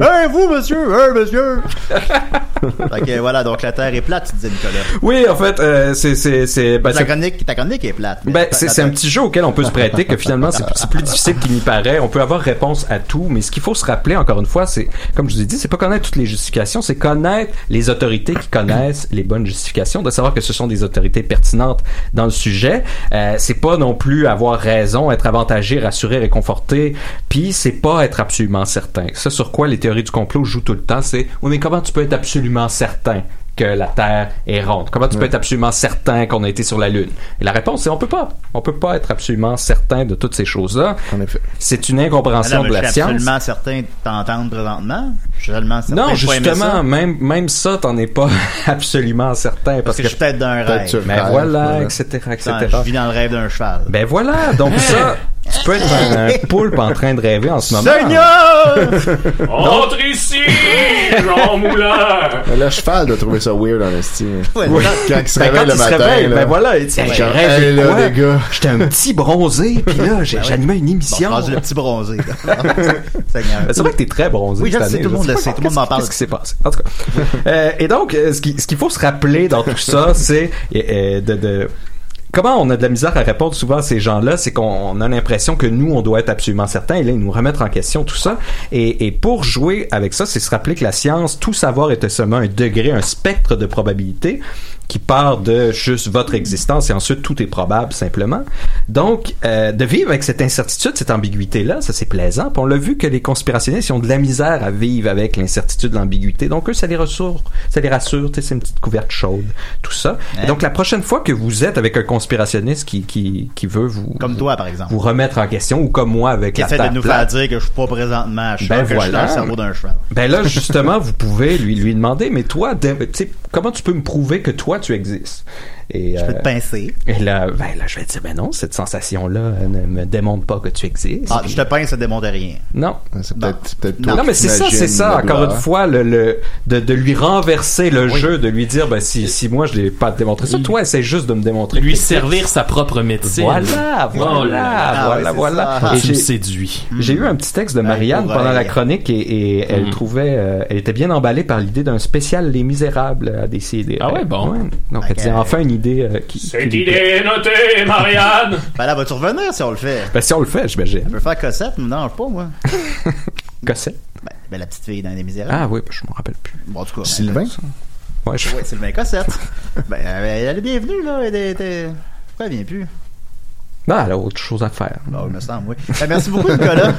[SPEAKER 5] hey, vous, monsieur! Hey, monsieur! fait que voilà, donc la Terre est plate, tu disais, Nicolas.
[SPEAKER 6] Oui, en fait, euh, c'est c'est c'est ben,
[SPEAKER 5] ta,
[SPEAKER 6] c'est-
[SPEAKER 5] chronique, ta chronique est plate. mais
[SPEAKER 6] ben,
[SPEAKER 5] ta-
[SPEAKER 6] c'est
[SPEAKER 5] ta-
[SPEAKER 6] c'est un petit jeu auquel on peut se prêter que finalement c'est c'est plus difficile qu'il n'y paraît. On peut avoir réponse à tout, mais ce qu'il faut se rappeler encore une fois, c'est comme je vous ai dit, c'est pas connaître toutes les justifications, c'est connaître les autorités qui connaissent les bonnes justifications, de savoir que ce sont des autorités pertinentes dans le sujet. Euh, c'est pas non plus avoir raison, être avantagé, rassuré, réconforté, puis c'est pas être absolument certain. Ça sur quoi les théories du complot jouent tout le temps, c'est oui mais comment tu peux être absolument certain que la Terre est ronde. Comment tu peux
[SPEAKER 8] Ouais.
[SPEAKER 6] être absolument certain qu'on a été sur la Lune? Et la réponse, c'est on peut pas. On peut pas être absolument certain de toutes ces choses-là. C'est une incompréhension
[SPEAKER 5] Madame,
[SPEAKER 6] de la
[SPEAKER 5] Ah Je suis
[SPEAKER 6] science.
[SPEAKER 5] absolument certain de t'entendre présentement. Je suis tellement certain
[SPEAKER 6] Non,
[SPEAKER 5] de pas aimer
[SPEAKER 6] justement,
[SPEAKER 5] ça.
[SPEAKER 6] même, même ça, t'en es pas absolument certain. Parce,
[SPEAKER 5] que je suis peut-être dans un
[SPEAKER 6] Peut-être
[SPEAKER 5] rêve.
[SPEAKER 6] sur le Ben rêve, voilà, voilà. etc., etc..
[SPEAKER 5] Attends, Je vis dans le rêve d'un cheval.
[SPEAKER 6] Ben voilà, donc ça, tu peux être un, un poulpe en train de rêver en ce moment.
[SPEAKER 10] Entre ici, Jean Moulin!
[SPEAKER 8] Mais Le cheval Ben doit trouver ça weird en estime.
[SPEAKER 10] Ouais.
[SPEAKER 8] Quand il se
[SPEAKER 6] Ben,
[SPEAKER 8] réveille
[SPEAKER 6] quand
[SPEAKER 8] le
[SPEAKER 6] il se
[SPEAKER 8] matin.
[SPEAKER 6] réveille,
[SPEAKER 8] là,
[SPEAKER 6] ben voilà, il dit, Hey, j'ai
[SPEAKER 8] genre,
[SPEAKER 6] rêvé
[SPEAKER 8] hey,
[SPEAKER 6] de
[SPEAKER 8] là,
[SPEAKER 6] quoi?
[SPEAKER 8] les gars.
[SPEAKER 6] J'étais un petit bronzé, puis là, j'ai-
[SPEAKER 5] Ben oui.
[SPEAKER 6] j'animais une émission.
[SPEAKER 5] Bon, rendu le petit bronzé. là. Seigneur.
[SPEAKER 6] Ben, C'est vrai que t'es très bronzé.
[SPEAKER 5] Euh, Oui, je
[SPEAKER 6] cette
[SPEAKER 5] sais,
[SPEAKER 6] année,
[SPEAKER 5] tout le monde
[SPEAKER 6] sais
[SPEAKER 5] le
[SPEAKER 6] pas
[SPEAKER 5] sait, tout le monde m'en parle.
[SPEAKER 6] Qu'est-ce qui s'est passé? En tout cas. Euh, et donc, euh, ce qui- ce qu'il faut se rappeler dans tout ça, c'est euh, de, de- Comment on a de la misère à répondre souvent à ces gens-là, c'est qu'on on a l'impression que nous, on doit être absolument certain, et là, ils nous remettent en question tout ça. Et, et pour jouer avec ça, c'est se rappeler que la science, tout savoir était seulement un degré, un spectre de probabilité qui part de juste votre existence et ensuite tout est probable simplement. Donc, euh, de vivre avec cette incertitude, cette ambiguïté-là, ça c'est plaisant. Puis on l'a vu que les conspirationnistes ils ont de la misère à vivre avec l'incertitude, l'ambiguïté. Donc eux, ça les rassure, ça les rassure, tu sais, c'est une petite couverte chaude, tout ça. Et donc la prochaine fois que vous êtes avec un conspirationniste qui, qui, qui veut vous...
[SPEAKER 5] Comme toi, par exemple.
[SPEAKER 6] Vous remettre en question ou comme moi avec
[SPEAKER 5] Qui
[SPEAKER 6] la
[SPEAKER 5] essaie de
[SPEAKER 6] Terre
[SPEAKER 5] nous
[SPEAKER 6] plate.
[SPEAKER 5] faire dire que je suis pas présentement à cheval,
[SPEAKER 6] Ben
[SPEAKER 5] que je suis dans
[SPEAKER 6] voilà.
[SPEAKER 5] le cerveau d'un cheval.
[SPEAKER 6] Ben là, justement, vous pouvez lui, lui demander, mais toi, de- tu sais, comment tu peux me prouver que toi, tu existes? Et, euh, je
[SPEAKER 5] peux te pincer.
[SPEAKER 6] Et là, ben là, je vais te dire, ben non, cette sensation-là euh, ne me démontre pas que tu existes.
[SPEAKER 5] Ah,
[SPEAKER 6] Puis-
[SPEAKER 5] je te pince, ça démonte rien.
[SPEAKER 6] Non.
[SPEAKER 8] C'est peut-être peut-être
[SPEAKER 6] non,
[SPEAKER 8] toi
[SPEAKER 6] mais
[SPEAKER 8] qui
[SPEAKER 6] c'est ça,
[SPEAKER 8] t'imagines
[SPEAKER 6] c'est ça.
[SPEAKER 8] la
[SPEAKER 6] Encore
[SPEAKER 8] douleur.
[SPEAKER 6] une fois, le, le- de, de lui renverser le jeu, de lui dire, ben si, si moi je l'ai pas démontré ça, toi essaie juste de me démontrer.
[SPEAKER 7] Lui
[SPEAKER 6] que-
[SPEAKER 7] servir sa propre médecine.
[SPEAKER 6] Voilà, voilà,
[SPEAKER 7] Oh là là.
[SPEAKER 6] voilà, voilà.
[SPEAKER 7] Ah,
[SPEAKER 6] Et
[SPEAKER 7] tu Ben, me
[SPEAKER 6] j'ai-
[SPEAKER 7] séduis.
[SPEAKER 6] J'ai eu un petit texte de Marianne
[SPEAKER 7] pauvre
[SPEAKER 6] pendant la
[SPEAKER 7] elle.
[SPEAKER 6] chronique et, et
[SPEAKER 7] Mm.
[SPEAKER 6] elle trouvait, euh, elle était bien emballée par l'idée d'un spécial Les Misérables à décider.
[SPEAKER 7] Ah ouais, bon.
[SPEAKER 6] Donc elle disait enfin une idée euh, qui.
[SPEAKER 10] Cette
[SPEAKER 6] qui-
[SPEAKER 10] idée est notée, Marianne!
[SPEAKER 5] Ben là, vas-tu revenir si on le fait?
[SPEAKER 6] Ben si on le fait, j'imagine.
[SPEAKER 5] Je peux faire Cossette, mais non, je sais pas, moi.
[SPEAKER 6] Cossette.
[SPEAKER 5] Ben, ben, la petite fille dans Les Misérables.
[SPEAKER 6] Ah oui, ben, je me rappelle plus.
[SPEAKER 5] Bon, en tout cas. ben,
[SPEAKER 8] Sylvain?
[SPEAKER 6] Ouais, je-
[SPEAKER 5] Oui, Sylvain Cossette. ben, elle est bienvenue, là. Elle était. Pourquoi elle vient plus?
[SPEAKER 6] Non, elle a autre chose à faire.
[SPEAKER 5] Bon, il me semble, oui. Ben, merci beaucoup, Nicolas.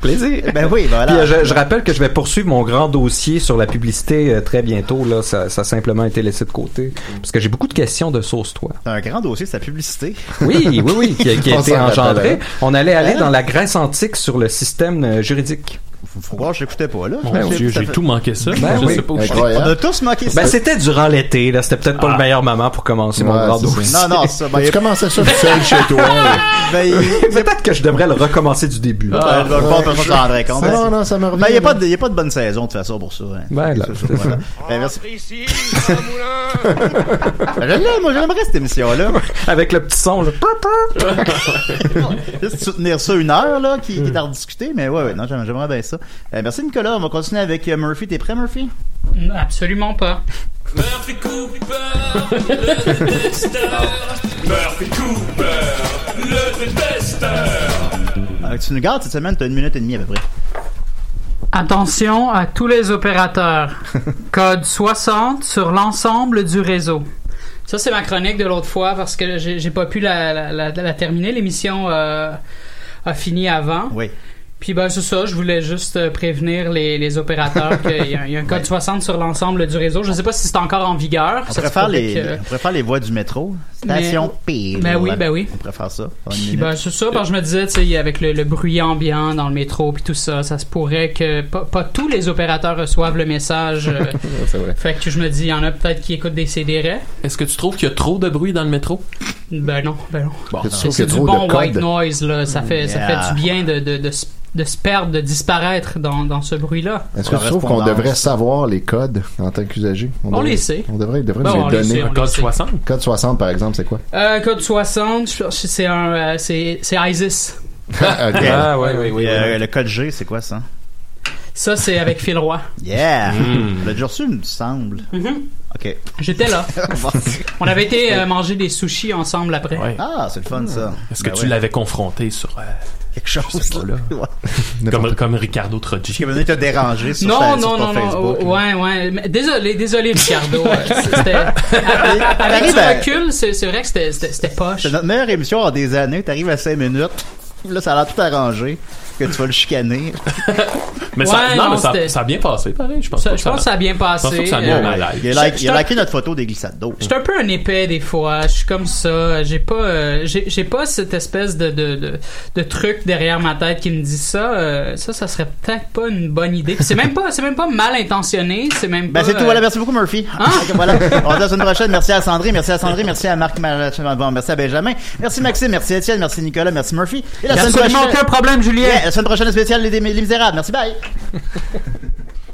[SPEAKER 6] Plaisir.
[SPEAKER 5] Ben oui, ben
[SPEAKER 6] Puis,
[SPEAKER 5] voilà.
[SPEAKER 6] euh, je, je rappelle que je vais poursuivre mon grand dossier sur la publicité euh, très bientôt. Là, ça, ça a simplement été laissé de côté parce que j'ai beaucoup de questions de sauce toi.
[SPEAKER 5] T'as un grand dossier, c'est la publicité.
[SPEAKER 6] Oui, oui, oui, qui, a- qui a
[SPEAKER 5] On
[SPEAKER 6] été
[SPEAKER 5] s'en
[SPEAKER 6] engendré.
[SPEAKER 5] rappelle, hein.
[SPEAKER 6] On allait aller
[SPEAKER 5] Hein?
[SPEAKER 6] dans la Grèce antique sur le système euh, juridique.
[SPEAKER 5] Faut voir, je l'écoutais pas, là.
[SPEAKER 6] Mon
[SPEAKER 5] Je sais
[SPEAKER 6] Dieu,
[SPEAKER 5] plus, ça
[SPEAKER 6] Ben, j'ai
[SPEAKER 5] fait-
[SPEAKER 6] tout manqué ça.
[SPEAKER 5] Ben
[SPEAKER 6] Je
[SPEAKER 5] oui.
[SPEAKER 6] sais pas où je suis.
[SPEAKER 5] On a tous manqué ça.
[SPEAKER 6] Ben, c'était durant l'été, là. C'était peut-être pas le meilleur moment pour commencer mon
[SPEAKER 8] Ouais,
[SPEAKER 6] grand
[SPEAKER 8] c'est ça.
[SPEAKER 6] dossier.
[SPEAKER 5] Non, non, ça, ben, il- Ben, il-
[SPEAKER 6] Peut-être que je devrais le recommencer du début.
[SPEAKER 5] Ah, je vais le voir,
[SPEAKER 6] Ouais.
[SPEAKER 5] personne s'en rendrait compte.
[SPEAKER 8] Non, non, ça me revient,
[SPEAKER 5] Ben, y a
[SPEAKER 8] là.
[SPEAKER 5] pas de, y a pas de bonne saison, de toute façon, pour ça. hein.
[SPEAKER 6] Ben, là,
[SPEAKER 5] C'est ça, voilà. Ben, merci.
[SPEAKER 10] Ici,
[SPEAKER 5] Ben, je l'aime, moi, j'aimerais cette émission-là.
[SPEAKER 6] Avec le petit son, là.
[SPEAKER 5] Juste soutenir ça une heure, là, qui, qui est à rediscuter, mais ouais, ouais, non, j'aimerais j'aimerais bien ça. Euh, merci, Nicolas. On va continuer avec euh, Murphy. T'es prêt, Murphy?
[SPEAKER 12] Absolument pas.
[SPEAKER 10] Murphy Cooper, le détesteur. Murphy Cooper, le détesteur.
[SPEAKER 5] Euh, tu nous gardes cette semaine, t'as une minute et demie à peu près.
[SPEAKER 12] Attention à tous les opérateurs. Code 60 sur l'ensemble du réseau. Ça, c'est ma chronique de l'autre fois parce que j'ai j'ai pas pu la, la- la- la terminer. L'émission euh, a fini avant.
[SPEAKER 5] Oui.
[SPEAKER 12] Puis ben c'est ça, je voulais juste euh, prévenir les, les opérateurs qu'il y, a- il y a un code 60 sur l'ensemble du réseau. Je sais pas si c'est encore en vigueur.
[SPEAKER 5] On
[SPEAKER 12] Ça se
[SPEAKER 5] préfère,
[SPEAKER 12] pourrait
[SPEAKER 5] les,
[SPEAKER 12] que-
[SPEAKER 5] on préfère les voies du métro. Station
[SPEAKER 12] Mais-
[SPEAKER 5] P.
[SPEAKER 12] Ben oui, ben oui.
[SPEAKER 5] On préfère ça.
[SPEAKER 12] Puis ben, c'est ça, parce que je me disais, tu sais, avec le, le bruit ambiant dans le métro, puis tout ça, ça se pourrait que pas, pas tous les opérateurs reçoivent le message. euh,
[SPEAKER 6] c'est vrai.
[SPEAKER 12] fait que je me dis, il y en a peut-être qui écoutent des CDR.
[SPEAKER 7] Est-ce que tu trouves qu'il y a trop de bruit dans le métro?
[SPEAKER 12] Ben non, ben non.
[SPEAKER 8] Bon, tu
[SPEAKER 12] c'est
[SPEAKER 8] trouves
[SPEAKER 12] c'est
[SPEAKER 8] qu'il y
[SPEAKER 12] du
[SPEAKER 8] a trop
[SPEAKER 12] bon
[SPEAKER 8] de
[SPEAKER 12] white
[SPEAKER 8] codes?
[SPEAKER 12] noise, là. Ça fait, ça
[SPEAKER 8] Yeah.
[SPEAKER 12] fait du bien de, de, de, se- de se perdre, de disparaître dans, dans ce bruit-là.
[SPEAKER 8] Est-ce que tu trouves qu'on devrait savoir les codes en tant qu'usager
[SPEAKER 12] On
[SPEAKER 8] devrait-
[SPEAKER 12] les sait.
[SPEAKER 8] On devrait, il devrait
[SPEAKER 12] Ben, on
[SPEAKER 8] nous
[SPEAKER 12] les
[SPEAKER 8] les donner.
[SPEAKER 12] sait, on les Code sait.
[SPEAKER 8] 60 Code 60, par exemple, c'est quoi
[SPEAKER 12] Euh, code 60, je pense que c'est un, euh, c'est, c'est ISIS.
[SPEAKER 6] Ah, ouais, ouais, ouais,
[SPEAKER 5] Euh,
[SPEAKER 6] ouais.
[SPEAKER 5] Le code G, c'est quoi ça?
[SPEAKER 12] Ça, c'est avec Phil Roy.
[SPEAKER 5] Yeah!
[SPEAKER 6] Mm.
[SPEAKER 5] On l'a déjà reçu, il me semble.
[SPEAKER 12] Mhm.
[SPEAKER 5] OK.
[SPEAKER 12] J'étais là. On avait été euh, manger des sushis ensemble après.
[SPEAKER 5] Ah, c'est le fun, ça.
[SPEAKER 7] Est-ce
[SPEAKER 5] Ben
[SPEAKER 7] que tu
[SPEAKER 5] ouais.
[SPEAKER 7] l'avais confronté sur euh,
[SPEAKER 5] quelque chose
[SPEAKER 7] là comme, comme Ricardo Troggi.
[SPEAKER 5] Qui t'a dérangé sur,
[SPEAKER 12] non,
[SPEAKER 5] ta-
[SPEAKER 12] non,
[SPEAKER 5] sur ton
[SPEAKER 12] non,
[SPEAKER 5] Facebook.
[SPEAKER 12] non, Oh, ouais, ouais. mais Désolé, désolé, Ricardo. Euh, c'était, avec avec
[SPEAKER 5] arrive
[SPEAKER 12] du
[SPEAKER 5] à-
[SPEAKER 12] recul, c'est, c'est vrai que c'était, c'était, c'était poche.
[SPEAKER 5] C'est notre meilleure émission en des années. T'arrives à 5 minutes. Là, ça a l'air tout arrangé. Que tu vas le chicaner.
[SPEAKER 7] Mais ça,
[SPEAKER 5] Ouais,
[SPEAKER 7] non,
[SPEAKER 5] non,
[SPEAKER 7] mais ça,
[SPEAKER 5] c'était-
[SPEAKER 7] ça a bien passé, pareil. Je pense,
[SPEAKER 12] Ça-
[SPEAKER 7] pas
[SPEAKER 12] je pense que ça a bien passé.
[SPEAKER 7] Je pense pas que ça a mis
[SPEAKER 12] Euh,
[SPEAKER 7] un malaise.
[SPEAKER 5] Il a, like- il a liké notre photo des glissades d'eau.
[SPEAKER 12] Je suis un peu un épais des fois, je suis comme ça, j'ai pas euh, j'ai j'ai pas cette espèce de, de, de, de truc derrière ma tête qui me dit ça, euh, ça ça serait peut-être pas une bonne idée. Puis C'est même pas c'est même pas mal intentionné, c'est même pas
[SPEAKER 5] Ben, c'est tout.
[SPEAKER 12] euh,
[SPEAKER 5] Voilà, merci beaucoup, Murphy. Donc, voilà. On se dit à la semaine prochaine. Merci à Sandrine. Merci à Sandrine. Merci à Marc Marachin. Bon, merci à Benjamin. Merci Maxime. Merci Étienne. Merci Nicolas. Merci Murphy. Et
[SPEAKER 12] Il y a absolument aucun problème, Julien.
[SPEAKER 5] Yeah, la semaine prochaine, spéciale les, Dé- les Misérables. Merci, bye.